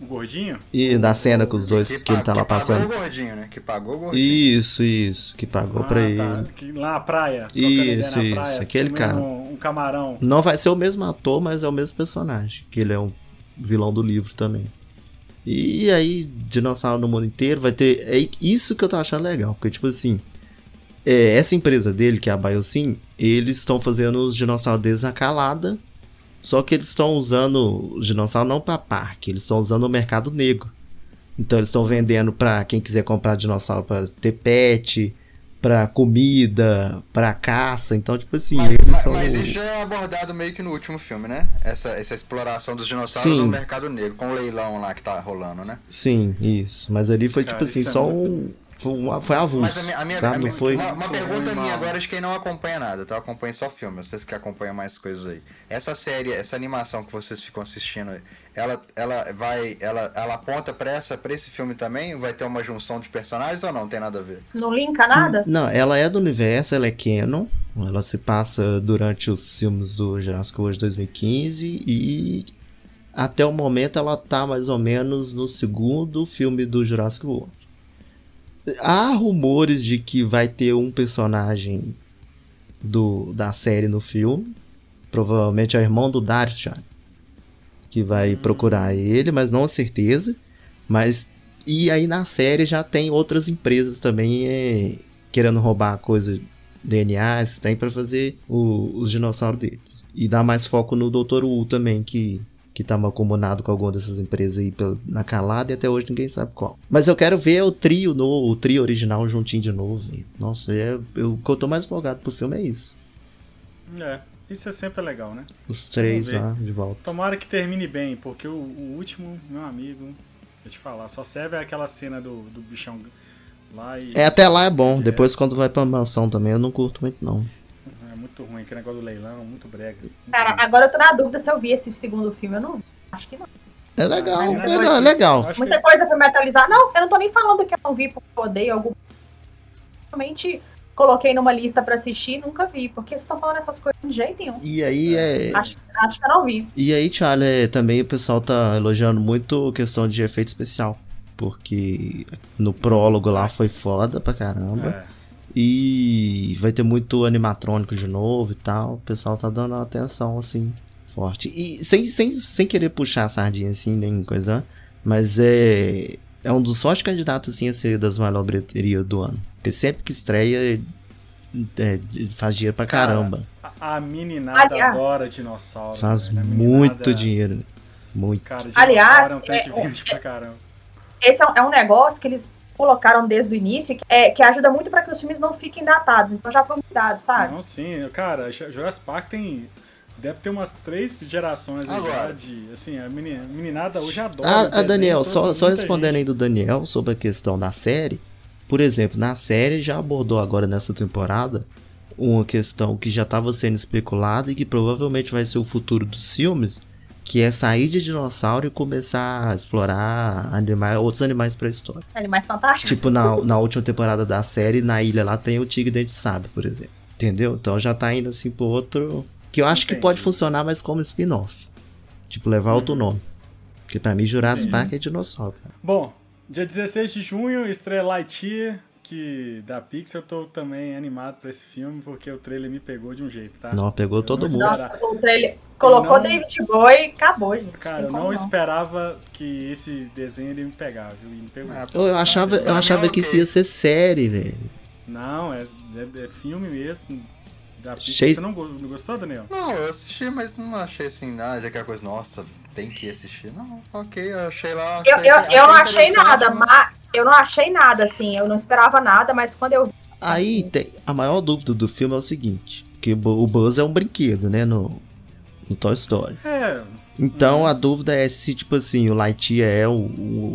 S1: o gordinho?
S2: E da cena com os dois que ele
S4: pa-
S2: tá lá
S4: que pagou
S2: passando.
S4: o gordinho, né? Que pagou o gordinho.
S2: Isso, isso, que pagou
S1: Ah,
S2: pra ele.
S1: tá. Que Lá na praia. trocando
S2: Isso,
S1: ideia na
S2: isso,
S1: praia,
S2: aquele
S1: comendo
S2: cara.
S1: Um, um camarão.
S2: Não vai ser o mesmo ator, mas é o mesmo personagem. Que ele é um vilão do livro também. E aí, dinossauro no mundo inteiro vai ter. É isso que eu tô achando legal. Porque, tipo assim, é, essa empresa dele, que é a Biosim, eles estão fazendo os dinossauros deles na calada. Só que eles estão usando os dinossauros não pra parque, eles estão usando o mercado negro. Então eles estão vendendo pra quem quiser comprar dinossauro pra ter pet, pra comida, pra caça. Então, tipo assim,
S4: Mas,
S2: eles
S4: mas-
S2: são.
S4: mas isso já é abordado meio que no último filme, né? Essa, essa exploração dos dinossauros
S2: Sim.
S4: no mercado negro, com o leilão lá que tá rolando, né?
S2: Sim, isso. Mas ali foi
S1: Cara,
S2: tipo assim,
S1: isso é
S2: só
S1: muito-
S2: um. Foi, um, foi avulso.
S4: Mas a minha, a minha-
S2: sabe?
S4: a
S2: Não
S4: minha-
S2: foi.
S4: uma, uma
S1: Foi
S4: pergunta
S1: mal.
S4: minha agora de quem não acompanha nada, tá? Eu acompanho só filme, vocês que acompanham mais coisas aí. Essa série, essa animação que vocês ficam assistindo, ela, ela vai, ela, ela aponta pra, essa, pra esse filme também? Vai ter uma junção de personagens ou não? Tem nada a ver?
S3: Não linka nada?
S2: Não, ela é do universo, ela é canon. Ela se passa durante os filmes do Jurassic World 2015 e até o momento ela tá mais ou menos no segundo filme do Jurassic World. Há rumores de que vai ter um personagem do, da série no filme. Provavelmente é o irmão do Darius, Thiago, que vai procurar ele, mas não é certeza. Mas e aí na série já tem outras empresas também eh, querendo roubar coisa DNA, esse tem pra fazer o- os dinossauros deles. E dá mais foco no Dr. Wu também, que, que tá mancomunado com alguma dessas empresas aí pela- na calada e até hoje ninguém sabe qual. Mas eu quero ver o trio novo, o trio original juntinho de novo. velho. Nossa, é, eu, o que eu tô mais empolgado pro filme é isso.
S1: É, isso é sempre legal, né?
S2: Os três
S1: ver.
S2: lá de volta.
S1: Tomara que termine bem, porque o, o último, meu amigo, deixa eu te falar, só serve aquela cena do, do bichão lá e.
S2: É, até lá é bom. Depois quando vai pra mansão também eu não curto muito não.
S1: É muito ruim, aquele negócio do leilão, muito brega. Muito
S3: Cara,
S1: ruim.
S3: agora eu tô na dúvida se eu vi esse segundo filme. Eu não vi. Acho que não.
S2: É legal,
S1: Mas não
S2: é legal,
S1: vai
S2: é
S1: ser-
S2: legal.
S1: acho
S3: Muita coisa pra me atualizar. Não, eu não tô nem falando que eu não vi porque eu odeio algum. Realmente coloquei numa lista pra assistir e nunca vi. Porque vocês estão falando essas coisas de jeito nenhum.
S2: E aí é.
S3: Acho, acho que eu não vi.
S2: E aí, Charlie, é, também o pessoal tá elogiando muito a questão de efeito especial. Porque no prólogo lá foi foda pra
S1: que-
S2: caramba.
S1: É.
S2: E vai ter muito animatrônico de novo e tal. O pessoal tá dando uma atenção, assim, forte. E sem, sem, sem querer puxar a sardinha, assim, nem coisa. Mas é. É um dos fortes candidatos, assim, a ser das malobretias do ano. Porque sempre que estreia, é, faz dinheiro pra
S1: Cara,
S2: caramba.
S1: A, a meninada
S3: Aliás-
S1: adora dinossauro.
S2: Faz
S1: velho, a
S2: muito
S1: meninada- é
S2: dinheiro. Muito.
S1: Cara, dinossauro
S3: Aliás,
S1: é um tanque
S3: é,
S1: verde pra caramba.
S3: esse é um, é um negócio que eles colocaram desde o início, que, é, que ajuda muito pra que os filmes não fiquem datados. Então já foi mudado, sabe?
S1: Não, sim, cara, Ju- Jurassic Park tem. Deve ter umas três gerações aí
S4: Agora.
S1: já de. Assim, a meni- a meninada hoje adora. o
S2: Ah, ah,
S1: desenho,
S2: Daniel,
S1: trouxe
S2: só, só
S1: assim, muita
S2: respondendo
S1: gente.
S2: aí do Daniel sobre a questão da série. Por exemplo, na série já abordou agora nessa temporada uma questão que já estava sendo especulada e que provavelmente vai ser o futuro dos filmes, que é sair de dinossauro e começar a explorar animais, outros animais pré-históricos.
S3: Animais Fantásticos.
S2: Tipo, na, na última temporada da série, na ilha lá tem o Tigre Dente de Sabre, por exemplo. Entendeu? Então já tá indo assim pro outro. Que eu acho que
S1: Entendi.
S2: pode funcionar, mas como spin-off. Tipo, levar outro nome. Porque pra mim, Jurassic
S1: Entendi.
S2: Park é dinossauro. cara.
S1: Bom, dia 16 de junho, estreia Lightyear, que da Pixar. Eu tô também animado pra esse filme, porque o trailer me pegou de um jeito, tá?
S2: Não, pegou
S1: Eu
S2: todo
S1: não
S2: mundo.
S1: sei.
S3: Nossa, o trailer colocou
S1: Não.
S3: David Bowie e acabou, gente.
S1: Cara,
S3: Tem
S1: eu
S3: como
S1: não, esperava que esse desenho ele me pegava, viu? E me pegou.
S4: Ah,
S2: Eu achava, eu
S4: Não,
S2: achava que
S4: ok.
S2: isso ia ser série, velho.
S1: Não, é, é- é filme mesmo. Da Pixar.
S2: Cheio-
S1: Você não go- não gostou, Daniel?
S4: Não, eu assisti, mas não achei assim, nada, já que a coisa, nossa, tem que assistir. Não, ok, eu achei lá.
S3: Eu,
S4: achei-
S3: eu, eu não achei
S4: interessante, né?
S3: nada,
S4: mas-
S3: mas eu não achei nada, assim, eu não esperava nada, mas quando eu vi.
S2: Aí tem, a maior dúvida do filme é o seguinte: que o Bu- o Buzz é um brinquedo, né? No, no Toy Story.
S1: É,
S2: Então a dúvida é se, tipo assim, o Lightyear é o,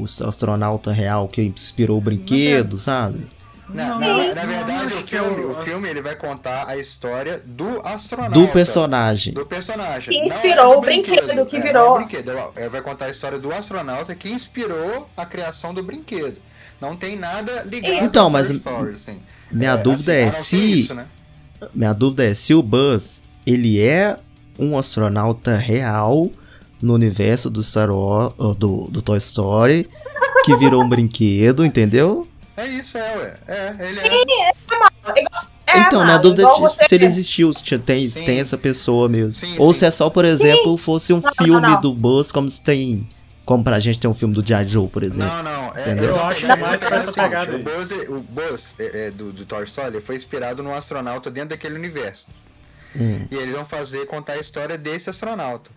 S2: o astronauta real que inspirou o brinquedo, sabe?
S4: Na,
S1: Não,
S4: na-
S1: não,
S4: na
S1: não,
S4: verdade,
S1: acho
S4: o
S1: que é
S4: filme,
S1: o-
S4: o filme ele vai contar a história do astronauta.
S2: Do personagem.
S4: Do personagem.
S3: Que
S4: não é
S3: inspirou
S4: do
S3: o brinquedo, que
S4: é, não é
S3: virou.
S4: o brinquedo. Ela- Ela vai contar a história do astronauta que inspirou a criação do brinquedo. Não tem nada ligado
S2: Então,
S4: ao
S2: mas
S4: Toy Story, assim.
S2: Minha
S4: É,
S2: dúvida
S4: assim,
S2: é
S4: a não ser
S2: se
S4: isso, né?
S2: Minha dúvida é se o Buzz ele é um astronauta real no universo do Star Wars, do, do Toy Story, que virou um brinquedo, entendeu?
S4: É isso, é, ué. É, ele é.
S3: É,
S2: então, minha
S3: Mauro,
S2: dúvida é
S3: igual
S2: tipo,
S3: você-
S2: se ele existiu, se tinha- tem, se
S4: Sim.
S2: tem essa pessoa mesmo.
S4: Sim,
S2: Ou
S4: sim.
S2: se é só, por exemplo, fosse um
S3: Não, não,
S2: filme
S3: não.
S2: do Buzz, como se tem. Como pra gente tem um filme do G.I. Joe, por exemplo.
S4: Não, não. É,
S2: Entendeu?
S1: Eu acho
S4: é uma
S1: mais pra essa
S4: seguinte,
S1: pegada aí.
S4: O Buzz, o Buzz, é, é, do, do Toy Story ele foi inspirado num astronauta dentro daquele universo.
S2: Hum.
S4: E eles vão fazer contar a história desse astronauta.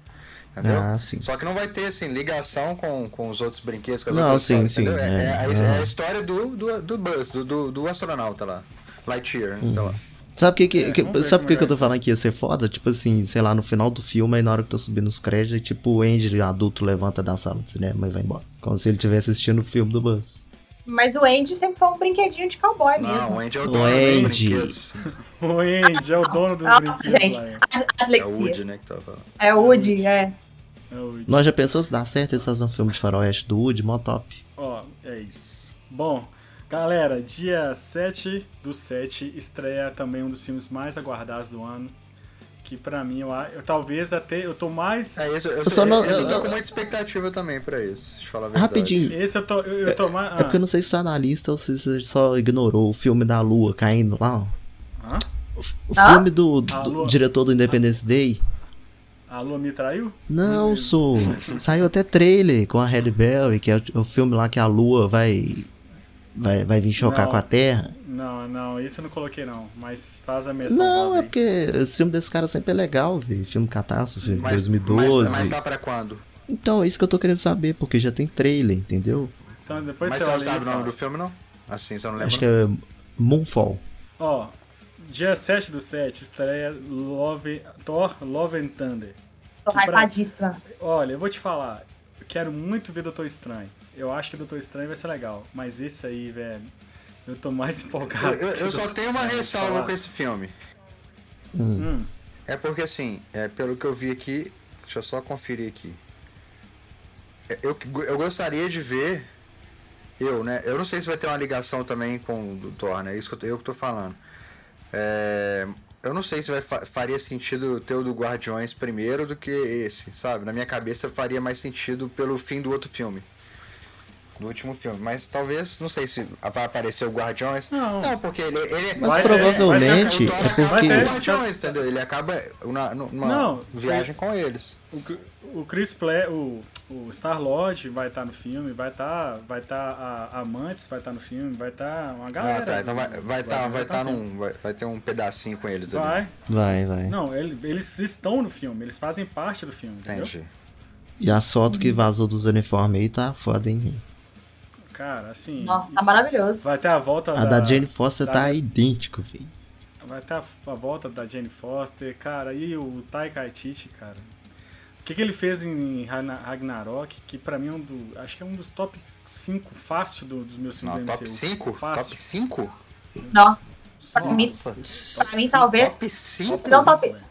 S4: Entendeu?
S2: Ah, sim.
S4: Só que não vai ter, assim, ligação com, com os outros brinquedos, com as
S2: Não,
S4: outras
S2: sim,
S4: histórias,
S2: sim,
S4: entendeu?
S2: é,
S4: É, é a,
S2: é.
S4: é a história do, do, do Buzz, do, do, do astronauta lá. Lightyear, né, sei lá.
S2: Sabe o que, que,
S1: É,
S2: que-
S1: vamos ver
S2: sabe
S1: como
S2: por que, que
S1: vai
S2: eu tô falando que ia ser foda? Tipo assim, sei lá, no final do filme, aí na hora que tô subindo os créditos, aí, tipo, o Andy adulto levanta da sala de cinema e vai embora. Como se ele estivesse assistindo o filme do Buzz.
S3: Mas o Andy sempre foi um brinquedinho de cowboy
S4: Não,
S3: mesmo.
S4: o Andy é o
S2: O
S4: dono dos
S2: Andy.
S4: brinquedos.
S1: O Andy é o dono dos
S3: Nossa,
S1: brinquedos
S3: gente.
S1: lá. é.
S4: É o
S3: Aslexia.
S4: Woody, né, que tava falando.
S3: É o Woody, é.
S1: É o Woody.
S2: Nós já pensou se dá certo eles fazerem um filme de faroeste do Woody, mó top.
S1: Ó, é isso. Bom, galera, dia 7 do 7 estreia também um dos filmes mais aguardados do ano. Que pra mim, eu, a- eu talvez até. Eu tô mais.
S4: É isso, eu,
S2: Eu só
S4: eu-
S2: não-
S4: eu
S2: eu-
S4: tô
S2: eu-
S4: com muita expectativa também pra isso, de falar a verdade.
S2: Rapidinho.
S1: Esse eu tô. Eu, eu tô mais. ah,
S2: É porque eu não sei se tá na lista ou se você só ignorou o filme da lua caindo lá, ó.
S1: Ah, hã?
S2: O
S3: Ah?
S2: filme do,
S1: A
S2: do
S1: lua.
S2: diretor do Independence Day.
S1: A lua me traiu?
S2: Não, sou. Saiu até trailer com a Red Berry, que é o, o filme lá que a lua vai. Vai, vai vir chocar
S1: Não.
S2: com a Terra.
S1: Não, não, isso eu não coloquei não. Mas faz a menção.
S2: Não,
S1: rosa
S2: é
S1: aí.
S2: porque o filme desse cara sempre é legal, velho. Filme catástrofe,
S4: Mas-
S2: 2012.
S4: Mas, mas tá pra quando?
S2: Então, é isso que eu tô querendo saber, porque já tem trailer, entendeu?
S1: Então depois
S4: mas
S1: você
S4: você não
S1: olha aí.
S4: sabe
S1: e
S4: o nome
S1: fala.
S4: do filme, não? Assim, você não lembra?
S2: Acho que é Moonfall.
S1: Ó, dia 7 do 7 estreia Love, Thor Love and Thunder.
S3: Tô
S1: Que pra-
S3: hypadíssima.
S1: Olha, eu vou te falar. Eu quero muito ver Doutor Estranho. Eu acho que Doutor Estranho vai ser legal. Mas esse aí, velho. Eu tô mais empolgado.
S4: Eu,
S2: é
S4: eu- eu só tenho uma ressalva com esse filme.
S1: Hum,
S4: É porque assim, é, pelo que eu vi aqui, deixa eu só conferir aqui. É, Eu, eu gostaria de ver. Eu, né? Eu não sei se vai ter uma ligação também com o do Thor, né? Isso que eu, tô- eu que tô falando. É, eu não sei se vai, fa- faria sentido ter o do Guardiões primeiro do que esse, sabe? Na minha cabeça faria mais sentido pelo fim do outro filme. Do último filme. Mas talvez, não sei se vai aparecer o Guardiões.
S1: Não.
S4: porque ele, ele é
S2: Mas
S1: Vai ter-
S2: provavelmente
S1: vai ter-
S2: é porque.
S1: Vai ter-
S4: Guardiões, entendeu? Ele acaba na, numa
S1: Não,
S4: viagem com eles.
S1: o, Cri- o Chris Play, o, o Star Lord vai estar no filme, vai estar, vai tá a Amantes vai estar no filme, vai estar uma galera.
S4: ah, tá. Então vai, vai, tá, vai, tá
S1: no filme.
S4: num. Vai, vai ter um pedacinho com eles ali.
S1: Vai.
S2: Vai, vai.
S1: Não, ele- eles estão no filme, eles fazem parte do filme, entendeu?
S4: Entendi.
S2: E a foto que vazou dos uniformes aí tá foda, hein? velho?
S1: Cara, assim.
S3: Nossa, tá maravilhoso.
S1: Vai ter a volta
S2: A da Jane Foster
S1: da-
S2: tá idêntico, velho.
S1: Vai ter a, a volta da Jane Foster, cara, e o Taika Waititi, cara. O que, que ele fez em Ragna- Ragnarok, que pra mim é um do. Acho que é um dos top 5 fácil do- dos meus filmes
S4: Não,
S1: do
S4: top
S1: MCU.
S4: 5?
S1: Fácil.
S4: Top 5?
S3: Não,
S1: Sim. tá
S3: Pra mim- pra mim talvez.
S4: Top 5?
S3: Não, top-
S1: velho.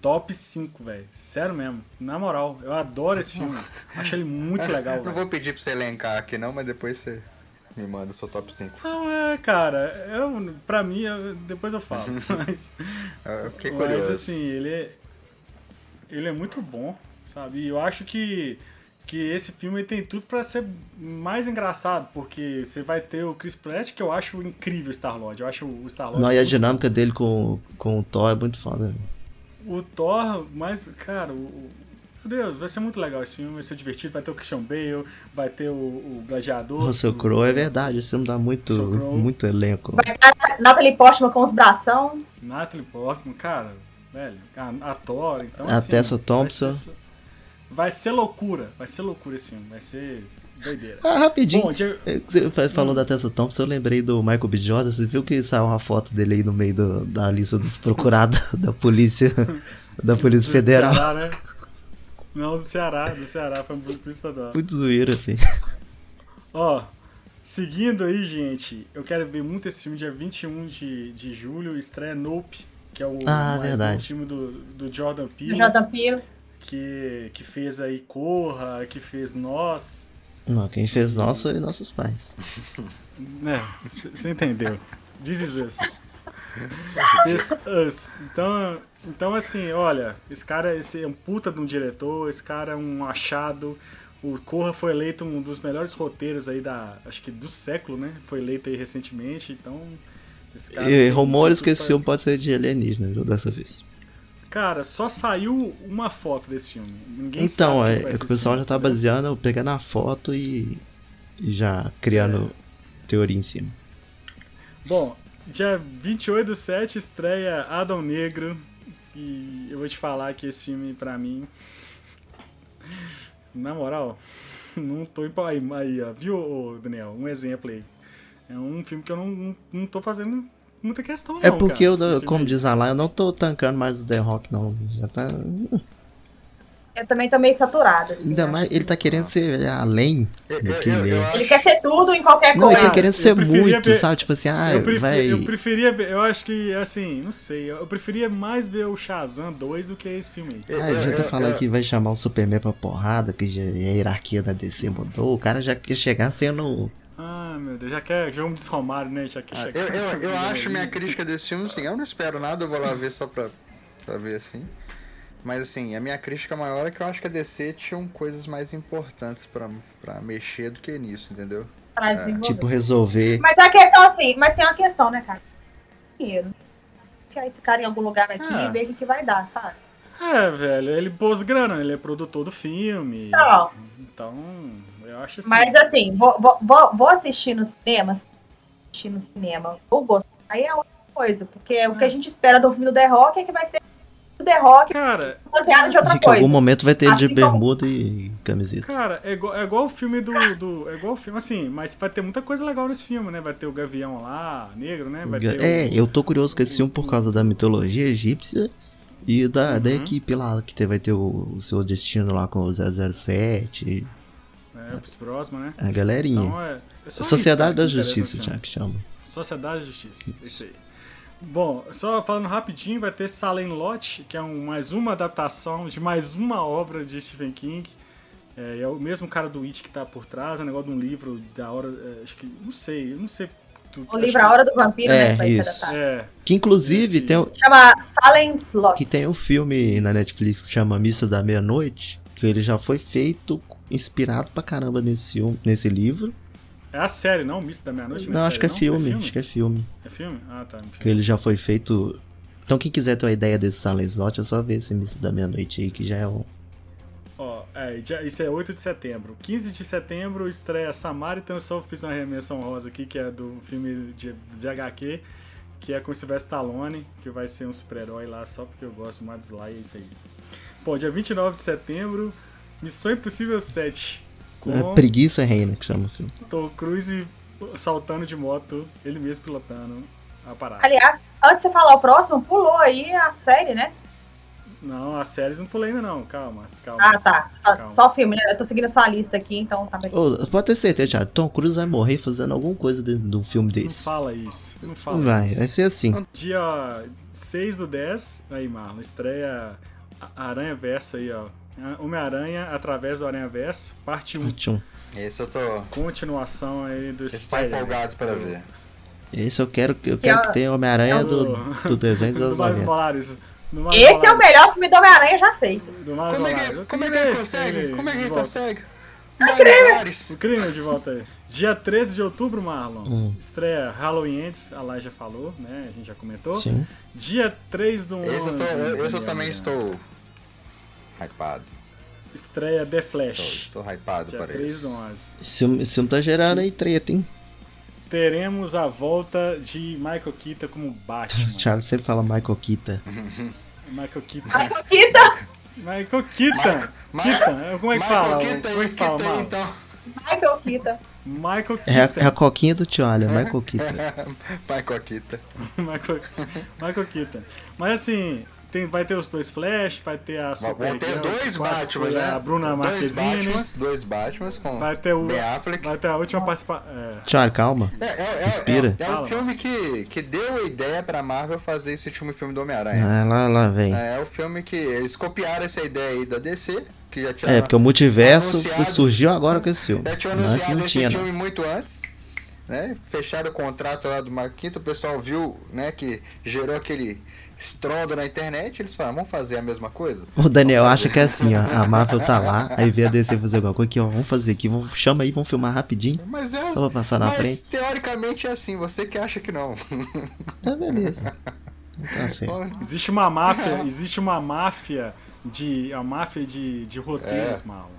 S1: Top 5, velho. Sério mesmo. Na moral, eu adoro esse filme. Acho ele muito legal,
S4: É, Não
S1: velho.
S4: vou pedir pra você elencar aqui, não, mas depois você me manda o seu top 5.
S1: Não, é, cara. Eu, pra mim, eu- depois eu falo. Mas.
S4: Eu, eu fiquei
S1: Mas
S4: curioso.
S1: assim, ele é, ele é muito bom, sabe? E eu acho que, que esse filme tem tudo pra ser mais engraçado, porque você vai ter o Chris Pratt, que eu acho incrível o Star-Lord. Eu acho o Star-Lord...
S2: Não, e a dinâmica dele com, com o Thor é muito foda. velho.
S1: O Thor, mas, cara, o- o- Meu Deus, vai ser muito legal esse filme, vai ser divertido, vai ter o Christian Bale, vai ter o, o Gladiador...
S2: Russell
S1: o-
S2: Crowe é verdade, esse filme dá muito,
S1: Russell Crowe.
S2: muito elenco.
S3: Vai ter a Natalie Portman com os bração.
S1: Natalie Portman, cara, velho, a, a Thor, então
S2: A
S1: assim,
S2: Tessa
S1: vai
S2: Thompson.
S1: ser- vai ser loucura, vai ser loucura esse filme, vai ser doideira.
S2: Ah, rapidinho,
S1: Bom, hum. Diego-
S2: É, que Você fa- falou da Tessa Thompson, eu lembrei do Michael B. Jordan. Você viu que saiu uma foto dele aí no meio do- da lista dos procurados da polícia da Polícia Federal?
S1: Ceará, né? Não, do Ceará, do Ceará, foi pro, pro estadual.
S2: Muito zoeira, velho.
S1: Ó, seguindo aí, gente, eu quero ver muito esse filme, dia 21 de, de julho, estreia Nope, que é o
S2: Ah,
S1: mais novo
S2: verdade.
S1: filme do, do Jordan Peele,
S3: Jordan Peele.
S1: Que, que fez aí Corra, que fez Nós,
S2: Não, quem fez nós foi nossos pais.
S1: né, você entendeu. This is us. This us. Então, então, assim, olha, esse cara esse é um puta de um diretor, esse cara é um achado. O Corra foi eleito um dos melhores roteiros aí da. acho que do século, né? Foi eleito aí recentemente, então. esse cara é um
S2: E
S1: tem
S2: rumores
S1: tudo
S2: que esse
S1: pra-
S2: filme pode ser de alienígena, viu, dessa vez.
S1: Cara, só saiu uma foto desse filme. Ninguém
S2: então,
S1: sabe
S2: é,
S1: quem vai
S2: é que
S1: ser
S2: o pessoal
S1: esse
S2: já tá
S1: filme.
S2: baseando, pegando a foto e e já criando
S1: É.
S2: teoria em cima.
S1: Bom, dia 28 do 7 estreia Adão Negro. E eu vou te falar que esse filme, pra mim. Na moral, não tô empa- aí, aí, ó, viu, ô, Daniel? Um exemplo aí. É um filme que eu não, não, não tô fazendo muita questão.
S2: É
S1: não, cara,
S2: porque, eu, não-
S1: desse
S2: como
S1: filme.
S2: diz a lá, eu não tô tancando mais o The Rock, não. Já tá.
S3: Eu também tô meio saturada. assim,
S1: É.
S2: Ainda
S3: né?
S2: mais, ele tá querendo ser além
S4: Eu-
S2: do
S4: eu-
S2: que
S4: eu-
S2: ele
S4: eu
S2: é.
S3: Ele quer ser tudo em
S1: É
S3: qualquer
S2: Não, ele
S3: coisa.
S2: tá querendo ser
S1: preferia
S2: muito,
S1: ver-
S2: sabe? Tipo assim, ah,
S1: eu, prefe-
S2: vai.
S1: eu preferia ver, eu acho que, assim, não sei, eu preferia mais ver o Shazam 2 do que esse filme aí.
S4: eu-
S2: Ah,
S4: eu-
S1: é,
S2: já tá
S4: eu-
S2: falando
S4: eu-
S2: que vai chamar o Superman pra porrada, que já, é a hierarquia da DC mudou. O cara já quer chegar sendo.
S1: Ah, meu Deus, já quer jogo de Romário, né? Já quer
S4: Ah,
S1: chegar.
S4: Eu, eu, eu acho minha crítica desse filme assim, eu não espero nada, eu vou lá ver só pra, pra ver assim. Mas assim, a minha crítica maior é que eu acho que a DC tinham um coisas mais importantes pra, pra mexer do que nisso, entendeu?
S3: pra desenvolver.
S2: Tipo, resolver.
S3: Mas a questão, assim, mas tem uma questão, né, cara? Dinheiro. Enfiar esse cara em algum lugar aqui
S4: Ah.
S3: e ver o que que vai dar, sabe?
S1: É, velho, ele pôs grana, ele é produtor do filme.
S3: Não.
S1: Então, eu acho assim.
S3: É. Mas assim, vou, vou- vou- vou assistir no cinema, assistir no cinema, ou gostar, aí é outra coisa, porque o que a gente espera do filme do The Rock é que vai ser do The Rock
S1: Cara,
S3: baseado de
S2: E
S3: outra
S2: que em
S3: coisa.
S2: algum momento vai ter ele de
S3: Assim como-
S2: bermuda e camiseta.
S1: cara, é igual, é igual o filme do, do- É igual o filme, assim, mas vai ter muita coisa legal nesse filme, né? Vai ter o Gavião lá, negro, né? Vai ter
S2: É,
S1: o...
S2: eu tô curioso com esse filme por causa da mitologia egípcia e da, da
S1: Uhum.
S2: equipe lá que te- vai ter o, o seu destino lá com o 007,
S1: É, pros próximos, né?
S2: a galerinha.
S1: Então é. é só isso, cara,
S2: Sociedade da
S1: que interessa assim.
S2: Justiça,
S1: no filme.
S2: Jack chama.
S1: Sociedade da Justiça, isso aí. Bom, só falando rapidinho, vai ter Salem Lot, que é um, mais uma adaptação de mais uma obra de Stephen King. É, é o mesmo cara do It que tá por trás, é um negócio de um livro da hora, é, acho que, não sei, eu não sei. do-
S3: O
S1: acho
S3: Um livro
S1: que-
S3: A Hora do Vampiro,
S2: É,
S3: né, que vai ser
S2: isso.
S3: adaptado.
S1: É,
S2: Que inclusive
S1: Esse-
S2: tem, o-
S3: Chama Silent Slot.
S2: que tem um filme na Netflix que chama Missa da Meia-Noite, que ele já foi feito inspirado pra caramba nesse, filme- nesse livro.
S1: é a série, não? O Misto da Meia-Noite?
S2: Não, acho que é filme, acho que é filme.
S1: É filme? Ah, tá. me
S2: Que ele já foi feito. Então quem quiser ter uma ideia desse Silent Slot é só ver esse Missa da Meia-Noite aí, que já é um
S1: Ó, é, dia- isso é 8 de setembro. 15 de setembro estreia Samaritan, só fiz uma remissão rosa aqui, que é do filme de, de HQ, que é com o Sylvester Stallone, que vai ser um super-herói lá, só porque eu gosto mais do Sly, é isso aí. Bom, dia 29 de setembro, Missão Impossível 7, com
S2: É preguiça reina que chama o filme.
S1: Tom Cruise saltando de moto, ele mesmo pilotando a parada.
S3: Aliás, antes de você falar o próximo, pulou aí a série, né?
S1: Não, as séries não pulei ainda não, calma, calma.
S3: Ah, tá.
S1: Calma.
S3: Só o filme, né? Eu tô seguindo a sua lista aqui, então tá bem.
S2: Ô, pode ter certeza, Thiago, Tom Cruise vai morrer fazendo alguma coisa dentro de um filme
S1: Não
S2: desse.
S1: fala isso, não fala
S2: Não vai,
S1: isso.
S2: vai ser assim.
S1: Dia 6 do 10, aí Marlon, estreia a- Aranha Verso aí, ó. A- Homem-Aranha através do Aranha Verso, parte 1.
S2: Tchum.
S4: Esse eu tô.
S1: Continuação aí do
S4: Esse eu tô empolgado pra ver.
S2: Esse eu quero, eu quero que tenha Homem-Aranha
S3: é
S2: do, do desenho
S1: do
S2: dos anos
S1: Miles
S2: 90.
S1: Morales. Do Miles
S3: Esse é o
S1: Morales,
S3: melhor filme do Homem-Aranha já feito.
S1: Do Miles
S4: Como é
S1: Morales.
S4: que,
S1: Eu
S4: como é que
S1: queria
S4: ele
S1: ver
S4: consegue?
S1: ele
S4: Como é que
S1: de
S4: ele
S1: volta.
S4: consegue? Maravilhoso.
S1: O crime é de volta aí. Dia 13 de outubro, Marlon.
S2: Hum.
S1: Estreia Halloween Ends, a Lai já falou, né? A gente já comentou.
S2: Sim.
S1: Dia 3 do 11.
S4: Esse eu, tô, esse eu
S1: Daniel.
S4: também estou. Hypado.
S1: Estreia The
S4: Estou,
S1: Flash.
S4: estou hypado
S1: Dia
S4: para
S1: 3
S4: isso.
S1: do 11.
S2: Esse filme, esse filme tá gerando aí treta, hein?
S1: teremos a volta de Michael Keaton como
S4: Uhum.
S1: Batman.
S2: O Thiago sempre fala Michael Kita.
S1: Michael Keaton.
S3: Ai, Rita,
S1: Michael Keaton. Keaton. Como é que fala?
S4: Michael Keaton
S1: Como é
S4: aí,
S1: que fala,
S4: Keaton,
S1: Marlon?
S4: então.
S3: Michael Kita.
S1: Michael
S2: É a, é a
S1: Keaton.
S2: coquinha do Tialha, Michael Kita.
S4: Michael Keaton.
S1: Michael, Michael Keaton. Mas assim, Tem, vai ter os dois Flash, vai ter a
S4: Vão
S1: Supergirl,
S4: vão ter dois
S1: vai ter
S4: Batmans, né?
S1: A Bruna
S4: dois
S1: Marquezine.
S4: Batmans, dois Batmans com
S1: Vai ter o.
S4: Ben Affleck.
S1: Vai ter a última participação. É,
S2: Tchau, calma.
S4: É, é, é,
S2: Respira.
S4: é- é
S1: Fala.
S4: um filme que, que deu a ideia pra Marvel fazer esse último filme do Homem-Aranha.
S2: Ah, lá, lá, vem.
S4: É. o filme que eles copiaram essa ideia aí da DC, que já tinha,
S2: É, porque o multiverso
S4: tá anunciado.
S2: surgiu agora com esse filme.
S4: já tinha
S2: Antes
S4: anunciado
S2: não
S4: esse
S2: tinha, não.
S4: filme muito antes. Né? Fecharam o contrato lá do Mark Quinto, o pessoal viu né, que gerou aquele estrondo na internet. Eles falaram, vamos fazer a mesma coisa?
S2: O Daniel acha que é assim, ó. A Marvel tá lá, aí vê a DC fazer alguma coisa aqui, ó. Vamos fazer aqui, vamos, chama aí, vamos filmar rapidinho.
S4: Mas é.
S2: Só pra passar na
S4: mas
S2: frente.
S4: teoricamente é assim, você que acha que não.
S2: Tá, beleza. Então, assim.
S1: existe uma máfia. Existe uma máfia de. A máfia de, de
S4: É.
S1: roteiros, mal.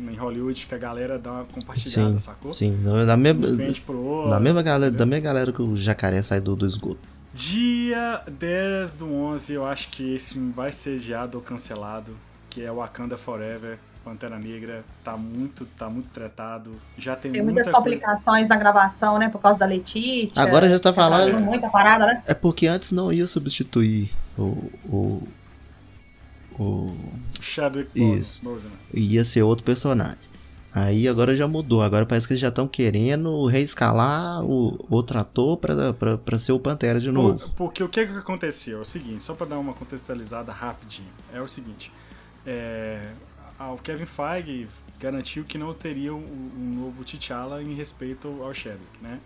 S1: Em Hollywood, que a galera dá uma compartilhada,
S2: Sim,
S1: sacou?
S2: sim. Da da mesma,
S1: Vende pro outro.
S2: da mesma galera, da mesma galera que o jacaré sai do, do esgoto.
S1: Dia 10 do 11, eu acho que esse filme vai ser adiado ou cancelado, que é Wakanda Forever, Pantera Negra, tá muito, tá muito tratado, já tem,
S3: Tem muitas
S1: muita coisa.
S3: complicações na gravação, né? Por causa da
S1: É,
S3: Letícia.
S2: Agora já tá falando.
S3: Tá muita parada, né?
S2: É porque antes não ia substituir o. o, o
S1: Chadwick
S2: Isso.
S1: Boseman.
S2: ia ser outro personagem. Aí agora já mudou, agora parece que eles já estão querendo reescalar o outro ator pra, pra, pra ser o Pantera de
S1: Por-
S2: novo.
S1: porque o que, que aconteceu? É o seguinte, só para dar uma contextualizada rapidinho. É o seguinte, é, a- o Kevin Feige garantiu que não teria um, um novo T'Challa em respeito ao Sherick, né?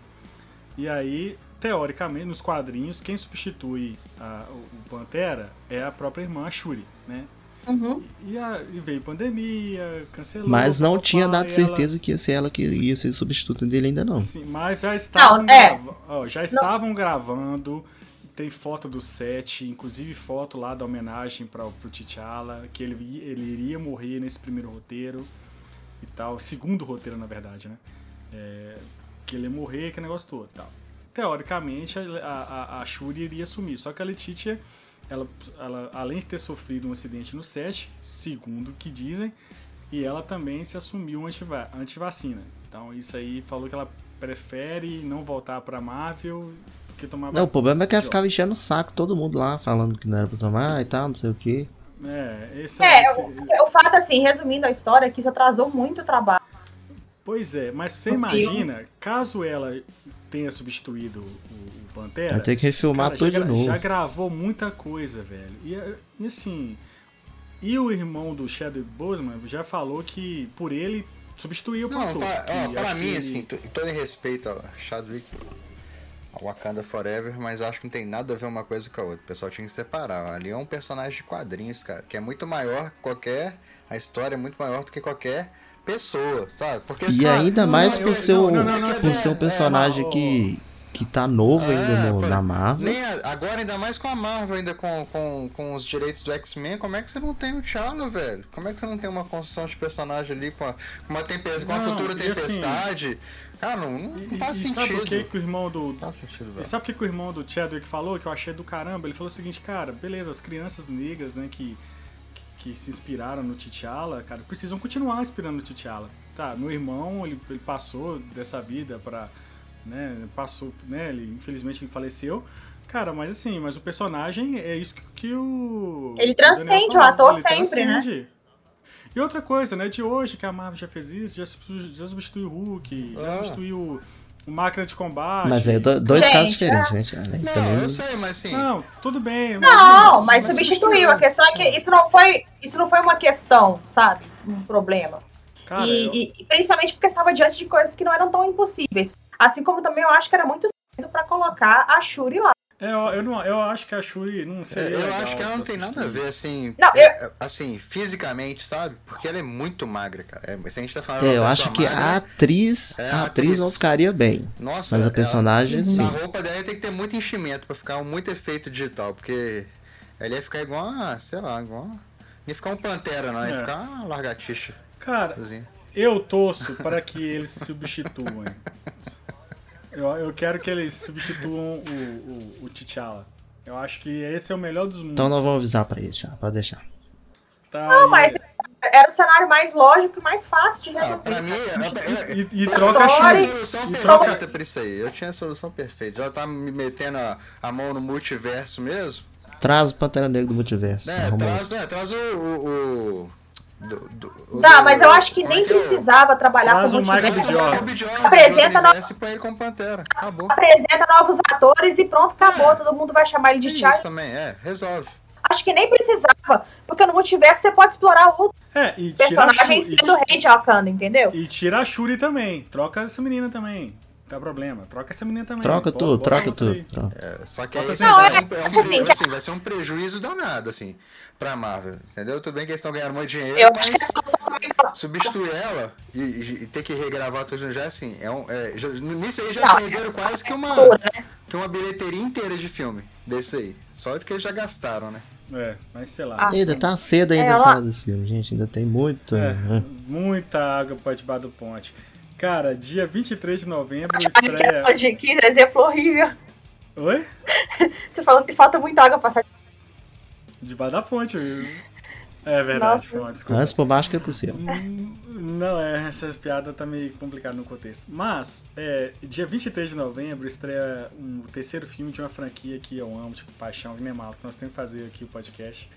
S1: E aí, teoricamente, nos quadrinhos, quem substitui a- o o Pantera é a própria irmã a Shuri, né?
S3: Uhum.
S1: E, a- e veio pandemia, cancelou.
S2: Mas não
S1: papapá,
S2: tinha
S1: e
S2: dado
S1: ela-
S2: certeza que ia ser ela que ia ser substituta dele ainda não.
S1: Sim, mas já estavam,
S3: é.
S1: grava- ó, já estavam gravando. Tem foto do set, inclusive foto lá da homenagem para pro T'Challa, que ele, i- ele iria morrer nesse primeiro roteiro e tal. Segundo roteiro, na verdade, né? É, que ele ia morrer, que negócio todo e tal. Teoricamente, a, a- a Shuri iria sumir, só que a Letitia, ela, ela, além de ter sofrido um acidente no set, segundo o que dizem, e ela também se assumiu antiva- antivacina. então isso aí falou que ela prefere não voltar pra Marvel do que tomar
S2: Não, o
S1: vacina.
S2: problema é que ela
S1: Idiota.
S2: ficava enchendo o saco todo mundo lá, falando que não era pra tomar e tal, não sei o que.
S1: É, esse,
S3: É,
S1: esse-
S3: O fato, assim, resumindo a história, é que isso atrasou muito o trabalho.
S1: Pois é, mas você
S3: O
S1: imagina, caso ela tenha substituído o, o Pantera,
S2: Vai ter que refilmar
S1: É, Cara,
S2: tudo
S1: já,
S2: de
S1: gra-
S2: novo.
S1: já gravou muita coisa, velho. E, eh, E assim, e o irmão do Chadwick Boseman já falou que por ele substituiu o
S4: Não,
S1: Pantera.
S4: pra, ó,
S1: que
S4: pra
S1: acho
S4: mim,
S1: que-
S4: assim, to- todo em respeito a Chadwick, a Wakanda Forever, mas acho que não tem nada a ver uma coisa com a outra. O pessoal tinha que separar. Ali é um personagem de quadrinhos, cara, que é muito maior que qualquer. A história é muito maior do que qualquer pessoa, sabe? Porque, assim,
S2: E
S4: cara,
S2: ainda
S1: não,
S2: mais
S1: não,
S2: por
S1: eu-
S2: ser o-
S1: não, não, não,
S2: por
S1: não,
S2: ser um
S1: é,
S2: personagem
S1: não,
S2: que, que tá novo ainda
S4: assim, É,
S2: no-
S4: pô,
S2: na Marvel.
S4: Nem a- agora, ainda mais com a Marvel, ainda com, com, com os direitos do X-Men, como é que você não tem o T'Challa, velho? Como é que você não tem uma construção de personagem ali com, a- com uma, tempestade, com uma
S1: Não,
S4: futura
S1: e assim-
S4: tempestade? cara, não, não
S1: E,
S4: faz
S1: e sabe o
S4: sentido.
S1: que, que o irmão do.
S4: Não faz sentido,
S1: E
S4: velho.
S1: sabe o que, que o irmão do Chadwick falou? Que eu achei do caramba. Ele falou o seguinte, cara, beleza, as crianças negras, né, que, que se inspiraram no T'Challa, cara, precisam continuar inspirando no T'Challa. Tá, meu irmão, ele, ele passou dessa vida pra. Né, passou, né, ele, infelizmente ele faleceu. Cara, mas assim, mas o personagem é isso que, que o.
S3: Ele
S1: o Daniel
S3: transcende
S1: falou,
S3: o ator sempre, né?
S1: transcende. E outra coisa, né, de hoje que a Marvel já fez isso, já, substitu- já substituiu o Hulk, já
S4: Ah.
S1: substituiu o Máquina de Combate.
S2: Mas é aí do- dois
S3: Gente, é.
S2: casos diferentes, né? Tiago? Aí
S4: Não,
S2: também
S4: eu sei, mas assim.
S1: Não, tudo bem.
S3: Não,
S1: imagina,
S3: mas substituiu. A questão é que isso não foi, isso não foi uma questão, sabe? Um problema.
S1: Cara,
S3: e,
S1: Ah, eu-
S3: e- e principalmente porque estava diante de coisas que não eram tão impossíveis. Assim como também eu acho que era muito cedo pra colocar a Shuri lá.
S1: é, eu, eu não, eu acho que a Shuri não
S4: Eu,
S1: seria.
S4: É, eu
S1: legal
S4: acho que ela não
S1: pra
S4: tem nada a
S1: substituir.
S4: ver, assim.
S3: Não,
S4: é- é- Assim, fisicamente, sabe? Porque ela é muito magra, cara. É, se a gente tá falando. de
S2: É, eu
S4: uma
S2: acho que
S4: pessoa
S2: a
S4: magra,
S2: atriz,
S4: É,
S2: a
S4: a
S2: atriz
S4: atriz.
S2: não ficaria bem,
S4: Nossa,
S2: mas a
S4: ela-
S2: personagem
S4: Na
S2: sim.
S4: roupa dela tem que ter muito enchimento pra ficar um muito efeito digital, porque ela ia ficar igual a, sei lá, igual a... Ia ficar um pantera, não, ia
S1: É.
S4: ficar uma largatixa.
S1: Cara,
S4: assim.
S1: eu torço para que eles se substituam. Eu, eu quero que eles substituam o, o, o T'Challa. Eu acho que esse é o melhor dos mundos.
S2: Então não vamos avisar pra eles já, pode deixar.
S1: tá?
S3: Não,
S1: E-
S3: mas era o cenário mais lógico e mais fácil de
S4: Ah,
S3: resolver.
S4: pra mim, eu, eu,
S1: E, e troca a
S4: eu
S1: Shuri.
S4: tinha a solução
S1: E troca-
S4: perfeita pra isso aí. Eu tinha a solução perfeita. Já tá me metendo a, a mão no multiverso mesmo.
S2: Traz o Pantera Negra do multiverso.
S4: É,
S2: Arruma
S4: traz, é, traz o. o, o do, do-
S3: Tá,
S4: do-
S3: mas eu acho que
S4: como é
S3: nem
S4: é o-
S3: precisava trabalhar
S1: Traz
S3: com
S1: o Michael
S3: multiverso.
S4: Traz o Michael B. Jordan,
S3: Apresenta
S4: do universo e põe ele como pantera. Acabou.
S3: Apresenta novos atores e pronto, acabou. Todo mundo vai chamar ele de
S4: Isso
S3: Charles.
S4: também, é, resolve.
S3: Acho que nem precisava, porque no multiverso você pode explorar outro
S1: É, e tirar a
S3: personagem
S1: Shuri,
S3: sendo rei de Wakanda, entendeu?
S1: e, e tira a Shuri também. Troca essa menina também. Não tem problema. Troca essa menina também.
S2: Troca
S1: Bota-
S2: tudo,
S1: bota
S2: troca
S1: outra
S2: tudo.
S1: aí.
S2: Troca.
S4: É, Só que aí,
S1: Bota
S4: assim,
S3: Não,
S4: tá,
S3: é,
S4: um- é um
S3: tipo assim,
S4: prejuízo, assim, vai ser um prejuízo danado, assim, pra Marvel, entendeu? Tudo bem que eles estão ganhando muito dinheiro,
S3: Eu acho que é a
S4: mas
S3: solução também foi-
S4: substituir ela e, e- e ter que regravar tudo já, assim, é um, é, já- nisso aí já
S3: Não,
S4: perderam quase que uma,
S3: Cultura, né?
S4: que uma bilheteria inteira de filme desse aí. Só porque eles já gastaram, né?
S1: É, mas sei lá.
S3: Ah,
S2: Ainda tá cedo ainda
S3: É,
S2: pra
S3: ela-
S2: falar desse filme, gente. Ainda tem muito.
S1: É,
S2: né?
S1: muita água pra debaixo do ponte. Cara, dia 23 de novembro
S3: Olha que
S1: estreia.
S3: analogia, Que exemplo horrível.
S1: Oi?
S3: Você falando que falta muita água pra sair.
S1: Debaixo da ponte. viu? É verdade,
S3: Nossa.
S1: foi uma desculpa.
S2: Antes por baixo que é possível.
S1: Hum, Não, é, essa piada tá meio complicada no contexto. Mas, é, dia 23 de novembro estreia um o terceiro filme de uma franquia que eu amo, tipo Paixão Animal, que nós temos que fazer aqui o podcast,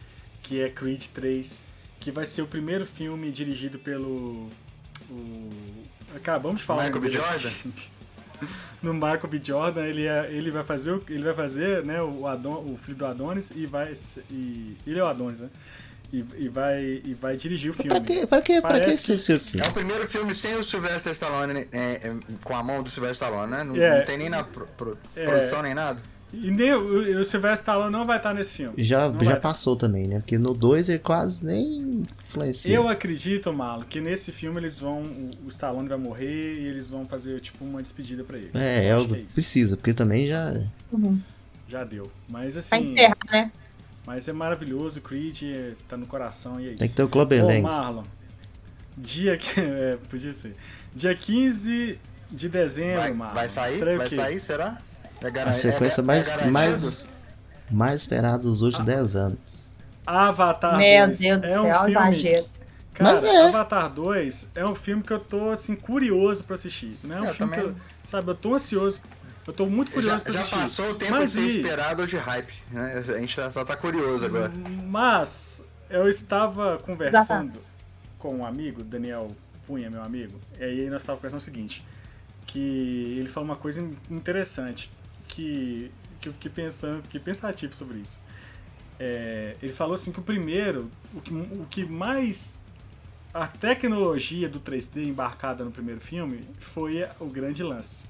S1: que é Creed 3, que vai ser o primeiro filme dirigido pelo. O, acabamos de falar.
S4: Michael
S1: o nome
S4: B.
S1: dele. no Michael B. Jordan, ele, é, ele vai fazer, o- ele vai fazer né, o, Adon, o filho do Adonis e vai. E, ele é o Adonis, né? E, e vai, e vai dirigir o filme.
S2: Pra que, pra que, pra que
S1: Parece
S2: esse seu
S4: É
S2: filme?
S4: o primeiro filme sem o Sylvester Stallone, é, é, com a mão do Sylvester Stallone, né? Não,
S1: É.
S4: não tem nem na pro- pro- produção, nem nada.
S1: E nem o, o Sylvester Stallone não vai estar nesse filme.
S2: Já,
S1: Não
S2: já
S1: vai.
S2: passou também, né? Porque no 2 ele quase nem influencia.
S1: Eu acredito, Malo, que nesse filme eles vão. O, o Stallone vai morrer e eles vão fazer tipo uma despedida pra ele.
S2: É, é
S1: Eu acho
S2: algo
S1: que isso.
S2: precisa, porque também já.
S1: Já deu. Mas
S3: Pra
S1: assim.
S3: encerrar, né?
S1: Mas é maravilhoso, Creed é, tá no coração e é
S2: Tem que
S1: isso.
S2: ter o Club
S1: Ô,
S2: Elenco.
S1: Marlon. Dia que. É, podia ser. Dia 15 de dezembro,
S4: Vai,
S1: Marlon.
S4: vai sair?
S1: Estreia o
S4: Vai
S1: quê?
S4: sair, será? É garan-
S2: A sequência
S4: é- é Ah,
S2: mais,
S4: garantido?
S2: mais, mais esperada dos últimos 10 anos.
S1: Avatar
S3: Meu
S1: 2.
S3: Deus do
S1: é
S3: céu,
S1: um filme...
S3: exagero.
S1: Cara,
S2: Mas é.
S1: Avatar 2 é um filme que eu tô, assim, curioso pra assistir. Não é um
S4: Eu
S1: filme
S4: também.
S1: que eu, sabe, eu tô ansioso. Eu tô muito curioso
S4: Já,
S1: pra
S4: já
S1: assistir.
S4: passou o tempo
S1: Mas
S4: de ser
S1: e-
S4: esperado ou de hype, né? A gente tá- só tá curioso agora.
S1: Mas eu estava conversando com um amigo, Daniel Punha, meu amigo, e aí nós estávamos conversando o seguinte, que ele falou uma coisa in- interessante, que, que eu fiquei pensando, fiquei pensativo sobre isso. É, ele falou assim que o primeiro, o que, o que mais a tecnologia do 3D embarcada no primeiro filme foi o grande lance.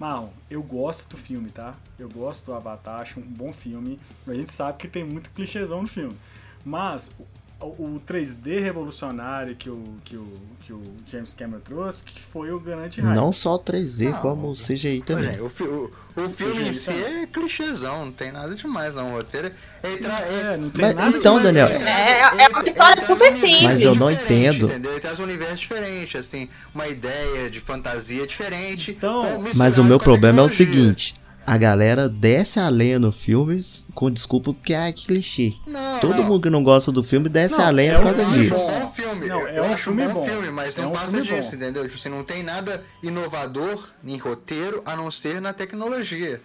S1: Marlon, eu gosto do filme, tá? Eu gosto do Avatar, acho um bom filme. A gente sabe que tem muito clichêzão no filme. Mas o, o 3D revolucionário que o, que, o, que o James Cameron trouxe, que foi o grande hype.
S2: Não só o 3D,
S4: Não,
S2: como o
S1: Uhum.
S2: CGI
S4: Pois
S2: também.
S4: é, o, fi- o- o filme em si é clichêzão, não tem nada demais não. O roteiro é... Tra... é...
S1: É, não tem
S2: Mas
S1: nada
S2: então,
S1: demais,
S2: Daniel,
S1: né?
S4: ele
S3: É,
S4: traz-
S3: é uma história
S4: ele- ele traz
S3: super
S4: um universo
S3: simples.
S2: Mas eu não
S4: diferente,
S2: entendo.
S4: Entendeu? Ele traz um universo diferente, assim, uma ideia de fantasia diferente.
S1: Então-
S4: com-
S2: Mas
S4: misturado
S2: o
S4: com
S2: meu
S4: a
S2: problema é o
S4: tecnologia.
S2: seguinte: a galera desce a lenha no filme com desculpa porque ah, que clichê.
S4: Não,
S2: Todo
S4: não.
S2: mundo que não gosta do filme desce
S1: Não,
S2: a lenha
S1: é
S2: por
S1: um
S2: causa
S1: filme
S2: disso.
S4: É um bom filme.
S1: Não,
S4: é um filme bom filme, mas não
S1: É um
S4: passa
S1: filme bom.
S4: disso, entendeu? Tipo, assim, não tem nada inovador em roteiro, a não ser na tecnologia.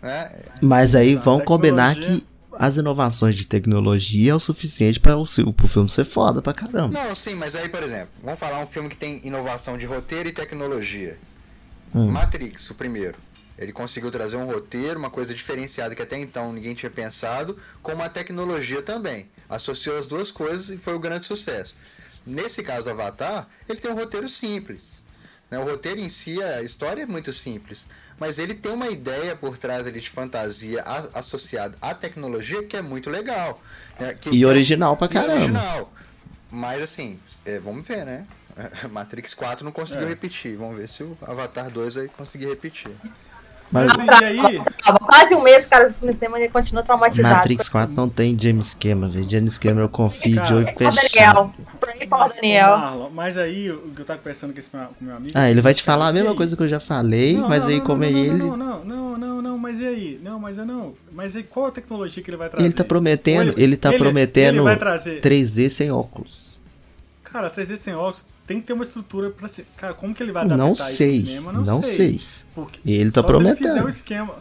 S4: Né?
S2: Mas aí
S1: A
S2: vão combinar
S1: tecnologia-
S2: que as inovações de tecnologia é o suficiente para o seu- pro filme ser foda pra caramba.
S4: Não, sim, mas aí, por exemplo, vamos falar um filme que tem inovação de roteiro e tecnologia.
S2: Hum.
S4: Matrix, o primeiro. Ele conseguiu trazer um roteiro, uma coisa diferenciada que até então ninguém tinha pensado, com uma tecnologia também. Associou as duas coisas e foi um grande sucesso. Nesse caso do Avatar, ele tem um roteiro simples. né? O roteiro em si, a história é muito simples. Mas ele tem uma ideia por trás ali de fantasia a- associada à tecnologia que é muito legal. né? Que-
S2: E original pra
S4: e é
S2: caramba.
S4: original. Mas assim, é, vamos ver, né? Matrix 4 não conseguiu
S1: É.
S4: repetir. Vamos ver se o Avatar 2 aí conseguir repetir.
S2: Mas
S1: Assim, e aí,
S3: Tava quase um mês, cara, no cinema e ele continua traumatizado.
S2: Matrix 4 não tem James Cameron, velho. James Cameron eu confio de
S1: Cara,
S2: olho
S3: Ó,
S2: fechado.
S3: Daniel. Pra mim, fala,
S1: mas, ô,
S3: Daniel.
S1: Marlon, mas aí o que eu tava conversando com esse meu, com meu amigo.
S2: Ah, ele vai te falar a
S1: E
S2: mesma
S1: aí?
S2: coisa que eu já falei,
S1: Não,
S2: mas
S1: não,
S2: aí
S1: não,
S2: como é
S1: não, não,
S2: ele,
S1: Não, não, não, não, não, mas e aí? Não, mas eu não. Mas e qual a tecnologia que ele vai trazer?
S2: ele tá prometendo,
S1: Ou
S2: ele tá prometendo
S1: Ele vai trazer.
S2: 3D sem óculos.
S1: Cara, 3D sem óculos tem que ter uma estrutura pra ser. Cara, como que ele vai adaptar
S2: Não
S1: isso no
S2: sei,
S1: cinema?
S2: não sei.
S1: Porque
S2: Ele tá
S1: só se ele fizer
S2: prometendo.
S1: o esquema.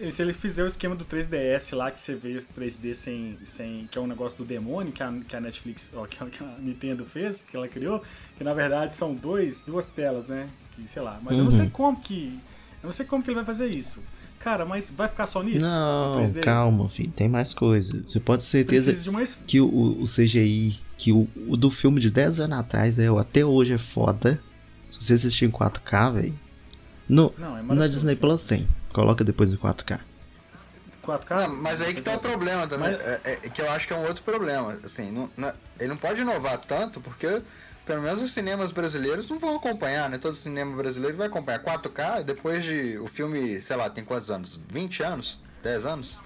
S1: E se ele fizer o esquema do 3DS lá, que você vê esse 3D sem, sem. que é um negócio do demônio que a, que a Netflix, ó, que a, que a Nintendo fez, que ela criou, que na verdade são dois, duas telas, né? Que, sei lá. Mas eu não
S2: Uhum.
S1: sei como que. Eu não sei como que ele vai fazer isso. Cara, mas vai ficar só nisso? O
S2: Não,
S1: 3D?
S2: calma, filho, tem mais coisa. Você pode ter certeza
S1: Precisa de uma. es-
S2: que o, o- o CGI, que o, o do filme de 10 anos atrás, é, até hoje é foda. Se você assistir em 4K, velho. No,
S1: Não, é
S2: na
S1: maravilhoso.
S2: Disney Plus tem. Coloca depois em 4K.
S1: 4K?
S4: Ah, mas aí que tá o problema também,
S1: Tipo, Mas-
S4: é- é- que eu acho que é um outro problema. Assim, não- não- ele não pode inovar tanto, porque pelo menos os cinemas brasileiros não vão acompanhar, né? Todo cinema brasileiro vai acompanhar 4K depois de o filme, sei lá, tem quantos anos? 20 anos? 10 anos?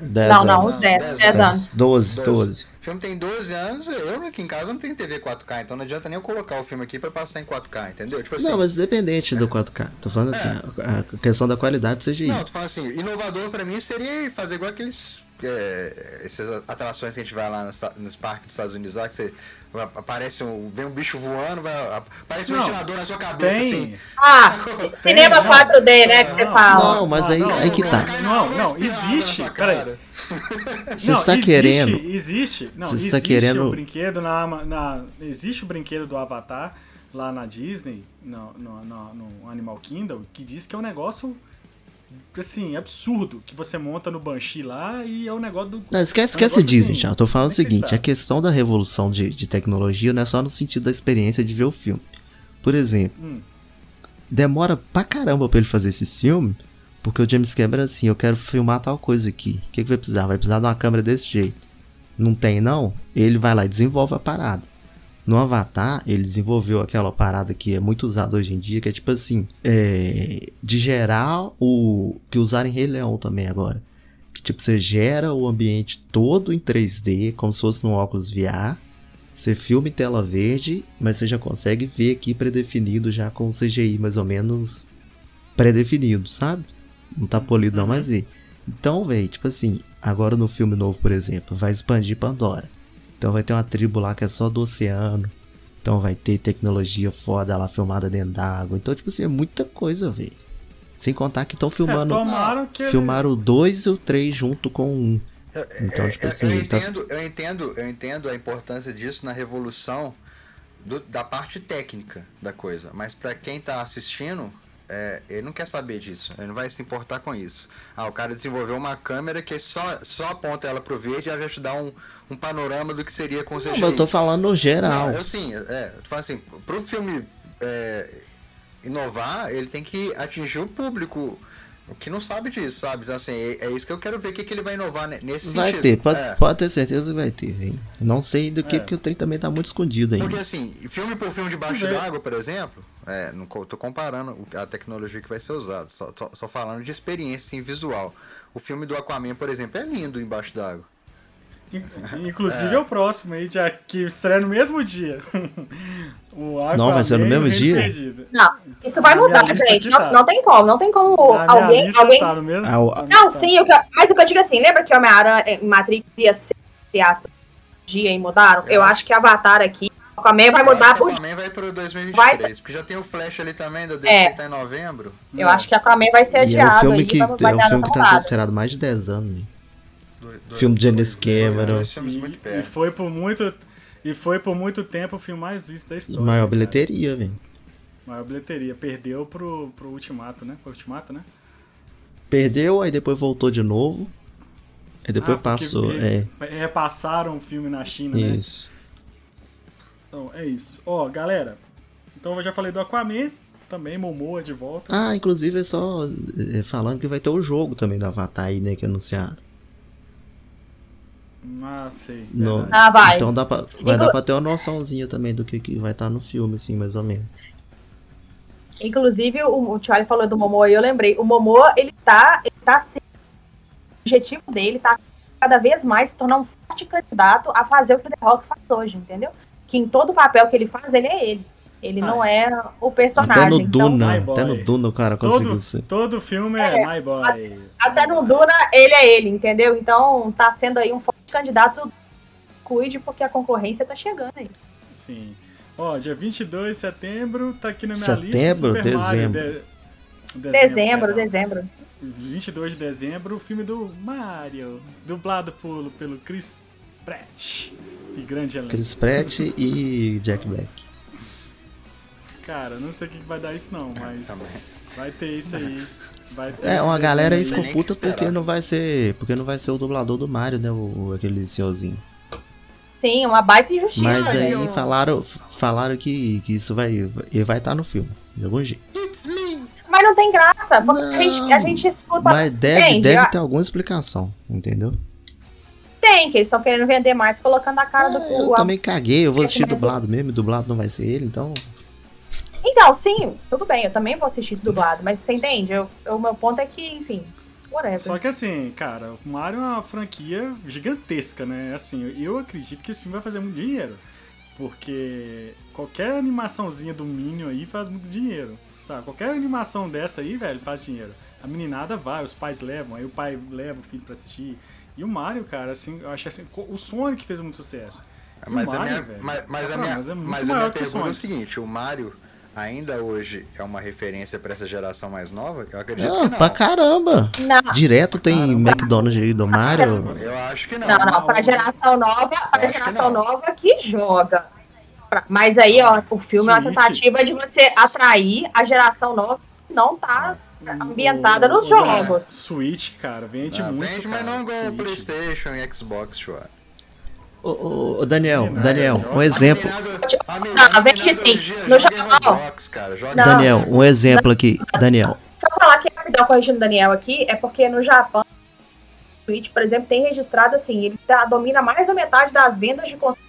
S2: 10
S3: não,
S2: anos.
S3: não, uns 10,
S4: Dez
S3: 10 anos.
S2: 12,
S4: 12.
S2: 12.
S4: O filme tem 12 anos, eu aqui em casa não tenho TV 4K, então não adianta nem eu colocar o filme aqui pra passar em 4K, entendeu? Tipo assim,
S2: Não, mas independente do 4K. Tô falando
S1: É.
S2: assim, a, a questão da qualidade do CGI.
S4: Não, tu fala assim, inovador pra mim seria fazer igual aqueles. é, essas atrações que a gente vai lá nos, nos parques dos Estados Unidos lá, que você aparece um. vem um bicho voando, vai, aparece um
S1: Não,
S4: ventilador na sua cabeça,
S1: Tem.
S4: assim.
S3: Ah, c- cinema 4D, né, que você
S1: Não,
S3: fala.
S2: Não, mas aí- aí que tá.
S1: Não,
S4: uma
S1: não,
S4: espiada
S1: existe.
S4: na sua
S1: Peraí.
S4: cara.
S2: Você
S1: Não,
S2: está
S1: existe-
S2: querendo.
S1: Existe. Não,
S2: Você
S1: existe
S2: está querendo-
S1: o brinquedo na, ama- na- Existe o brinquedo do Avatar lá na Disney, no, no- no- no Animal Kingdom, que diz que é um negócio assim, absurdo, que você monta no Banshee lá e é o negócio do.
S2: Não,
S1: é
S2: esquece,
S1: um
S2: esquece
S1: negócio
S2: Disney,
S1: assim,
S2: já. Eu tô falando o
S1: tem que
S2: seguinte:
S1: estar.
S2: a questão da revolução de, de tecnologia não é só no sentido da experiência de ver o filme. Por exemplo,
S1: Hum.
S2: demora pra caramba pra ele fazer esse filme, porque o James Cameron, assim, eu quero filmar tal coisa aqui. O que, que vai precisar? Vai precisar de uma câmera desse jeito. Não tem, não? Ele vai lá e desenvolve a parada. No Avatar, ele desenvolveu aquela parada que é muito usada hoje em dia, que é tipo assim, é, de gerar o que usaram em Rei Leão também agora. Que tipo, você gera o ambiente todo em 3D, como se fosse num óculos VR. Você filma em tela verde, mas você já consegue ver aqui predefinido já com um o CGI mais ou menos predefinido, sabe? Não tá polido
S1: Uhum.
S2: não, mas vê. Então, velho, tipo assim, agora no filme novo, por exemplo, vai expandir Pandora. Então vai ter uma tribo lá que é só do oceano. Então vai ter tecnologia foda lá filmada dentro d'água. Então, tipo assim, é muita coisa, velho. Sem contar que estão
S1: É,
S2: filmando
S1: tomaram que. ele-
S2: filmaram o 2 e o 3 junto com um. Então, tipo
S4: Eu-
S2: assim,
S4: É, eu,
S2: ele tá-
S4: entendo, eu entendo, eu entendo a importância disso na revolução do- da parte técnica da coisa, mas pra quem tá assistindo, é, ele não quer saber disso, ele não vai se importar com isso. Ah, o cara desenvolveu uma câmera que só, só aponta ela pro verde e ela já te dá um, um panorama do que seria com
S2: Não,
S4: CGI.
S2: mas eu tô falando no geral.
S4: Não, eu sim, é, eu tô falando assim, pro filme é, inovar, ele tem que atingir o público o que não sabe disso, sabe? Então, assim, é, é isso que eu quero ver, o que, que ele vai inovar ne- nesse
S2: Vai
S4: sentido.
S2: ter, pode,
S4: É,
S2: pode ter certeza que vai ter, velho. Não sei do que,
S1: É.
S2: porque o trem também tá muito escondido
S4: Porque,
S2: ainda.
S4: assim, filme por filme debaixo
S1: Vamos ver.
S4: d'água, por exemplo, é, não co- tô comparando o- a tecnologia que vai ser usada, só, só- só falando de experiência assim, visual. O filme do Aquaman, por exemplo, é lindo embaixo d'água.
S1: In- Inclusive é. o próximo aí, já que estreia no mesmo dia. o
S2: Não, vai ser no
S1: Aquaman e o
S2: mesmo
S1: Reino
S2: dia?
S1: Perdido.
S3: Não, isso vai
S1: Na
S3: mudar,
S1: minha lista
S3: gente.
S1: que
S3: Não,
S1: tá.
S3: não tem como, não tem como
S1: Na minha
S3: alguém.
S1: lista
S3: alguém...
S1: tá no mesmo.
S2: Ah, o-
S1: na minha
S3: Não,
S1: tá.
S3: sim, o que eu- mas o que eu digo assim, lembra que Homem-Aranha eh, Matrix ia ser, entre aspas, dia e mudaram? Eu acho que Avatar aqui, o Aquaman vai mudar
S4: o
S3: por
S4: Aquaman vai pro 2023,
S3: Vai-
S4: porque já tem o Flash ali também, da DC
S3: É.
S4: tá em novembro.
S3: Eu acho que a Aquaman vai ser
S2: E é
S3: adiado
S2: um filme
S3: aí,
S2: que,
S3: vai, vai
S2: é um
S3: dar
S2: filme que tá
S3: nada.
S2: sendo esperado mais de 10 anos, velho.
S4: Do- do-
S2: Filme de James
S4: dois- dois-
S2: Cameron.
S4: dois filmes muito
S1: E, e
S4: perto.
S1: foi por muito e foi por muito tempo o filme mais visto da
S2: E
S1: história.
S2: maior
S1: cara.
S2: bilheteria, velho.
S1: Maior bilheteria. Perdeu pro, pro Ultimato, né? Foi o Ultimato, né?
S2: Perdeu, aí depois voltou de novo. Aí depois
S1: Ah, porque
S2: passou.
S1: re- Repassaram o filme na China,
S2: É,
S1: né?
S2: isso.
S1: Então, é isso. Ó, galera. Então eu já falei do Aquaman, também Momoa de volta.
S2: Ah, inclusive é só é, falando que vai ter o jogo também do Avatar aí, né? Que anunciaram.
S1: Ah, sei.
S2: No-
S1: verdade.
S3: Ah, vai.
S2: Então dá pra, vai
S3: Inclu-
S2: dar pra ter uma noçãozinha também do que, que vai estar no filme, assim, mais ou menos.
S3: Inclusive, o, o Charlie falou do Momoa e eu lembrei. O Momoa, ele tá, ele tá assim, o objetivo dele tá cada vez mais se tornar um forte candidato a fazer o que o The Rock faz hoje, entendeu? Que em todo papel que ele faz, ele é ele. Ele
S1: Ah,
S3: não
S1: isso.
S3: é o
S2: Até
S3: personagem. Então,
S2: no Duna,
S1: My boy.
S2: até no Duna o cara conseguiu
S1: Todo,
S2: ser.
S1: todo filme é, My Boy.
S3: Então, até no Duna, ele é ele, entendeu? Então, tá sendo aí um forte candidato. Cuide, porque a concorrência tá chegando aí.
S1: Sim. Ó, dia 22 de setembro, tá aqui na minha
S2: Setembro,
S1: lista. Super Mario,
S2: dezembro.
S1: de-
S3: Dezembro,
S1: perdão.
S3: dezembro.
S1: 22 de dezembro, o filme do Mario, dublado por, pelo Chris Pratt. E grande elenco.
S2: Chris Pratt e Jack Black.
S1: Cara, não sei o que vai dar isso não, mas vai ter isso aí. Vai ter
S2: Ah, tá É,
S1: isso
S2: uma
S1: aí
S2: galera aí
S1: também.
S2: ficou
S4: nem
S2: puta
S4: que esperar.
S2: porque não vai ser. Porque não vai ser o dublador do Mario, né? O, aquele senhorzinho.
S3: Sim, uma baita injustiça.
S2: Mas
S3: né?
S2: aí
S3: Eu-
S2: falaram, falaram que, que isso vai. Ele vai estar no filme, de algum jeito.
S3: Mas não tem graça, porque a,
S2: Não.
S3: gente, a gente escuta.
S2: Mas deve,
S3: Entende?
S2: deve
S3: Eu-
S2: ter alguma explicação, entendeu?
S3: Tem, que eles estão querendo vender mais, colocando a cara do
S2: É,
S3: cu.
S2: Eu também caguei, eu vou
S3: é que
S2: assistir
S3: mais um-
S2: dublado mesmo, e dublado não vai ser ele, então.
S3: Então, sim, tudo bem, eu também vou assistir isso dublado, mas você entende? Eu- eu- O meu ponto é que, enfim, whatever.
S1: Só que assim, cara, o Mario é uma franquia gigantesca, né? Assim, eu acredito que esse filme vai fazer muito dinheiro. Porque qualquer animaçãozinha do Minion aí faz muito dinheiro. Sabe? Qualquer animação dessa aí, velho, faz dinheiro. A meninada vai, os pais levam, aí o pai leva o filho pra assistir. E o Mario, cara, assim, eu acho que assim, co- o Sonic fez muito sucesso. E o
S4: Mas a
S1: Mario,
S4: minha,
S1: velho,
S4: mas, mas a
S1: cara,
S4: minha,
S1: mas é muito
S4: mas a
S1: maior
S4: minha
S1: que o
S4: pergunta é o
S1: Sonic.
S4: seguinte, o Mario ainda hoje é uma referência pra essa geração mais nova? Eu acredito
S2: Ah,
S4: que não.
S2: pra caramba!
S3: Não,
S2: Direto tem McDonald's aí do Mario.
S4: Eu acho que não.
S3: não, não, pra
S1: não.
S3: geração nova, pra
S4: acho que
S3: geração
S4: não.
S3: nova que joga. Pra- Mas aí, ó, o filme é uma
S1: Switch.
S3: tentativa de você atrair a geração nova que não tá ambientada
S1: O-
S3: nos
S1: o-
S3: jogos.
S1: Switch, cara, vende
S4: Ah,
S1: muito.
S4: vende,
S1: cara,
S4: mas não igual o
S1: Switch.
S4: Playstation e Xbox, chua.
S2: Ô, ô, ô, Daniel, Daniel, um exemplo.
S3: Não, vende sim. No jornal.
S4: Xbox, cara. Joga
S3: Não.
S2: Daniel, um exemplo aqui. Daniel,
S3: Só falar que é rapidão corrigindo o Daniel aqui, é porque no Japão, o Switch, por exemplo, tem registrado assim, ele tá- domina mais da metade das vendas de console.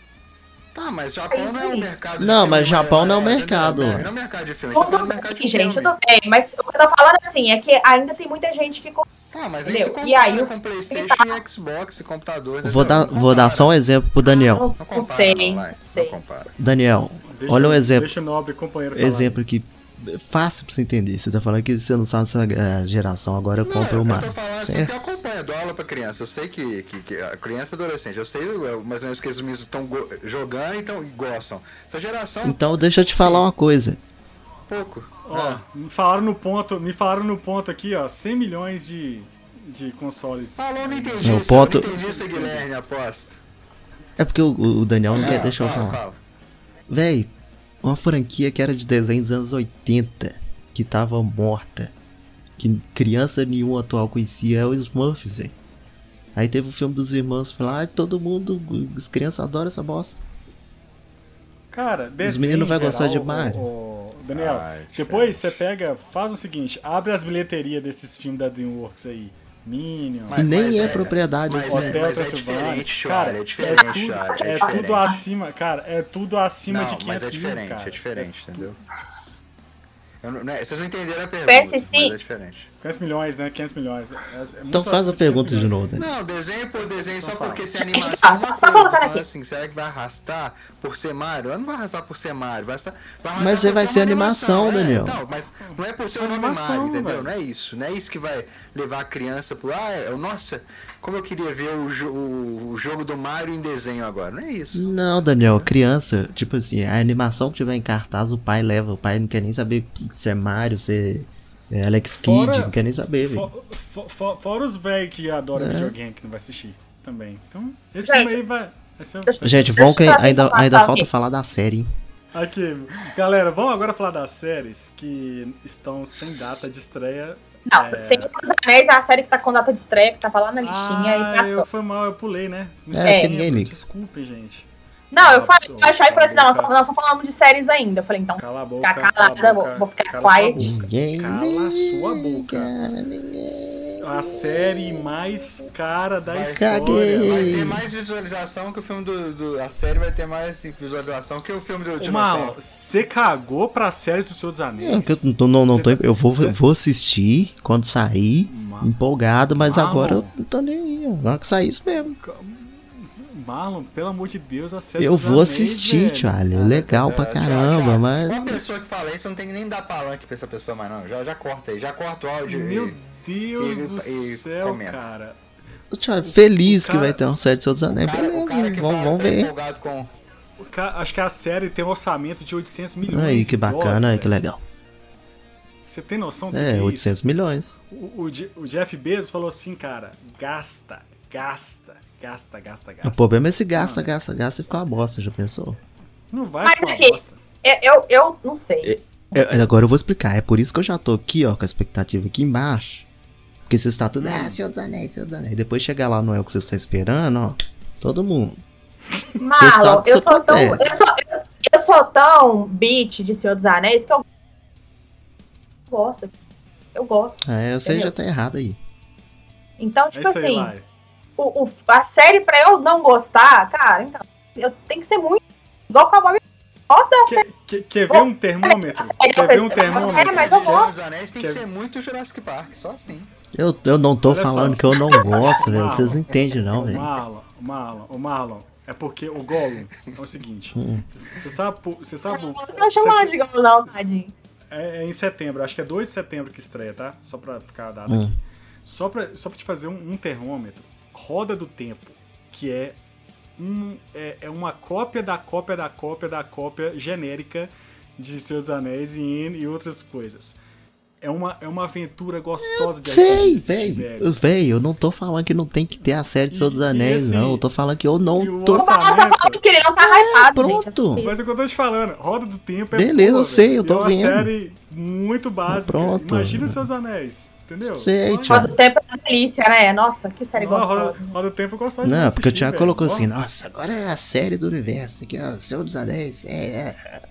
S4: Tá, mas Japão não é um
S3: Sim.
S4: mercado. de
S2: Não,
S4: filme,
S2: mas Japão não é um
S4: né?
S2: mercado.
S4: Não é um mercado de filme. a gente tá
S3: Tudo
S4: falando de mercado de
S3: bem, gente,
S4: filme.
S3: tudo bem, mas o que eu tô falando assim é que ainda tem muita gente que
S4: Tá, mas nem se
S3: Entendeu?
S4: compara
S3: E aí eu-
S4: com Playstation e Xbox e computador.
S2: vou
S4: entendeu?
S2: dar,
S4: Não
S2: vou dar
S4: compara.
S2: só um exemplo pro Daniel.
S3: não,
S4: Não
S3: não
S4: compara,
S3: sei,
S4: não, vai.
S3: não sei.
S4: compara.
S2: Daniel,
S1: Deixa-
S2: Olha um exemplo.
S1: Deixa o nobre companheiro falar.
S2: exemplo que é fácil pra você entender. Você tá falando que você não sabe se a a geração agora compra
S4: eu
S2: o
S4: tô
S2: Mario.
S4: falando isso
S2: certo?
S4: porque eu acompanho, eu dou aula pra criança. Eu sei que, que, que a criança e adolescente, eu sei eu- mais ou menos que eles meninos estão go- jogando então, e gostam. Essa geração,
S2: Então deixa eu te falar uma coisa.
S4: pouco.
S1: Ó,
S4: né?
S1: me falaram no ponto, me falaram no ponto aqui, ó, 100 milhões de, de consoles.
S4: Falou, não entendi
S2: Meu
S4: isso.
S2: ponto-
S4: Não entendi isso, Guilherme, aposto.
S2: É porque o, o Daniel não
S4: Ah,
S2: quer deixar eu
S4: fala,
S2: falar.
S4: fala.
S2: Véi, uma franquia que era de desenho dos anos 80, que tava morta, que criança nenhuma atual conhecia, é o Smurfs, hein? Aí teve o filme dos irmãos, falar, ah, todo mundo, as crianças adoram essa bosta.
S1: Cara,
S2: Os meninos vai gostar de Mario.
S1: O, Daniel,
S4: Ai,
S1: depois você
S4: cara.
S1: pega, faz o seguinte, abre as bilheterias desses filmes da DreamWorks aí. Minion.
S4: Mas-
S2: e nem é,
S4: é-
S2: propriedade
S4: mas
S2: assim.
S4: é-
S1: Hotel
S4: mas
S1: Transilvânia.
S4: diferente,
S1: Cara,
S4: olha, é diferente,
S1: tudo-
S4: olha, é
S1: é
S4: diferente.
S1: tudo acima, cara, é tudo acima
S4: não,
S1: de
S4: mas
S1: 500
S4: é
S1: mil,
S4: diferente,
S1: cara.
S4: é diferente, entendeu? Eu não- não é- vocês não entenderam a pergunta,
S3: PSC.
S4: mas é diferente.
S1: 500 milhões, né? 500 milhões. É- é muito
S2: Então faz
S1: acima
S2: a
S1: de
S2: pergunta
S1: 500
S2: de
S1: milhões.
S2: novo, Daniel.
S4: Não, desenho por desenho, só
S1: fala.
S4: porque se
S3: Gente,
S4: animação
S3: tá,
S4: é uma
S3: só- só
S4: coisa,
S3: colocando
S4: fala
S3: aqui.
S4: assim, será que vai arrastar por ser Mario? Eu não vai arrastar por ser Mario, vai arrastar, vai arrastar
S2: Mas
S4: por
S2: vai ser
S4: uma
S2: animação, Daniel.
S4: É, não, mas não é por ser o nome
S1: Animação,
S4: Mario, entendeu?
S1: velho.
S4: Não é isso, não é isso que vai levar a criança pro, ah, é, nossa, como eu queria ver o, jo- o- o jogo do Mario em desenho agora, não é isso.
S2: Não, Daniel, criança, tipo assim, a animação que tiver em cartaz, o pai leva, o pai não quer nem saber se é Mario, se é Alex
S1: Fora-
S2: Kidd, não quer nem saber, velho.
S1: Fo- fo- fo- Fora os velhos que adoram
S2: É.
S1: videogame que não vai assistir também. Então, esse
S3: Gente,
S1: filme aí vai. esse é o-
S2: Gente, vão que
S3: Deixa eu
S2: ainda,
S3: falar
S2: ainda
S3: aqui.
S2: falta falar da série, hein?
S1: Aqui, galera, vamos agora falar das séries que estão sem data de estreia.
S3: Não,
S1: É.
S3: Senhor dos Anéis é a série que tá com data de estreia, que tava lá na listinha
S1: ah,
S3: e tá passou.
S1: eu foi mal, eu pulei, né? Não
S2: É,
S1: sei,
S2: que ninguém liga.
S1: Desculpem, gente.
S3: Não, eu
S1: Cala
S3: falei,
S1: a
S3: eu achei e falei assim, não, nós
S1: boca.
S3: só, nós só falamos de séries ainda. Eu falei, então,
S1: Cala a boca.
S3: ficar
S1: cala a
S3: calada,
S1: boca,
S3: vou, vou ficar
S1: cala sua
S3: quiet.
S1: boca.
S2: Ninguém é.
S1: Cala a sua
S2: liga,
S1: boca.
S2: ninguém.
S1: A série mais cara da
S4: Vai-
S1: história.
S2: Caguei.
S4: Vai ter mais visualização que o filme do, do- A série vai ter mais visualização que o filme do
S1: Ô,
S4: dinossauro.
S1: Mal, você cagou pra séries do Senhor dos
S2: É,
S1: Anéis.
S2: que eu não, não, não tô, eu vou,
S1: Cê-
S2: vou assistir quando sair,
S1: Mal-
S2: empolgado, mas
S1: Mal.
S2: agora eu não tô nem aí, ó. na hora que sair isso mesmo.
S1: Marlon, pelo amor de Deus, a série
S2: Eu
S1: dos
S2: vou
S1: Anéis,
S2: assistir,
S1: velho. É,
S2: Charlie, legal pra
S4: É, Já,
S2: caramba,
S4: já.
S2: mas...
S4: Uma pessoa que fala isso, não tem que nem dar palanque pra essa pessoa mais, não. Já, já corta aí, já corta o áudio.
S1: Meu
S4: e...
S1: Deus
S4: e-
S1: do
S4: e
S1: céu,
S4: comenta.
S1: cara.
S2: Charlie, é feliz
S1: o
S2: que vai
S1: cara-
S2: ter um série de Senhor dos Anéis,
S4: Cara, o
S2: beleza,
S4: cara que
S2: vamos,
S4: fala
S2: vamos
S4: que tá
S2: ver.
S4: empolgado com.
S1: O ca- Acho que a série tem um orçamento de 800 milhões.
S2: Aí,
S1: de
S2: que bacana,
S1: dólares,
S2: aí, que
S1: velho.
S2: legal.
S1: Você tem noção do que
S2: É,
S1: isso?
S2: 800 milhões.
S1: O, o Je- o Jeff Bezos falou assim, cara, gasta, gasta, gasta, gasta,
S2: O
S1: gasta.
S2: problema é se gasta,
S1: Não,
S2: gasta, gasta e fica uma bosta, já pensou?
S1: Não vai
S3: Mas
S1: ficar uma
S3: aqui-
S1: bosta. É
S3: Eu, eu, eu não sei.
S2: É, agora eu vou explicar. É por isso que eu já tô aqui, ó, com a expectativa aqui embaixo. Porque vocês estão tudo, ah, Senhor dos Anéis, Senhor dos Anéis. Depois chegar lá não é o que vocês estão esperando, ó. Todo mundo. Você sabe
S3: Marlon,
S2: que
S3: eu
S2: isso
S3: sou, tão,
S2: acontece.
S3: eu, sou, eu, eu sou tão beat de Senhor dos Anéis que eu gosto. Eu gosto.
S2: É, você
S3: Entendeu?
S2: já tá errado aí.
S3: Então,
S1: É
S3: tipo
S1: isso aí,
S3: assim,
S1: Lai.
S3: o, o- a série pra eu não gostar, cara, então, eu tenho que ser muito. Igual com a Bob. Gosto da
S1: Quer, quer- quer ver um termômetro? Quer ver um termômetro?
S3: É, mas eu
S4: Senhor
S3: gosto.
S4: dos Anéis tem
S1: Quer-
S4: que ser muito Jurassic Park, só assim.
S2: Eu, eu não tô
S1: Olha só.
S2: falando que eu não gosto, velho. Vocês não entendem, não,
S1: o
S2: velho.
S1: Marlon, o Marlon, o Marlon. É porque o Gollum é o seguinte.
S2: Hum.
S1: Você sabe, po- você sabe. o-
S3: Você não chama ela de Gamelão, tadinho.
S1: É, é em setembro, acho que é 2 de setembro que estreia, tá? Só pra ficar a data
S2: Hum.
S1: aqui. Só pra, só pra te fazer um, um termômetro. Roda do Tempo, que é, um, é, é uma cópia da cópia da cópia da cópia genérica de Senhor dos Anéis e, N e outras coisas. É uma, é uma aventura gostosa de de
S2: Sei,
S1: assistir,
S2: velho. Velho, eu não tô falando que não tem que ter a série de Senhor dos
S1: E- e
S2: Anéis,
S1: esse-
S2: não. Eu tô falando que eu
S1: e o
S2: não tô.
S1: Oscar-
S3: O Barrosa
S1: Orçamento.
S3: falou que ele não tá hypado.
S2: pronto.
S3: Gente,
S1: Mas é o que eu tô te falando, Roda do Tempo é
S2: Beleza,
S1: boa,
S2: eu sei,
S1: velho.
S2: eu tô
S1: é uma
S2: vendo.
S1: série muito básica.
S2: Pronto.
S1: Imagina os seus anéis, entendeu?
S2: Sei,
S1: Olha,
S2: Thiago.
S3: Roda do tempo é uma delícia, né? Nossa, que série
S1: Não,
S3: gostosa.
S1: roda, roda do tempo eu gostava de
S2: Não, é porque o
S1: assistir,
S2: Thiago
S1: velho.
S2: colocou
S1: Ó,
S2: assim, nossa, agora é a série do universo, aqui, ó, Senhor dos Anéis, é, é.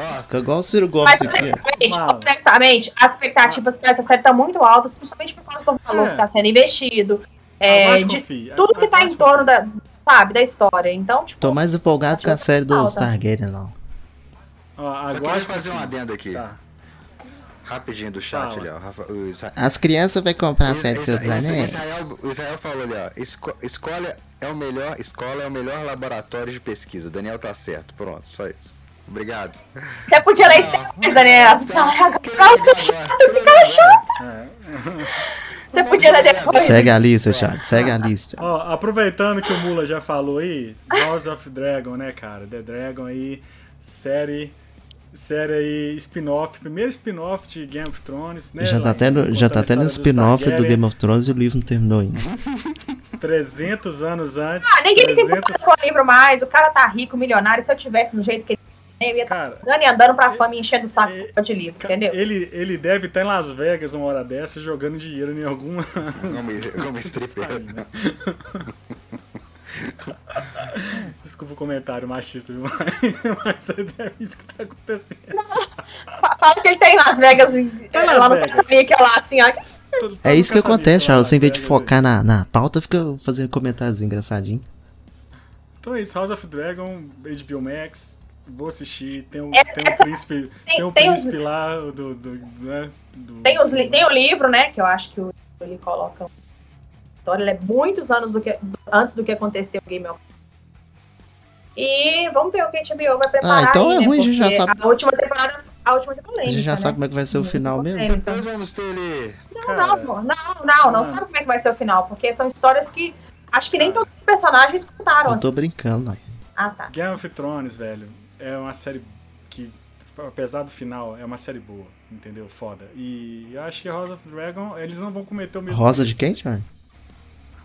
S4: Ó,
S2: Fica igual o Ciro
S3: Mas
S2: Gomes aqui. é
S3: honestamente,
S1: Mala.
S3: honestamente, as expectativas para essa série estão muito altas, principalmente por causa do valor
S1: É.
S3: que está sendo investido,
S1: a
S3: é,
S1: mais
S3: de
S1: confia, a-
S3: tudo que
S1: a
S3: está
S1: mais
S3: em torno da, sabe, da história. Então, tipo,
S2: Tô mais empolgado com a série dos
S3: Falta.
S2: Targaryen, não.
S1: confia. Ó,
S4: só
S1: agora
S4: queria fazer um adendo aqui,
S1: Tá.
S4: rapidinho do chat
S1: Fala.
S4: ali, ó. Rafa- o Isa-
S2: As crianças vão
S3: Tá
S2: comprar a série dos Senhor dos
S4: Isa-
S3: é.
S4: Isa-
S2: Anéis?
S4: Israel, o Israel falou ali, ó. Esco, escolha é o melhor, escola é o melhor laboratório de pesquisa. Daniel tá certo. Pronto, só isso. Obrigado.
S3: você podia
S1: Ah,
S3: ler Star Wars,
S1: tá,
S3: Daniel. Você fala, "Ah,
S4: Queria
S3: agora
S4: lembrar
S3: você ch-
S4: agora, queria lembrar agora.
S1: tá.
S3: Você podia ler
S1: é
S3: depois.
S2: Segue a lista, chat, segue a lista.
S1: Ó, aproveitando que o Mula já falou aí, House of Dragon, né, cara? The Dragon aí, série. Série aí, spin-off, primeiro spin-off de Game of Thrones, né?
S2: Já tá
S1: Lain?
S2: tendo,
S1: Contando a
S2: já tá tendo
S1: história dos
S2: spin-off do
S1: Targaryen,
S2: Game of Thrones e o livro não terminou ainda.
S1: 300 anos antes.
S3: Ah, ninguém se
S1: 300...
S3: importa com o livro mais, o cara tá rico, milionário, se eu tivesse no jeito que ele tem, eu ia estar
S1: Cara,
S3: andando e andando pra fama e enchendo o saco de livro,
S1: ca-
S3: entendeu?
S1: ele, ele deve estar em Las Vegas uma hora dessa jogando dinheiro em alguma.
S4: Como, como stripper.
S1: Saída. Desculpa o comentário machista, viu? mas é isso que tá acontecendo.
S3: Fa- Fala que ele tem em Las Vegas, em-
S1: Tá em Las
S3: lá no
S1: Vegas.
S3: Caçaria, que é lá, assim, ó,
S1: Tô- tô
S2: É isso que
S1: nunca sabia
S2: acontece,
S1: falar,
S2: Charles. Você, em vez de
S1: né?
S2: focar na, na pauta, fica fazendo comentários engraçadinhos.
S1: Então é isso, House of Dragon, HBO Max, vou assistir, tem um,
S3: Essa-
S1: tem um
S3: essa-
S1: príncipe,
S3: tem-
S1: tem um
S3: tem
S1: príncipe lá do... do, né, do-
S3: Tem, os li- tem o livro, né? Que eu acho que o- ele coloca uma história. Ele é muitos anos do que, do- antes do que aconteceu o Game of Thrones. E vamos ver o que a HBO vai preparar.
S2: então
S3: aí,
S2: é
S3: né,
S2: ruim, a gente já
S3: porque
S2: sabe-
S3: A última temporada, a última né? temporada.
S2: A gente já sabe como é que vai ser o final mesmo.
S4: Nós vamos ter ele. tá
S3: Não, não, pô, não, não, não
S1: Ah.
S3: sabe como é que vai ser o final, porque são histórias que acho que nem todos os personagens contaram.
S2: Eu tô brincando, né?
S3: Ah, tá.
S1: Game of Thrones, velho, é uma série que, apesar do final, é uma série boa, entendeu? Foda. E eu acho que House of Dragon, eles não vão cometer o mesmo
S2: Rosa de quem, Charles?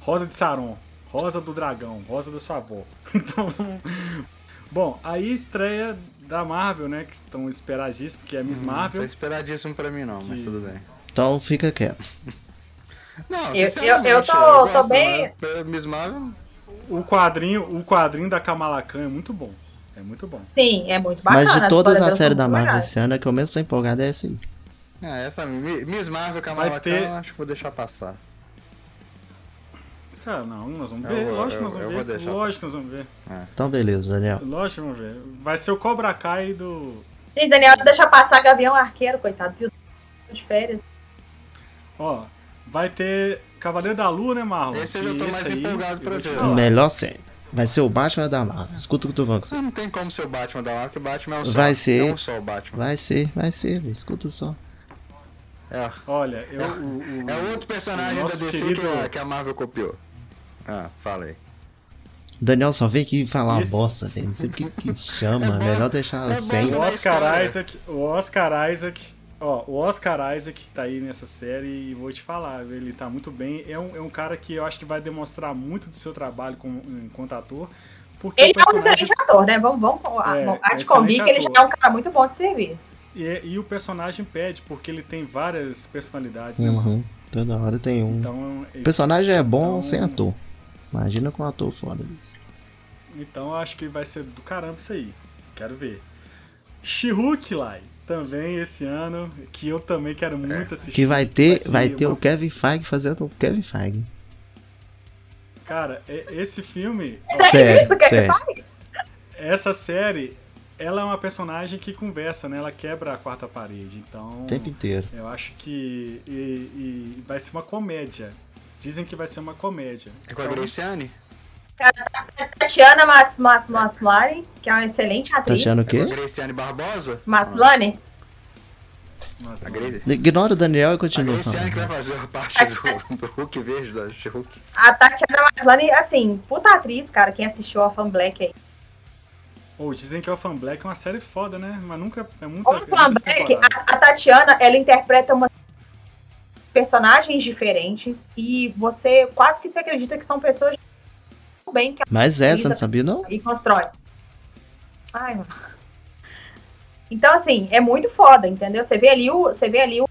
S1: Rosa de Saron, Rosa do Dragão, Rosa da sua avó. Então, bom, aí estreia da Marvel, né, que estão esperadíssimos, que é Miss
S4: Não tá
S1: Marvel.
S4: esperadíssimo pra mim, não, mas
S1: Que-
S4: tudo bem.
S2: Então fica quieto.
S4: Não,
S3: Eu-
S4: sinceramente,
S3: eu- eu tô-
S4: gosto,
S3: tô bem-
S4: mas Miss Marvel,
S1: O quadrinho, o quadrinho da Kamala Khan é muito bom. É muito bom.
S3: Sim, é muito bacana.
S2: Mas de
S3: as
S2: todas
S3: histórias
S2: as
S3: delas
S2: séries
S3: são
S2: da
S3: muito
S2: Marvel
S3: legais.
S2: esse ano, a que eu menos tô empolgado é essa aí.
S4: Ah, essa Mi- Miss Marvel Kamala
S1: Vai ter-
S4: Khan, eu acho que vou deixar passar.
S1: Cara, não, nós vamos
S4: Eu
S1: ver.
S4: vou-
S1: lógico que nós
S4: eu-
S1: vamos
S4: eu vou
S1: ver.
S4: deixar.
S1: Lógico que nós vamos ver.
S2: Então beleza, Daniel.
S1: Lógico que nós vamos ver. Vai ser o Cobra Kai do.
S3: Gente, Daniel, deixa passar Gavião Arqueiro, coitado, viu? De férias.
S1: Ó, vai ter Cavaleiro da Lua, né, Marlon?
S4: Esse eu já
S1: Que
S4: tô mais empolgado
S1: eu
S4: pra
S1: vou te
S4: ver.
S1: falar.
S2: Melhor série. Vai ser o Batman da Marvel. Escuta o que tu vai
S4: Você não tem como ser o Batman da Marvel, porque o Batman é um só.
S2: Vai ser.
S4: É um só o Batman.
S2: Vai ser, vai ser, velho. escuta só.
S4: É,
S1: Olha, eu. o- o-
S4: é outro
S1: o
S4: personagem da
S1: nosso
S4: DC
S1: querido-
S4: que, a, que a Marvel copiou. Ah, fala aí.
S2: O Daniel só vem aqui falar uma
S1: Isso.
S2: bosta, velho. Não sei o que, que chama.
S4: É bom.
S2: Melhor deixar
S4: É bom,
S2: sem.
S1: O
S4: na
S1: Oscar
S4: história.
S1: Isaac, o Oscar Isaac Ó, o Oscar Isaac tá aí nessa série e vou te falar, ele tá muito bem. É um, é um cara que eu acho que vai demonstrar muito do seu trabalho como, enquanto ator. Porque o
S3: Ele é um
S1: Então, personagem-
S3: excelente ator, né? Vamos, vamos, a-
S1: É,
S3: bom,
S1: é
S3: há de convir
S1: excelente
S3: que ele
S1: ator.
S3: já é um cara muito bom de serviço.
S1: E, e o personagem pede, porque ele tem várias personalidades, né, mano?
S2: Uhum. Toda hora tem um.
S1: Então,
S2: O personagem é bom
S1: Então-
S2: sem ator. Imagina com um ator foda desse.
S1: então eu acho que vai ser do caramba isso aí. Quero ver. Shihuk Lai, também esse ano, que eu também
S4: É.
S1: quero muito assistir.
S2: Que vai ter,
S1: ser
S2: vai ter
S1: uma-
S2: o Kevin Feige fazendo o Kevin Feige.
S1: Cara, é- esse filme,
S2: Sério,
S3: Isso que ele
S2: sério.
S3: faz?
S1: essa série, ela é uma personagem que conversa, né? Ela quebra a quarta parede. Então,
S2: O tempo inteiro.
S1: eu acho que e- e vai ser uma comédia. Dizem que vai ser uma comédia.
S4: É com a Graciane?
S3: Tatiana Mas, Mas, Maslany, que é uma excelente atriz.
S2: Tatiana o
S4: É com a
S2: quê?
S4: Graciane Barbosa?
S3: Maslany?
S1: Nossa,
S4: A, Gra-
S2: Ignora o Daniel e
S4: a
S2: continua
S4: Graciane que vai
S2: falando.
S4: fazer a parte do, do Hulk verde, da She-Hulk.
S3: A Tatiana Maslany, assim, puta atriz, cara, quem assistiu a Fan Black aí.
S1: Ou dizem que o Fan Black é uma série foda, né? Mas nunca é muito.
S3: Como Fan Black, a, a Tatiana, ela interpreta uma personagens diferentes e você quase que se acredita que são pessoas do bem que
S2: Mas é, você não sabia não?
S3: e constrói. Ai, mano. Então, assim, é muito foda, entendeu? Você vê ali o, você vê ali o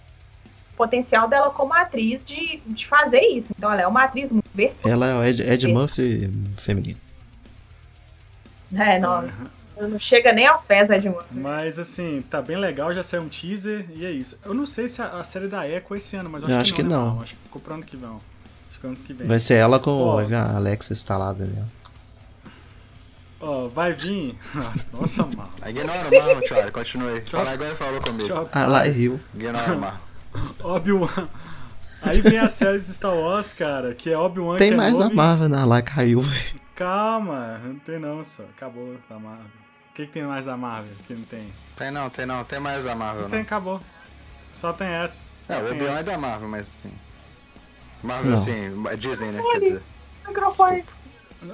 S3: potencial dela como atriz de, de fazer isso. Então, ela é uma atriz muito versátil.
S2: Ela é o Ed, Ed
S3: Esse.
S2: Murphy feminino.
S3: né? Não, não chega nem aos pés, né, de uma.
S1: Mas assim, tá bem legal, já saiu um teaser e é isso. Eu não sei se a, a série da Echo é esse ano, mas eu acho, que, não, né, Paulo? Acho que ficou pro ano que vem. Acho que pro ano que vem.
S2: Vai ser ela com
S1: Ó.
S2: vai vir a Alexa instalada nela.
S1: Ó, vai vir. Nossa, mal.
S4: Ah, Ignora o Marlon, Thiago, continue. Fala agora e falou comigo.
S2: Ah, lá e Rio.
S4: Ignora o Marlon.
S1: Obi-Wan. Aí vem a série de Star Wars, cara, que é Obi-Wan
S2: Tem
S1: que
S2: mais
S1: é
S2: a
S1: novo e-
S2: Marvel na lá, caiu.
S1: Calma, não tem não, só. Acabou da Marvel. O que, que tem mais da Marvel que não tem?
S4: Tem não, tem não, tem mais da Marvel,
S1: Não tem,
S4: não.
S1: acabou. Só tem essa. Só
S4: É, o
S1: tem
S4: Obi-Wan é
S1: essas.
S4: da Marvel, mas sim. Marvel,
S2: Não.
S4: sim, é Disney, né? Quer dizer.
S3: Microfone.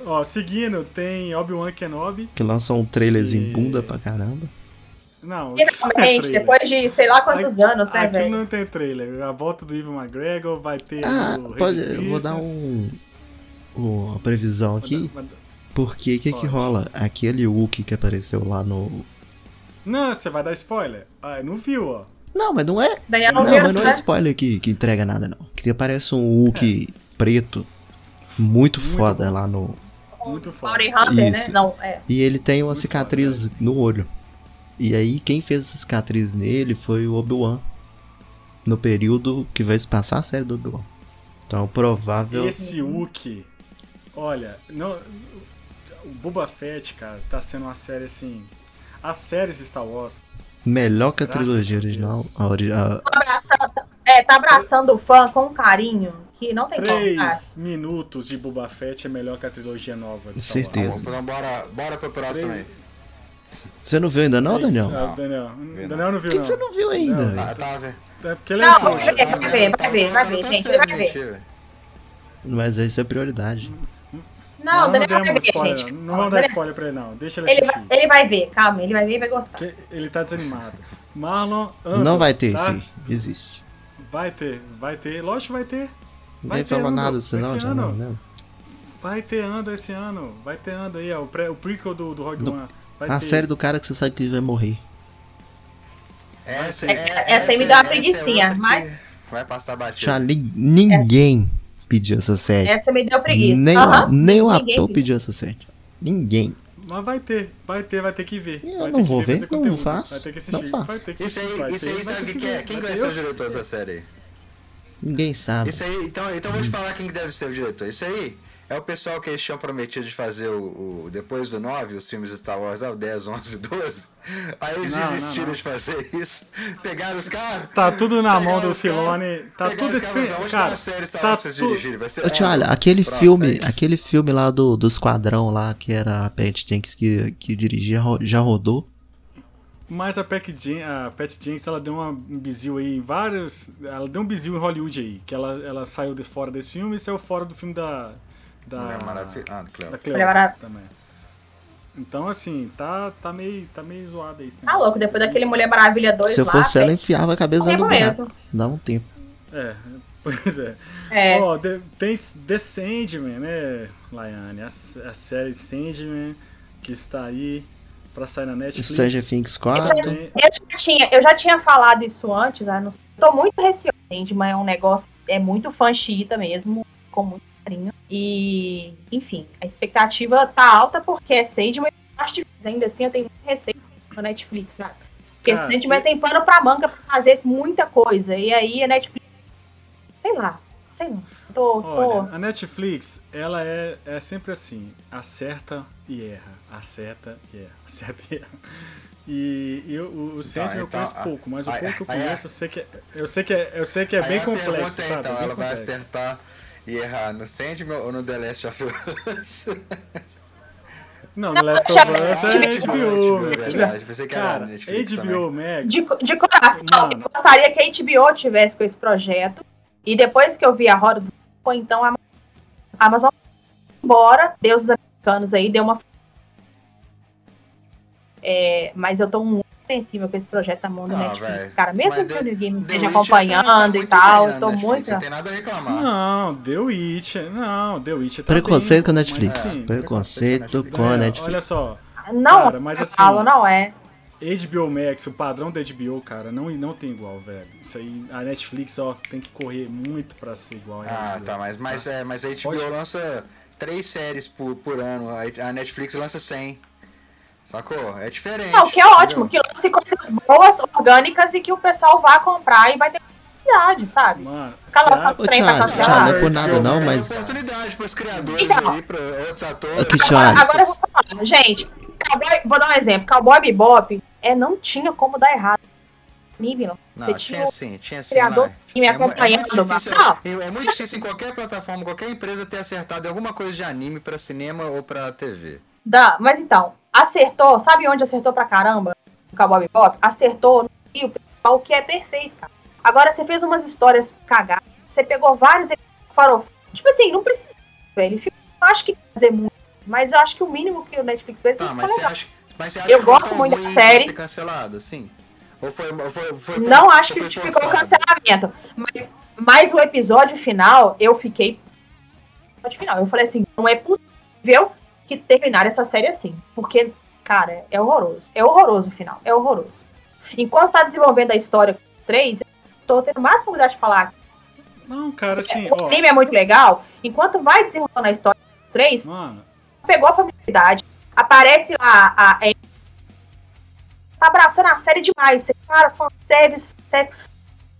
S1: Ó, seguindo, tem Obi-Wan Kenobi.
S2: Que lançou um trailerzinho
S1: E-
S2: bunda pra caramba.
S1: Não, é
S3: Finalmente,
S1: trailer.
S3: depois de sei lá quantos
S1: Aqui-
S3: anos, né,
S1: aqui
S3: velho?
S1: não tem trailer. A volta do Ivan McGregor vai ter.
S2: Ah,
S1: o Ray
S2: pode,
S1: Christensen.
S2: eu vou dar um, uma previsão aqui.
S1: Vai dar- vai dar-
S2: Porque o que que
S1: Pode.
S2: rola? Aquele Wookie que apareceu lá no...
S1: Não, você vai dar spoiler. Ah, não viu, ó.
S2: Não, mas não é
S3: Daniel
S2: Não,
S3: não, viu,
S2: mas não
S3: né?
S2: é spoiler que, que entrega nada, não. Que aparece um Hulk preto muito, foda lá no.
S1: Muito foda.
S3: Power Hunter,
S2: Isso.
S3: né? Não, é.
S2: E ele tem uma
S1: Muito
S2: cicatriz no olho. E aí, quem fez essa cicatriz nele foi o Obi-Wan. No período que vai se passar a série do Obi-Wan. Então, provável.
S1: Esse Uki. Olha, não, o Boba Fett, cara, tá sendo uma série assim. As séries de Star Wars.
S2: Melhor que a
S1: Graças
S2: trilogia
S1: a Deus.
S2: original. A ori- a-
S3: Tá abraçando, é, tá abraçando o fã com um carinho que não tem como. É cara.
S1: Três minutos de Boba Fett é melhor que a trilogia nova. de Star Wars.
S2: Certeza.
S4: Bom, Então bora, bora pro próximo aí.
S2: Você não viu ainda, não,
S1: Três-
S2: Daniel?
S1: Ah, Daniel.
S4: não.
S1: Daniel não viu,
S2: Por que
S1: não.
S2: que você não viu ainda?
S4: Ah, tá, velho.
S1: É porque ele é
S3: Não,
S1: trouxa.
S3: vai ver, vai ver, vai
S4: Tá
S3: ver, vai ver, gente, vai ver.
S2: Mas isso é prioridade.
S3: Não, o Daniel vai
S1: demos
S3: ver,
S1: spoiler,
S3: gente.
S1: não vamos dar spoiler pra ele, não. Deixa ele
S3: Ele
S1: assistir.
S3: vai, ele vai ver, calma, ele vai ver e vai gostar.
S1: Que ele tá desanimado. Marlon Anton,
S2: Não vai ter
S1: tá?
S2: isso aí. Existe.
S1: Vai ter, vai ter. Lógico que vai ter. Vai
S2: Ninguém
S1: ter,
S2: falou
S1: Ando,
S2: nada disso, não,
S1: esse
S2: já não,
S1: ano.
S2: né?
S1: Vai ter Ando esse ano. Vai ter Ando aí, ó. O, pré, o prequel do, do Rogue
S2: Do-
S1: One. Vai
S2: A
S1: ter.
S2: série do cara que você sabe que vai morrer.
S4: Essa,
S3: É,
S4: é
S3: Essa aí me deu uma preguiçinha, mas
S4: Vai passar batido.
S2: Já nin- ninguém pediu essa série.
S3: essa me deu É preguiça.
S2: nem,
S3: Aham.
S2: o, nem o
S3: Ninguém
S2: ator
S3: pediu.
S2: pediu essa série. Ninguém.
S1: Mas vai ter, vai ter, vai ter que ver.
S2: Eu
S1: Vai
S2: não
S1: ter
S2: vou
S1: que
S2: ver,
S1: fazer
S2: não
S1: conteúdo.
S2: faço,
S1: Vai ter que
S2: não
S1: assistir.
S2: faço.
S1: Vai ter que
S4: Isso
S1: assistir, vai
S4: aí, isso
S1: ter,
S4: aí,
S1: vai
S4: sabe
S1: ter
S4: o que é?
S1: ver,
S4: Quem
S1: vai ter.
S4: vai ser o diretor dessa série aí?
S2: Ninguém sabe.
S4: Isso aí, então, então
S2: Hum.
S4: vou te falar quem que deve ser o diretor. Isso aí é o pessoal que eles tinham prometido de fazer o, o- depois do 9, os filmes de Star Wars, ah, o 10, 11, 12. Aí eles
S1: Não, não,
S4: desistiram
S1: não.
S4: de fazer isso. Pegaram os caras.
S1: Tá tudo na mão do
S4: Pegaram os caras,
S1: Filone. Tá
S4: pegaram
S1: tudo
S4: os caras,
S1: escrito.
S4: onde tá
S1: Cara,
S4: a série Star
S1: tá
S4: Wars pra eles
S1: tudo-
S4: dirigirem? Vai ser
S2: Eu te
S4: ótimo.
S2: olha, aquele
S4: Pronto, é
S2: filme,
S4: isso.
S2: aquele filme lá do, do Esquadrão lá, que era a Pat Jenkins que, que dirigia, ro- já rodou.
S1: Mas a, Pac Jen- a Pat Jenkins, ela deu uma- um bizil aí em vários. Ela deu um bizil em Hollywood aí. Que ela, ela saiu de fora desse filme e saiu fora do filme da. Da,
S4: Mulher Maravilha. Ah,
S1: da
S4: claro.
S1: Cleo
S3: Mulher Maravilha.
S1: também. Então, assim, tá, tá, meio, tá meio zoado aí. esse
S3: Tá
S1: negócio.
S3: louco, depois daquele Mulher Maravilha 2
S2: Se eu
S3: lá,
S2: fosse ela,
S3: velho,
S2: enfiava a cabeça no
S3: corremos
S2: buraco.
S3: mesmo.
S2: Dá um tempo.
S1: É, pois é.
S3: É,
S1: Ó, de- tem The Sandman, né, Laiane? A, s- a série Sandman, que está aí pra sair na Netflix.
S2: Stranger Things 4.
S1: Tem-
S3: eu, já tinha, eu já tinha falado isso antes, ah, não sei. Tô muito receosa, gente, mas é um negócio. É muito fã xiita mesmo, com muito carinho. E, enfim, a expectativa tá alta porque é Sandman, eu acho difícil. Ainda assim, eu tenho muito receio na Netflix, sabe? Porque
S1: Cara,
S3: Sandman
S1: Ah, e-
S3: tem pano pra manga pra fazer muita coisa. E aí a Netflix. Sei lá, sei lá. Tô. tô...
S1: Olha, a Netflix, ela é, é sempre assim, acerta e erra, acerta e erra, acerta e erra. E, e o, o Sandman eu
S4: então,
S1: conheço
S4: a-
S1: pouco, mas o
S4: aí-
S1: pouco que eu
S4: aí é-
S1: conheço eu sei que é, eu sei que é, eu sei que é
S4: Aí
S1: bem
S4: a
S1: complexo,
S4: pergunta é,
S1: sabe? É
S4: Então,
S1: bem
S4: ela vai
S1: complexo.
S4: acertar e errar no Sandman ou no The Last of
S3: É
S4: Us?
S1: Não, The
S3: Não,
S1: Last
S3: já-
S1: of Us é HBO, meu filho.
S4: verdade. Pensei que era
S1: Cara,
S4: Netflix
S1: HBO Max,
S3: De, de coração,
S1: Mano.
S3: eu gostaria que a HBO tivesse com esse projeto. E depois que eu vi a roda do ou então a a Amazon foi embora, deuses americanos aí, deu uma. É, mas eu tô muito sensível com esse projeto da mão do
S4: Ah,
S3: Netflix,
S4: velho.
S3: cara. Mesmo
S4: Mas
S3: que
S4: The-
S3: o New Game
S4: também. The
S3: esteja
S4: Witcher tá
S3: acompanhando
S4: muito
S3: e tal,
S4: bem
S3: eu
S4: na
S3: tô
S4: Netflix,
S3: muito.
S4: Não tem nada a reclamar.
S1: Não, The Witcher. Não, The Witcher tá
S2: Preconceito
S1: bem,
S2: com a
S1: mas
S2: Netflix.
S1: assim,
S2: preconceito
S4: preconceito
S2: com a
S1: galera,
S2: Netflix.
S1: Olha só,
S3: Não,
S1: Cara, mas assim-
S3: falo, não é.
S1: HBO Max, o padrão da HBO, cara, não, não tem igual, velho. Isso aí, a Netflix, ó, tem que correr muito pra ser igual. à
S4: Ah,
S1: HBO.
S4: tá, mas, mas, é, mas a HBO
S1: Pode-
S4: lança três séries por, por ano, a- a Netflix lança 100. Sacou? É diferente.
S3: Não, que é
S4: entendeu?
S3: ótimo, que lance coisas boas, orgânicas e que o pessoal vá comprar e vai ter oportunidade, sabe?
S1: Mano,
S3: Cala
S1: será-
S3: essa-
S2: Ô,
S3: trem pra
S2: Thiago,
S3: cancelar.
S2: Thiago, não é por nada
S4: HBO
S2: não,
S4: tem
S2: mas. É
S4: oportunidade pros criadores
S3: Então.
S4: aí, pra outros atores.
S2: Aqui,
S3: Agora,
S2: Thiago.
S3: agora eu vou falar, gente. Cowboy- vou dar um exemplo. Cowboy Bebop é, não tinha como dar errado. Nível. Você
S4: Não,
S3: tinha
S4: tinha
S3: o
S4: sim, tinha sim.
S3: criador
S4: lá.
S3: que me
S4: É mu-
S3: acompanhando.
S4: É muito, difícil,
S3: Não,
S4: é- é muito difícil em qualquer plataforma, qualquer empresa ter acertado em alguma coisa de anime pra cinema ou pra TV.
S3: dá. Mas então, acertou. Sabe onde acertou pra caramba? O Cowboy Bebop? Acertou no Rio principal, que é perfeito, cara. Agora, você fez umas histórias cagadas. Você pegou vários farof. Tipo assim, não precisa, velho. Enfim, Eu acho que fazer muito. Mas eu acho que o mínimo que o Netflix fez
S4: Tá,
S3: foi
S4: mas
S3: é legal.
S4: você acha, mas você acha
S3: Eu
S4: que foi
S3: gosto
S4: tão
S3: muito da
S4: ruim
S3: série.
S4: pra ser cancelado, sim? Ou foi, ou foi, foi, foi-
S3: Não acho que
S4: foi
S3: justificou o
S4: forçado?
S3: cancelamento. Mas, mas o episódio final, eu fiquei. episódio final. Eu falei assim: não é possível que terminar essa série assim. Porque, cara, é horroroso. É horroroso o final. É horroroso. Enquanto tá desenvolvendo a história com os três, eu tô tendo o máximo cuidado de falar.
S1: Não, cara, assim,
S3: o
S1: ó.
S3: anime é muito legal. Enquanto vai desenrolando a história com os três,
S1: Mano,
S3: pegou a familiaridade. Aparece lá a. a- tá abraçando a série demais. Você, cara, fanservice, fanservice.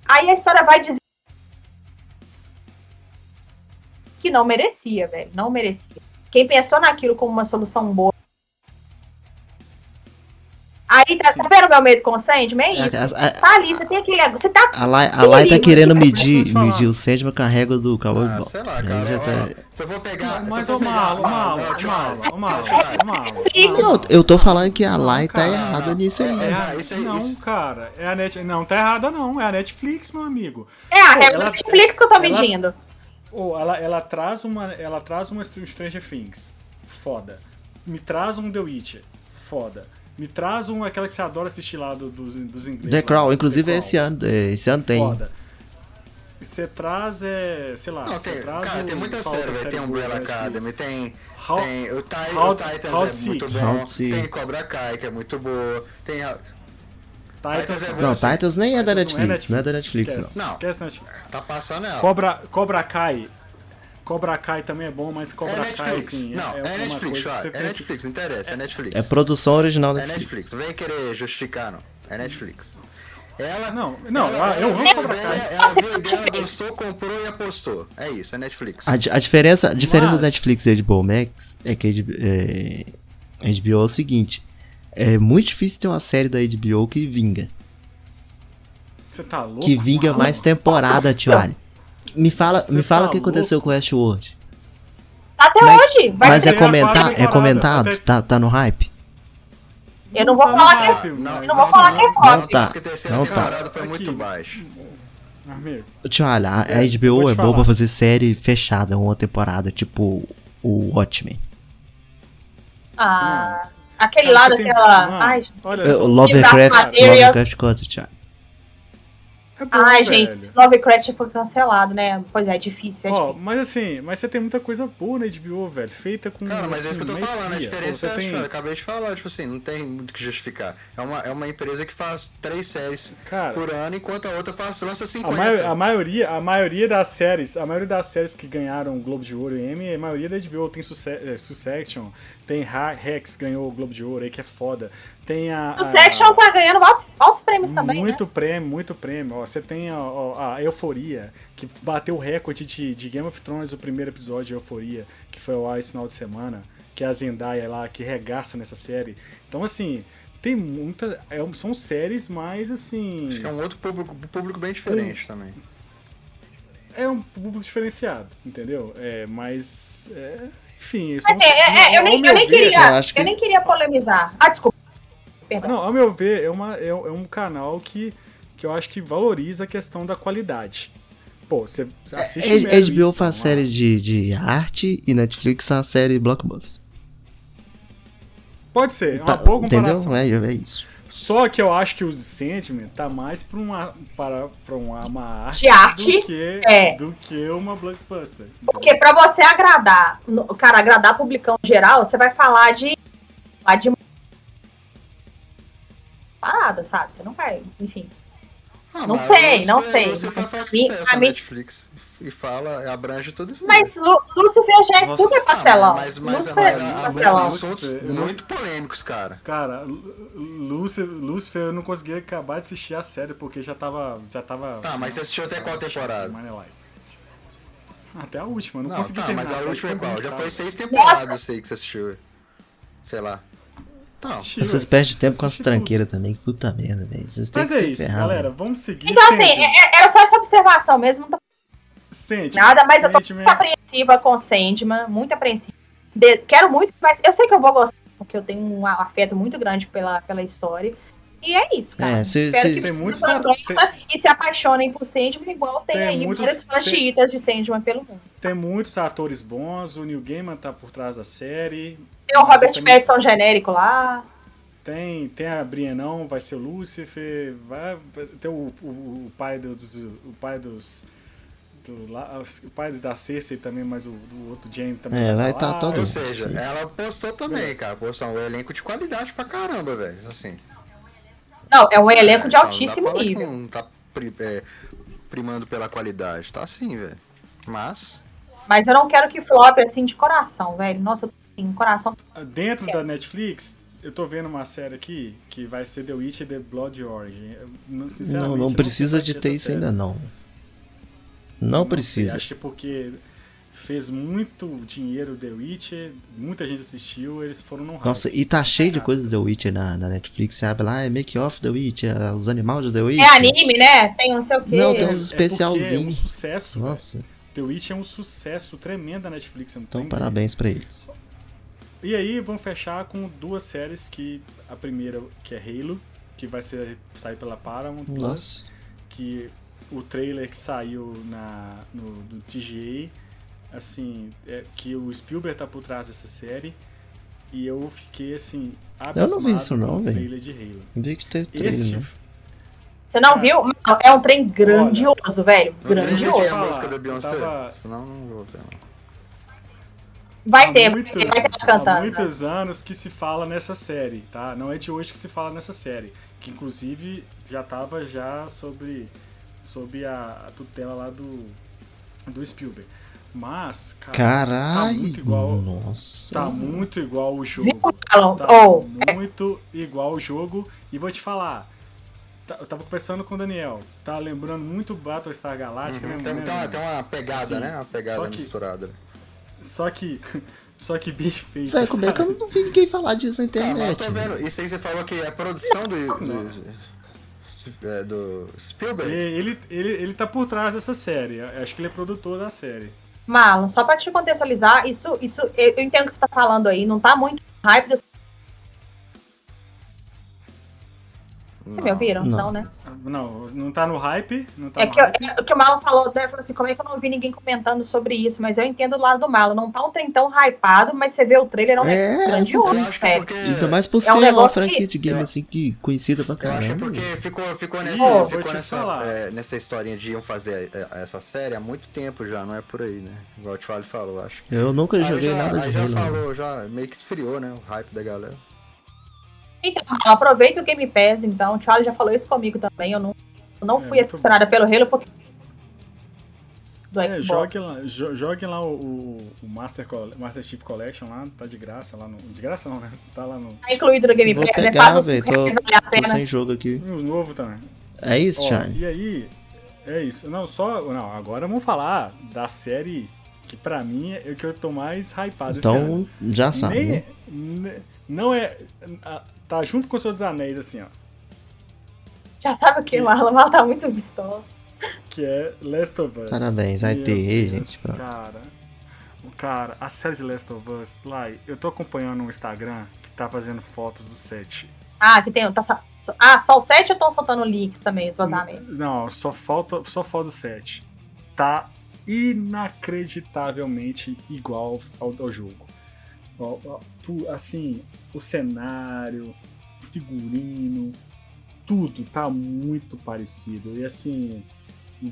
S3: Aí a história vai dizer. Que não merecia, velho. Não merecia. Quem pensou naquilo como uma solução boa. Aí, tá,
S1: Sim.
S3: tá vendo meu medo com o Sandman? É isso.
S2: A, a,
S3: Tá ali, você tem aquele. ego, Você tá.
S2: a Lai- a Lai tá
S3: Perigo,
S2: querendo
S3: cara,
S1: vou
S2: medir,
S1: te falar.
S2: medir o Sandman com a régua do Cowboy
S4: Ah,
S2: Bebop.
S4: sei lá,
S2: Aí
S4: cara.
S2: já
S4: ó,
S2: tá-
S4: Se eu vou pegar.
S1: mas
S4: se eu
S1: ô
S4: vou pegar-
S1: Malo,
S4: tipo,
S1: ô Malo,
S4: não,
S1: ô
S4: tio,
S1: Malo, ô Malo,
S4: Thiago.
S1: ô Malo.
S3: Sim.
S1: Malo.
S2: Não, eu tô falando que a Lai tá
S1: cara,
S2: errada
S4: não.
S2: nisso aí.
S1: É
S4: Ah,
S1: a,
S4: isso é
S1: não,
S4: isso.
S1: cara, é a Net, não tá errada não, é a Netflix, meu amigo.
S3: É a
S1: Pô,
S3: regra da
S1: ela-
S3: Netflix que eu tô
S1: ela-
S3: medindo.
S1: Ou ela, ela traz uma, ela traz uma Str- Stranger Things, foda. Me traz um The Witcher, foda. Me traz um aquela que você adora assistir lá do- dos, dos ingleses.
S2: The
S1: lá,
S2: Crown, inclusive
S1: The
S2: esse
S1: Crown,
S2: ano, é, esse ano tem.
S1: Foda. E Você traz, é, sei lá,
S4: Não,
S1: você
S4: tem,
S1: traz
S4: cara, tem
S1: o-
S4: muita
S1: qual
S4: série,
S1: outra
S4: velho. Tem
S1: boa da
S4: Umbrella
S1: Netflix?
S4: Academy, tem.
S1: How-
S4: Tem o, Ti-
S1: How-
S4: o Titans
S1: How
S4: é muito
S1: Six.
S4: bom.
S2: How
S4: Tem
S2: Six.
S4: Cobra Kai, que é muito boa. Tem. a-
S1: Titans é
S4: Não,
S1: bom.
S2: Não, Titans nem é da
S1: Titans
S2: Netflix, não é da Netflix,
S1: Esquece,
S2: não.
S4: não.
S1: esquece Netflix.
S4: Tá passando ela.
S1: Cobra, Cobra Kai. Cobra Kai também é bom, mas
S4: É
S1: Cobra Kai,
S4: Netflix.
S1: assim,
S4: não, é,
S1: uma
S4: Netflix,
S1: coisa que
S4: ó,
S1: você
S4: É
S1: tem que-
S4: Netflix, não interessa, é Netflix.
S2: É produção original da
S4: É Netflix.
S2: Netflix.
S4: Vem querer justificar, não. É Netflix. Ela.
S1: Não, não, ah,
S4: ela,
S1: eu
S4: ela
S1: amo
S4: viu
S1: Cobra
S4: a ideia,
S1: Kai.
S4: Ela viu a ideia, gostou, comprou e apostou. É isso, é Netflix.
S2: A, di- a diferença, a diferença
S1: Mas-
S2: da Netflix e HBO Max é que a HBO, é, a HBO é o seguinte: é muito difícil ter uma série da HBO que vinga.
S1: Você tá louco?
S2: Que vinga
S1: maluco?
S2: mais temporada, tio Ali. Me fala,
S1: Você
S2: me fala o
S1: tá
S2: que aconteceu com Westworld.
S3: Até
S2: Mas-
S3: hoje. Vai
S2: Mas
S1: ter
S2: é,
S1: a quarta
S2: comentar, é
S1: temporada, vai
S2: comentado?
S1: ter-
S2: Tá, tá no hype?
S3: Eu não vou
S1: tá
S3: falar
S1: no
S3: que- é,
S1: hype, mas
S3: não vou
S1: assim,
S3: falar que é
S2: Não
S3: óbvio.
S2: tá,
S4: Ah, Porque a terceira
S2: não tá.
S4: temporada foi muito
S1: Aqui. hum,
S4: baixa.
S1: Amigo,
S2: Tio Ali, a, a
S1: É, vou
S2: HBO
S1: te
S2: é boa
S1: falar.
S2: pra fazer série fechada, uma temporada, tipo o Watchmen.
S3: Ah, Aquele lá
S1: você tem-
S3: daquela.
S1: Mano,
S3: Ai, gente.
S1: olha
S2: É,
S1: só.
S2: o Lovecraft,
S3: Desafio.
S2: Lovecraft contra o Thiago.
S1: É bom,
S3: Ai,
S1: velho.
S3: gente, Lovecraft foi cancelado, né? Pois é, é difícil, é
S1: Ó,
S3: difícil.
S1: mas assim, mas você tem muita coisa boa na HBO, velho. Feita com.
S4: Cara, mas é isso que eu tô
S1: assim,
S4: falando, a
S1: maestria.
S4: diferença é
S1: Pô,
S4: essa,
S1: você tem-
S4: eu acabei de falar, tipo assim, não tem muito o que justificar. É uma, é uma empresa que faz três séries
S1: Cara.
S4: por ano, enquanto a outra faz, lança
S1: A,
S4: 50.
S1: mai- a maioria, a maioria das séries, a maioria das séries que ganharam o Globo de Ouro e Emmy, a maioria da HBO tem Suce eh, Succession, tem Ha- Rex ganhou o Globo de Ouro aí que é foda. Tem a
S3: O Section
S1: a-
S3: tá ganhando altos, altos prêmios também, né?
S1: ah. muito prêmio, muito prêmio. Ó, você tem a, ó, a Euforia, que bateu o recorde de, de Game of Thrones, o primeiro episódio de Euforia, que foi ao ar esse final de semana, que é a Zendaya lá, que regaça nessa série. Então, assim, tem muita. é um- são séries mais assim.
S4: Acho que é um outro público, um público bem
S1: Hum.
S4: diferente também.
S1: É um público diferenciado, entendeu? É, mas. é, enfim, isso
S3: Mas, é, é, é, eu, nem, eu nem queria,
S2: eu acho
S3: eu
S2: que-
S3: nem queria polemizar. Ah, desculpa. Perdão.
S1: Não, ao meu ver, é, uma, é, é um canal que, que eu acho que valoriza a questão da qualidade. Pô, você assiste.
S2: É,
S1: Mary
S2: HBO
S1: Winston,
S2: faz
S1: lá.
S2: série de, de arte e Netflix faz série blockbuster.
S1: Pode ser, é uma
S2: Tá,
S1: boa comparação.
S2: entendeu? É, é isso.
S1: Só que eu acho que o Sentiment tá mais pra uma, para, pra uma, uma arte,
S3: De arte,
S1: do, que,
S3: é.
S1: do que uma blockbuster. entendeu?
S3: Porque pra você agradar, no- cara, agradar publicão em geral, você vai falar de. Lá de. Parada, sabe? Você não vai. Enfim.
S4: Ah,
S3: Não
S4: mas
S3: sei, não
S4: Lucifer-
S3: sei.
S4: Lucifer faz
S3: A mim-
S4: sucesso
S3: a
S4: na
S3: mim-
S4: Netflix e fala, abrange tudo isso.
S3: Mas Lu- Lúcifer já é
S1: Nossa,
S3: super
S4: Ah,
S3: pastelão.
S4: Mas, mas,
S3: Lúcifer
S4: mas,
S3: é
S1: a-
S3: super
S1: a-
S3: pastelão.
S1: Lúcifer-
S4: assuntos
S1: Eu não-
S4: muito polêmicos, cara.
S1: Cara, Lu- Lúcifer, Lúcifer, eu não consegui acabar de assistir a série porque já tava. Já tava
S4: Tá, mas você assistiu até qual temporada?
S1: Manelai. Até a última, eu não,
S4: Não,
S1: consegui
S4: tá,
S1: terminar.
S4: mas a
S1: série,
S4: última é
S1: foi
S4: qual? Já
S1: complicado.
S4: foi seis temporadas isso aí que você assistiu. Sei lá. Então, Não,
S1: Assisti,
S2: Vocês
S1: mas-
S2: perdem tempo com as
S1: assisti tudo.
S2: tranqueiras também, que puta merda, velho. Vocês têm
S1: Mas
S2: que
S1: é
S2: se
S1: isso,
S2: ferrar.
S1: galera.
S2: velho.
S1: Vamos seguir.
S3: Então, assim,
S1: Sentiment.
S3: é- é- era só essa observação mesmo, não tá tô
S1: Sentiment,
S3: nada, mas eu tô
S1: Sentiment.
S3: muito apreensiva com Sandman, muito apreensiva. De- quero muito, mas eu sei que eu vou gostar, porque eu tenho um afeto muito grande pela, pela história. E é isso, cara.
S2: É, se-
S3: Espero
S2: se-
S3: que
S1: Tem muitos
S3: vocês
S1: atores-
S3: gostem e se apaixonem por Sandman, igual tem,
S1: Tem
S3: aí
S1: muitos-
S3: vários fãs
S1: tem-
S3: chiitas de Sandman pelo mundo.
S1: Tem muitos atores bons, o Neil Gaiman tá por trás da série.
S3: Tem o
S1: Mas eu
S3: Robert
S1: também-
S3: Pattinson genérico lá.
S1: Tem, tem a Brienão, vai ser o Lúcifer, vai, vai- tem o, o, o pai dos. O pai dos. do lá- o pai da Cersei também, mas o, o outro Jamie também.
S2: É, vai
S1: estar
S2: tá todo
S4: Ou
S2: mundo.
S4: seja,
S2: Sim.
S4: ela postou também, cara. Postou um elenco de qualidade pra caramba, velho. Assim.
S3: Não, é um elenco de
S4: É, então,
S3: altíssimo
S4: dá pra falar que
S3: nível.
S4: Não tá pri- é, primando pela qualidade. Tá sim, velho. Mas.
S3: Mas eu não quero que flop assim de coração, velho. Nossa, eu tô assim, coração.
S1: Dentro
S3: É.
S1: da Netflix, eu tô vendo uma série aqui que vai ser The Witch and The Blood Origin. Eu Não, sinceramente,
S2: Não,
S1: eu
S2: não
S1: sei
S2: precisa
S1: se vai
S2: de ter
S1: essa
S2: isso
S1: série.
S2: ainda, não.
S1: Eu
S2: Não
S1: sei,
S2: precisa.
S1: Acho que é porque fez muito dinheiro The Witcher, muita gente assistiu, eles foram no hype.
S2: Nossa, e tá cheio de coisa do The Witcher na, na Netflix, sabe? Lá é Make Off The Witcher, os animais de The Witcher.
S3: É anime, né? Tem não sei o quê.
S2: Não,
S1: É
S2: tem uns
S1: porque É um
S2: especialzinhos.
S1: sucesso. velho.
S2: Nossa,
S1: The Witch é um sucesso tremendo da Netflix. eu Não tô
S2: então
S1: entendendo.
S2: parabéns pra eles.
S1: E aí vamos fechar com duas séries que a primeira que é Halo, que vai ser sair pela Paramount, Plus,
S2: Nossa,
S1: que o trailer que saiu na no do TGA, assim, é, que o Spielberg tá por trás dessa série. E eu fiquei assim,
S2: Eu não vi isso
S1: abismado com
S2: não,
S1: o
S2: velho.
S1: trailer de Halo.
S2: não vi que teve
S1: Esse
S2: trailer, né?
S3: Você não
S1: Cara.
S3: viu? Mano, É um trem grandioso, velho.
S4: não tem um jeito de
S1: eu ia
S3: Grandioso.
S4: ver a
S1: falar,
S4: música da
S1: eu
S4: Beyoncé.
S1: tava- Uhum.
S4: Senão não vou ver. não.
S3: Vai
S1: Há
S3: ter, vai
S1: muitos-
S3: ter, vai ter ela
S1: Há
S3: cantando.
S1: muitos anos que se fala nessa série, tá? Não é de hoje que se fala nessa série. Que inclusive já tava já sobre, sobre a, a tutela lá do, do Spielberg. Mas, cara, tá
S2: Caralho,
S1: muito igual.
S2: nossa.
S1: Tá muito igual o jogo.
S3: Viu, Calão?
S1: Tá
S3: Ou, é,
S1: muito igual o jogo. E vou te falar. tá- Eu tava conversando com o Daniel. Tá lembrando muito Battlestar Galactica,
S4: Uhum.
S1: né,
S4: Tem,
S1: né,
S4: tem, uma,
S1: né?
S4: tem uma pegada,
S1: Sim.
S4: né? Uma pegada
S1: Só que-
S4: misturada.
S1: Só que. Só que bem feito.
S2: Véi, como é que
S1: sabe?
S2: eu não vi ninguém falar disso na
S1: tá,
S4: Cara, Tá, mas eu
S2: internet?
S4: tô vendo. Isso aí você falou que a produção do. do, é, do
S1: E
S4: Spielberg.
S1: Ele, ele, ele tá por trás dessa série. Eu Acho que ele é produtor da série.
S3: Marlon, só pra te contextualizar, isso, isso, eu eu entendo o que você tá falando aí, não tá muito hype desse Vocês me ouviram?
S2: Não.
S3: Não, né?
S1: Não, não tá no hype. Não tá
S3: É
S1: no
S3: que, eu-
S1: hype.
S3: é o que o Malo falou, né? Falou assim, como é que eu não vi ninguém comentando sobre isso? Mas eu entendo o lado do Malo. Não tá um trem tão hypado, mas você vê o trailer, é um
S2: É,
S3: negócio
S2: eu
S4: Eu
S3: grandioso,
S4: acho que
S3: né?
S4: porque.
S2: Ainda mais por
S3: um
S2: ser uma
S3: negócio
S2: franquia de game
S1: Eu-
S2: assim que conhecida pra
S4: Eu acho que é
S2: caramba.
S4: porque ficou, ficou, nessa,
S1: Pô, vou
S4: ficou
S1: te
S4: nessa,
S1: falar.
S4: é, nessa historinha de iam fazer é, essa série há muito tempo já, não é por aí, né? Igual o Tchali falou, acho.
S2: Eu nunca
S4: Aí
S2: joguei
S4: já,
S2: nada
S4: aí
S2: de
S4: já
S2: Halo. né? não.
S4: falou, já meio que esfriou, né? O hype da galera.
S3: Então, aproveita o Game Pass, então. O Charlie já falou isso comigo também. Eu não, eu não
S1: É,
S3: fui
S1: muito
S3: adicionada pelo Halo porque. Do
S1: É,
S3: Xbox.
S1: joguem lá, jo- joguem lá o, o- o Master, Col- Master Chief Collection lá, tá de graça lá no. De graça não, né? Tá lá no.
S3: Tá incluído no Game
S2: Vou
S3: Pass, né?
S2: pegar,
S3: Passa uns
S2: velho,
S3: cinco reais,
S2: tô-
S3: vale a
S2: Tô
S3: pena.
S2: sem jogo aqui.
S1: E o novo também.
S2: É isso,
S1: Ó,
S2: Shine?
S1: e aí, é isso. Não, só. Não, agora vamos falar da série que pra mim é o que eu tô mais hypado. esse ano.
S2: Então, já sabe,
S1: Nem- é assim.
S2: né?
S1: ne- Não é. a- Tá junto com o Senhor dos Anéis, assim, ó.
S3: Já sabe o que lá? Ela tá muito pistola.
S1: Que é Last of Us.
S2: Parabéns, vai
S1: Meu
S2: ter,
S1: Deus,
S2: gente, pronto.
S1: Cara, o cara, a série de Last of Us, lá, eu tô acompanhando um Instagram que tá fazendo fotos do set.
S3: Ah, que tem. Tá, sa- ah, só o 7 ou estão soltando leaks também, os vazamentos?
S1: Hum, Não, só falta, só falta o set. Tá inacreditavelmente igual ao, ao jogo. Ó, ó, tu- assim, o cenário, o figurino, tudo tá muito parecido. E assim,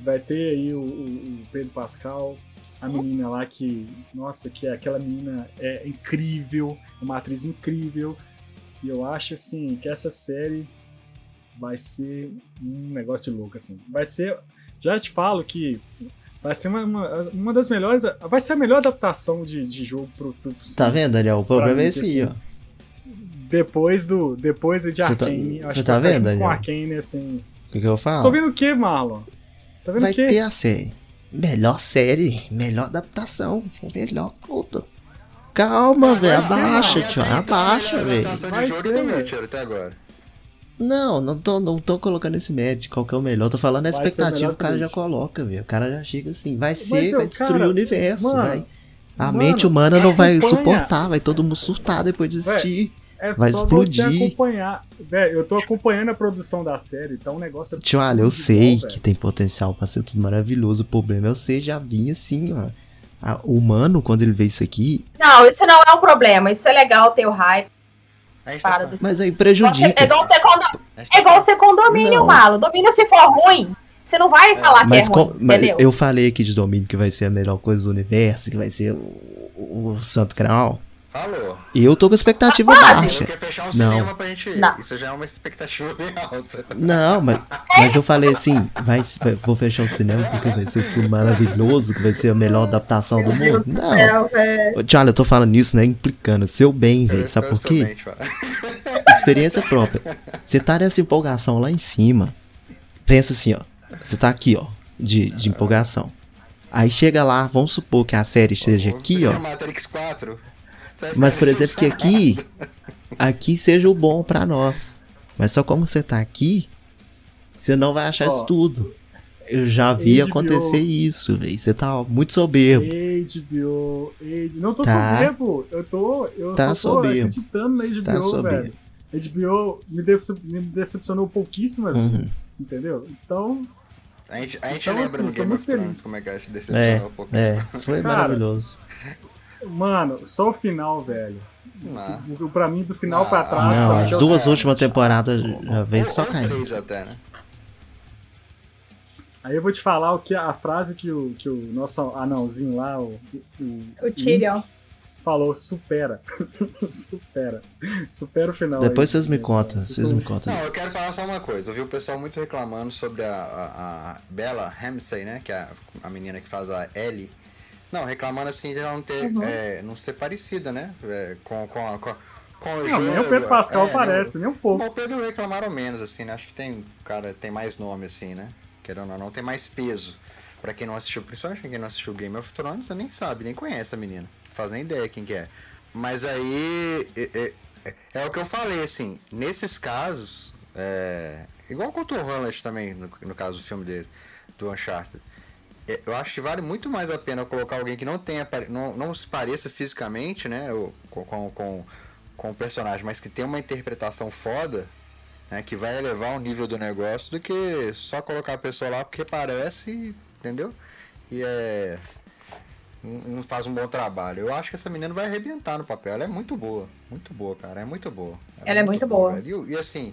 S1: vai ter aí o, o- o Pedro Pascal, a menina lá que, nossa, que é aquela menina é incrível, é uma atriz incrível. E eu acho assim que essa série vai ser um negócio de louco assim. Vai ser, já te falo que vai ser uma, uma, uma das melhores, vai ser a melhor adaptação de, de jogo pro, pro, pro
S2: Tá vendo, Daniel? O problema
S1: mim, assim.
S2: é esse aí, ó.
S1: depois do depois de
S2: Cê tá-
S1: Arkane.
S2: cê tá vendo,
S1: junto Com
S2: Daniel?
S1: Arkane, assim.
S2: O que, que eu falo?
S1: Tô vendo o que, Marlon? Tá vendo
S2: Vai
S1: o que?
S2: ter a série. Melhor série, melhor adaptação, melhor tudo. Calma, velho,
S1: ser,
S2: abaixa,
S1: não.
S2: tio, abaixa, velho.
S1: Vai
S4: Vai
S1: ser, né?
S4: ser,
S1: velho.
S4: Witcher até agora.
S2: Não, não tô, não tô colocando esse médio, qual que é o melhor. Tô falando a
S1: Vai ser
S2: expectativa,
S1: melhor
S2: o cara
S1: que
S2: já
S1: isso.
S2: coloca, velho. O cara já chega assim, vai ser,
S1: eu,
S2: vai destruir
S1: cara,
S2: o universo,
S1: mano,
S2: vai. A
S1: mano, é
S2: mente humana não vai
S1: acompanha.
S2: suportar, vai todo mundo surtar depois de assistir.
S1: É
S2: vai
S1: só você
S2: explodir.
S1: acompanhar. Velho, eu tô acompanhando a produção da série, então o negócio é.
S2: Tio, olha, eu
S1: muito
S2: sei
S1: bom, velho.
S2: que tem potencial pra ser tudo maravilhoso. O problema é você já vir assim, ó. A- o humano, quando ele vê isso aqui,
S3: Não, isso não é um problema. Isso é legal ter o hype.
S4: A gente
S3: Para
S4: tá,
S3: do.
S2: mas aí
S3: É
S2: prejudica.
S3: igual ser condo-
S4: a gente
S3: é
S4: tá-
S3: igual ser condomínio,
S2: Não.
S3: Malo. Domínio, se for ruim, você não vai falar que
S2: Mas,
S3: é ruim.
S2: com- mas
S3: entendeu?
S2: eu falei aqui de domínio que vai ser a melhor coisa do universo, que vai ser o, o- o Santo Graal.
S4: Falou.
S2: E eu tô com expectativa
S4: Você
S2: baixa.
S4: quer fechar um
S2: Não.
S4: cinema pra gente ir.
S3: Não.
S4: Isso já é uma expectativa bem alta.
S2: Não, mas, mas eu falei assim, vai, vai- vou fechar o cinema porque vai ser um filme maravilhoso, que vai ser a melhor adaptação do mundo. Não.
S3: Não, velho.
S2: Ô, Charlie, eu tô falando isso, né? Implicando. Seu bem,
S4: Eu-
S2: velho. Sabe
S4: eu
S2: por
S4: sou
S2: quê?
S4: bem, tio.
S2: experiência própria. Você tá nessa empolgação lá em cima. Pensa assim, ó. Você tá aqui, ó, de, de empolgação. Aí chega lá, vamos supor que a série esteja aqui,
S4: Você
S2: ó.
S4: quer Matrix 4. Você vai
S2: Mas,
S4: ficar
S2: por exemplo, que
S4: insuportável.
S2: aqui. Aqui seja o bom pra nós. Mas só como você tá aqui, você não vai achar
S1: Ó.
S2: isso tudo. Eu já vi
S1: HBO.
S2: acontecer isso, velho. Você tá ó, muito soberbo.
S1: HBO, HBO. Não tô
S2: Tá.
S1: soberbo. Eu tô. Eu
S2: Tá
S1: só tô
S2: soberbo.
S1: acreditando na HBO,
S2: Tá
S1: velho.
S2: soberbo.
S1: HBO me, decep- me decepcionou pouquíssimas
S2: Uhum.
S1: vezes, entendeu? Então,
S4: A gente, a gente
S1: Então,
S4: lembra
S1: assim,
S4: no
S1: tô
S4: Game
S1: muito
S4: of Thrones
S1: feliz.
S4: como é que a gente
S2: É,
S4: decepcionou um pouco.
S2: é. Foi
S1: Cara,
S2: maravilhoso.
S1: mano, só o final, velho.
S4: Não.
S1: O, pra mim, do final
S4: Ah,
S1: pra trás.
S2: Ah. Não,
S1: tá-
S2: as
S4: eu-
S2: duas
S4: cara,
S2: últimas
S4: tchau.
S2: temporadas já veio
S4: Ou-
S2: só
S4: ou
S2: caindo.
S4: três até, né?
S1: Aí eu vou te falar o que a frase que o, que o nosso anãozinho lá, o, o,
S3: O Tyrion.
S1: falou, supera. supera. Supera o final.
S2: Depois
S1: aí,
S2: vocês me
S1: gente.
S2: contam, vocês
S1: são-
S2: me contam.
S4: Não, eu quero falar só uma coisa. Eu vi o pessoal muito reclamando sobre a, a- a Bella Ramsey, né? Que é a, a menina que faz a Ellie. Não, reclamando assim de ela não ter.
S3: Uhum.
S4: é, não ser parecida, né? É, com, com, a- com, a- com o
S1: Não,
S4: jogo.
S1: nem o Pedro Pascal
S4: É,
S1: parece, nem um
S4: Não,
S1: pouco.
S4: Bom, o Pedro reclamaram menos, assim, né? Acho que tem. Cara, tem mais nome, assim, né? Querendo ou não, tem mais peso. Pra quem não assistiu, principalmente quem não assistiu Game of Thrones, nem sabe, nem conhece a menina. Não Faz nem ideia quem que é. Mas aí. É, é- é- é o que eu falei, assim. Nesses casos. É, igual com o Tom Holland também, no, no caso do filme dele, do Uncharted. É, Eu acho que vale muito mais a pena colocar alguém que não tenha pare- não, não se pareça fisicamente, né? ou com, com, com, com o personagem, mas que tem uma interpretação foda né, que vai elevar o nível do negócio do que só colocar a pessoa lá porque parece, entendeu? E é. Não faz um bom trabalho. Eu acho que essa menina vai arrebentar no papel. Ela é muito boa. Muito boa, cara. É muito boa.
S3: Ela é muito boa.
S4: velho. E, e assim,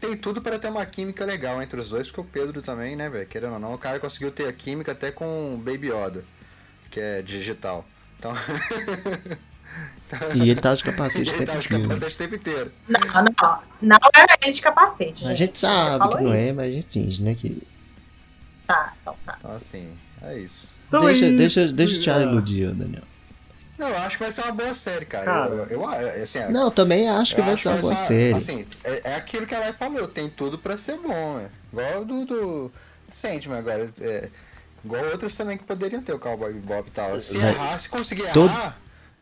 S4: tem tudo para ter uma química legal entre os dois, porque o Pedro também, né, velho? Querendo ou não, o cara conseguiu ter a química até com o Baby Yoda, que é digital. Então.
S2: E ele tava de capacete o tempo
S4: ele tava de
S2: inteiro.
S4: capacete é o tempo inteiro.
S3: Não, não, não era ele de capacete.
S2: A gente sabe
S3: Falou
S2: que não é,
S3: isso.
S2: mas a gente finge, né? Que...
S3: Tá, então tá.
S4: Então, assim, é isso.
S1: Então é
S2: deixa,
S1: isso,
S2: deixa, deixa o Thiago
S1: ah.
S2: iludir, Daniel.
S4: Não, eu acho que vai ser uma boa série, cara.
S1: Cara.
S4: Eu, eu, eu- assim,
S2: Não, eu também acho que
S4: Eu
S2: vai ser uma boa
S4: essa-
S2: série.
S4: Assim, é, é aquilo que ela falou, tem tudo pra ser bom, né? Igual do, do Sandman agora. é, igual outros também que poderiam ter o Cowboy Bob e tal. Se
S2: Vai-
S4: errar, se conseguir
S2: Todo-
S4: errar,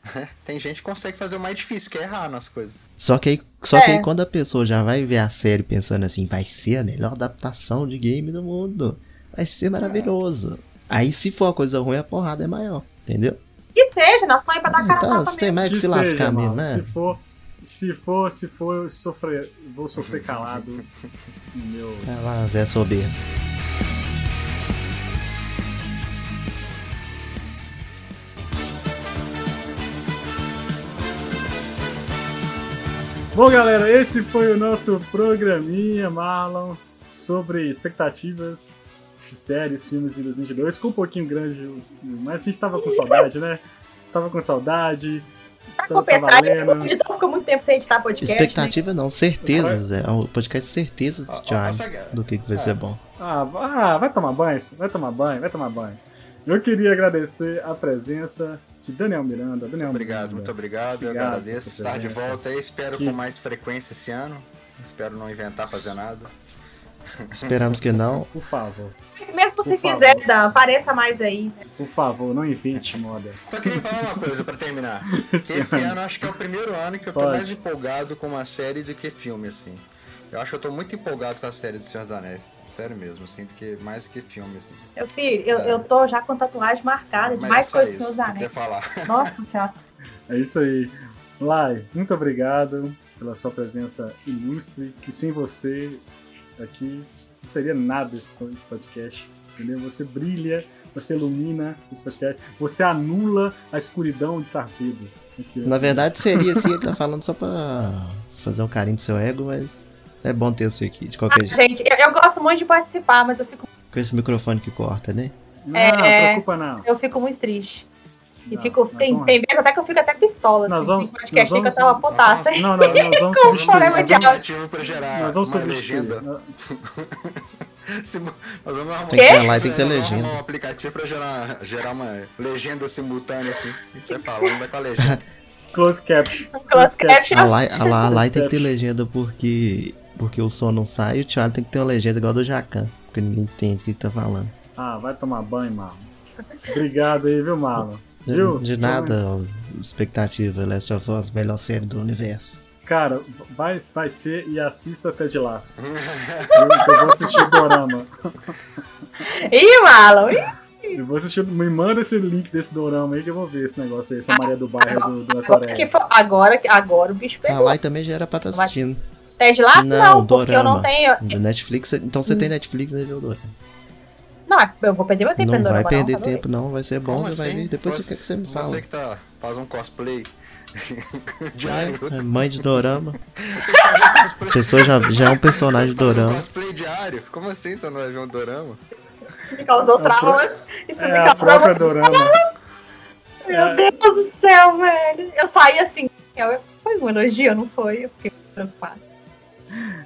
S4: tem gente que consegue fazer o mais difícil, que é errar nas coisas.
S2: Só que aí, só que
S3: É.
S2: aí quando a pessoa já vai ver a série pensando assim, vai ser a melhor adaptação de game do mundo. Vai ser maravilhoso. Aí se for uma coisa ruim, a porrada é maior, entendeu?
S3: Que seja, nós estamos aí pra dar cara a
S2: Então,
S3: tapa
S2: você tem mais que,
S1: Que
S2: se lascar
S1: seja,
S2: mesmo,
S1: mano. Se
S2: né?
S1: for, se for, se for, eu sofrer, vou sofrer calado no meu.
S2: Vai É lá, Zé Soberbo.
S1: Bom, galera, esse foi o nosso programinha, Marlon, sobre expectativas de séries, filmes de 2022. Ficou um pouquinho grande, mas a gente tava com saudade, né? Tava com saudade.
S3: Pra
S1: Então, tá
S3: compensar, a gente
S1: valendo.
S3: ficou editar, ficou muito tempo sem editar podcast. né?
S2: Expectativa não, certezas,
S1: Vai.
S2: Zé. É um podcast de certezas
S4: Ó, ó,
S2: do
S1: tá
S2: Thiago
S4: essa-
S2: do que, que vai
S4: é.
S2: ser bom.
S1: Ah, va- ah, vai tomar banho, sim. vai tomar banho, vai tomar banho. Eu queria agradecer a presença de Daniel Miranda. Daniel
S4: Obrigado, muito
S1: Miranda.
S4: obrigado, eu
S1: Obrigado
S4: agradeço.
S1: pela
S4: Estar de
S1: presença.
S4: volta aí, espero
S1: Que-
S4: com mais frequência esse ano. Espero não inventar fazer nada.
S2: Esperamos que não.
S1: Por favor,
S3: Mas mesmo se
S1: Por favor.
S3: fizer, Dan, apareça mais aí.
S1: por favor, não invente moda.
S4: Só queria falar uma coisa pra terminar.
S1: Esse
S4: Esse
S1: ano.
S4: ano acho que é o primeiro ano que eu tô
S1: Pode.
S4: mais empolgado com uma série do que filme, assim. Eu acho que eu tô muito empolgado com a série do Senhor dos Anéis. Sério mesmo, assim, do que mais do que filme, assim.
S3: Meu filho, eu,
S1: É.
S3: eu tô já com tatuagem marcada de
S4: Mas
S3: mais
S4: é só
S3: coisas
S4: isso
S3: que seus
S4: que eu queria
S3: anéis.
S4: falar.
S3: Nossa senhora.
S1: É isso aí. Lai, muito obrigado pela sua presença ilustre, que sem você aqui não seria nada esse esse podcast. Entendeu? Você brilha, você ilumina esse podcast, você anula a escuridão de Sarcido. Aqui,
S2: Na
S1: assim.
S2: verdade seria assim, ele tá falando só pra fazer um carinho do seu ego, mas é bom ter você aqui, de
S3: Ah.
S2: qualquer jeito.
S3: Gente, eu, eu gosto muito de participar, mas eu fico,
S2: Com esse microfone que corta, né?
S1: Não,
S3: É.
S1: preocupa não.
S3: eu fico muito triste. E
S1: Não,
S3: fico,
S1: nós
S3: tem,
S1: vamos-
S3: tem vezes até que eu fico até pistola.
S1: Nós
S3: assim,
S1: vamos-
S3: tem podcast
S1: nós vamos-
S3: que eu tava putaça.
S1: Não, não, nós vamos substituir.
S3: é um problema
S1: Nós
S3: de
S1: vamos,
S3: áudio.
S4: Motivo pra gerar
S1: nós vamos
S4: uma
S1: substituir. né?
S4: legenda.
S1: Nós-
S4: Sim, Nós vamos arrumar
S2: Tem que ir lá e tem que ter
S4: Nós vamos
S2: legenda.
S4: arrumar um aplicativo pra gerar, gerar uma legenda simultânea, assim. A gente vai falando, vai com a legenda.
S1: Close caption.
S3: Close caption.
S2: A Lai, a Lai, a Lai tem que ter legenda porque, porque o som não sai e o Thiago tem que ter uma legenda igual a do Jacan. Porque ninguém entende o que, que tá falando.
S1: Ah, vai tomar banho, Marlon. Obrigado aí, viu, Marlon?
S2: De,
S1: Viu? Então
S2: de nada, ó, expectativa. Last of Us, melhor série do universo.
S1: Então, Cara, vai, vai ser e assista até de laço. Eu, eu vou assistir o Dorama.
S3: Ih, Marlon, ih,
S1: Eu vou assistir. Me manda esse link desse Dorama aí que eu vou ver esse negócio aí, essa Maria do Bairro do, da
S3: agora Ah, é que
S1: Coreia.
S3: foi- agora, que- agora o bicho
S2: A
S3: pegou.
S2: Lai também já era pra estar
S3: Vai-
S2: assistindo.
S3: Ted Lasso
S2: Não,
S3: não, porque eu
S2: Dorama.
S3: não tenho.
S2: Do Netflix, então você tem Netflix, né, viu, Dora?
S3: Não, é- eu vou perder meu tempo
S2: Não
S3: pra
S2: vai
S3: Dorama,
S2: perder
S3: tá doido?
S2: tempo, não. Vai ser bom,
S4: Como
S2: você vai
S4: assim?
S2: ver. Depois você,
S4: Você-
S2: quer que você me fala.
S4: Você que tá, faz um cosplay. de um
S2: Ah, é mãe de Dorama. A
S4: cosplay.
S2: pessoa já, já é um personagem de
S4: Faz um
S2: Dorama.
S4: cosplay diário? Como assim você não vai ver um dorama?
S3: Isso me causou
S1: É a
S3: traumas. Isso
S1: É a
S3: me
S1: própria
S3: causou.
S1: Dorama.
S3: Meu
S1: É.
S3: Deus do céu, velho. Eu saí assim. eu- Foi um elogio, não foi? Eu fiquei preocupada.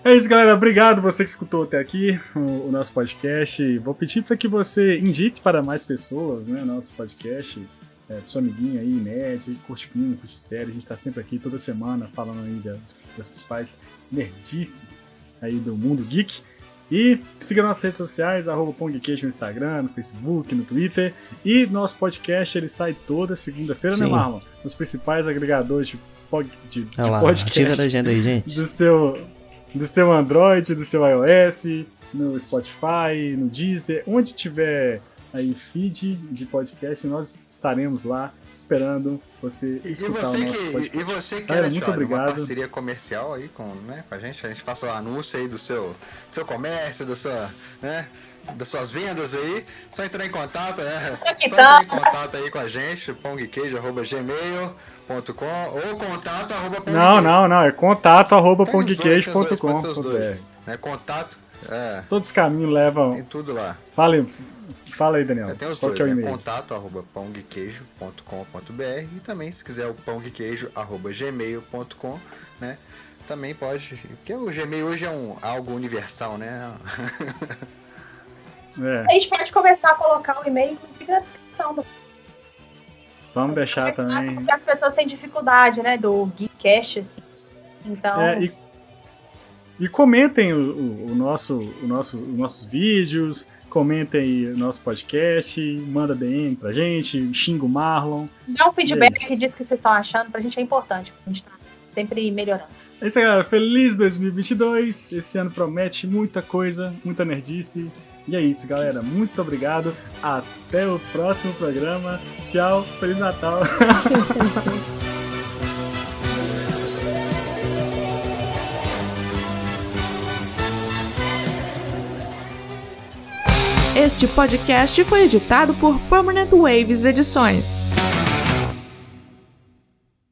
S1: É isso, galera. Obrigado você que escutou até aqui o, o nosso podcast. Vou pedir para que você indique para mais pessoas né, o nosso podcast. É, pro seu amiguinho aí, nerd, curte filme, curte série. A gente tá sempre aqui toda semana falando aí das, das principais nerdices aí do mundo geek. E siga nossas redes sociais, arroba Pão de Queijo no Instagram, no Facebook, no Twitter. E nosso podcast, ele sai toda segunda-feira, né,
S2: Sim.
S1: Marlon? Nos principais agregadores de, pod, de, de
S2: Olha lá, ativa a
S1: podcast
S2: legenda aí, gente.
S1: do seu do seu Android, do seu iOS, no Spotify, no Deezer, onde tiver aí feed de podcast, nós estaremos lá esperando você
S4: E
S1: escutar o
S4: você,
S1: nosso podcast.
S4: que, e você que
S1: Cara,
S4: era,
S1: muito
S4: Thiago,
S1: obrigado.
S4: uma parceria comercial aí com, né, com a gente, a gente faça o anúncio aí do seu, seu comércio, do sua, né, das suas vendas aí, só entrar em contato, né? Só
S3: que
S4: entrar em
S3: tá.
S4: contato aí com a gente, pongqueijo.gmail.com ou contato arroba
S1: Não,
S4: pongqueijo.
S1: não, não. É contato arroba
S4: Tem os dois, tem os dois,
S1: pongqueijo.com.
S4: pode ser os dois, né, Contato, é,
S1: Todos os caminhos levam.
S4: tem tudo lá.
S1: Fala aí, fala aí Daniel.
S4: É, tem os
S1: Qual que
S4: dois,
S1: é o
S4: né?
S1: e-mail?
S4: Contato arroba pongqueijo.com.br e também, se quiser, o pongqueijo arroba gmail.com, né? Também pode. Porque o Gmail hoje é um, algo universal, né?
S1: É,
S3: A gente pode começar a colocar o e-mail, inclusive, na descrição do
S1: vamos deixar
S3: mais fácil,
S1: também.
S3: porque as pessoas têm dificuldade, né, do Geekcast, assim. Então,
S1: É, e, e comentem o, o- o nosso, o nosso, os nossos vídeos, comentem aí o nosso podcast, manda DM pra gente, xinga o Marlon.
S3: dá um feedback
S1: é isso.
S3: e diz o que vocês estão achando, pra gente é importante, porque a gente tá sempre melhorando.
S1: É isso aí, galera. Feliz 2022. Esse ano promete muita coisa, muita nerdice. E é isso, galera. Muito obrigado. Até o próximo programa. Tchau. Feliz Natal.
S5: Este podcast foi editado por Permanent Waves Edições.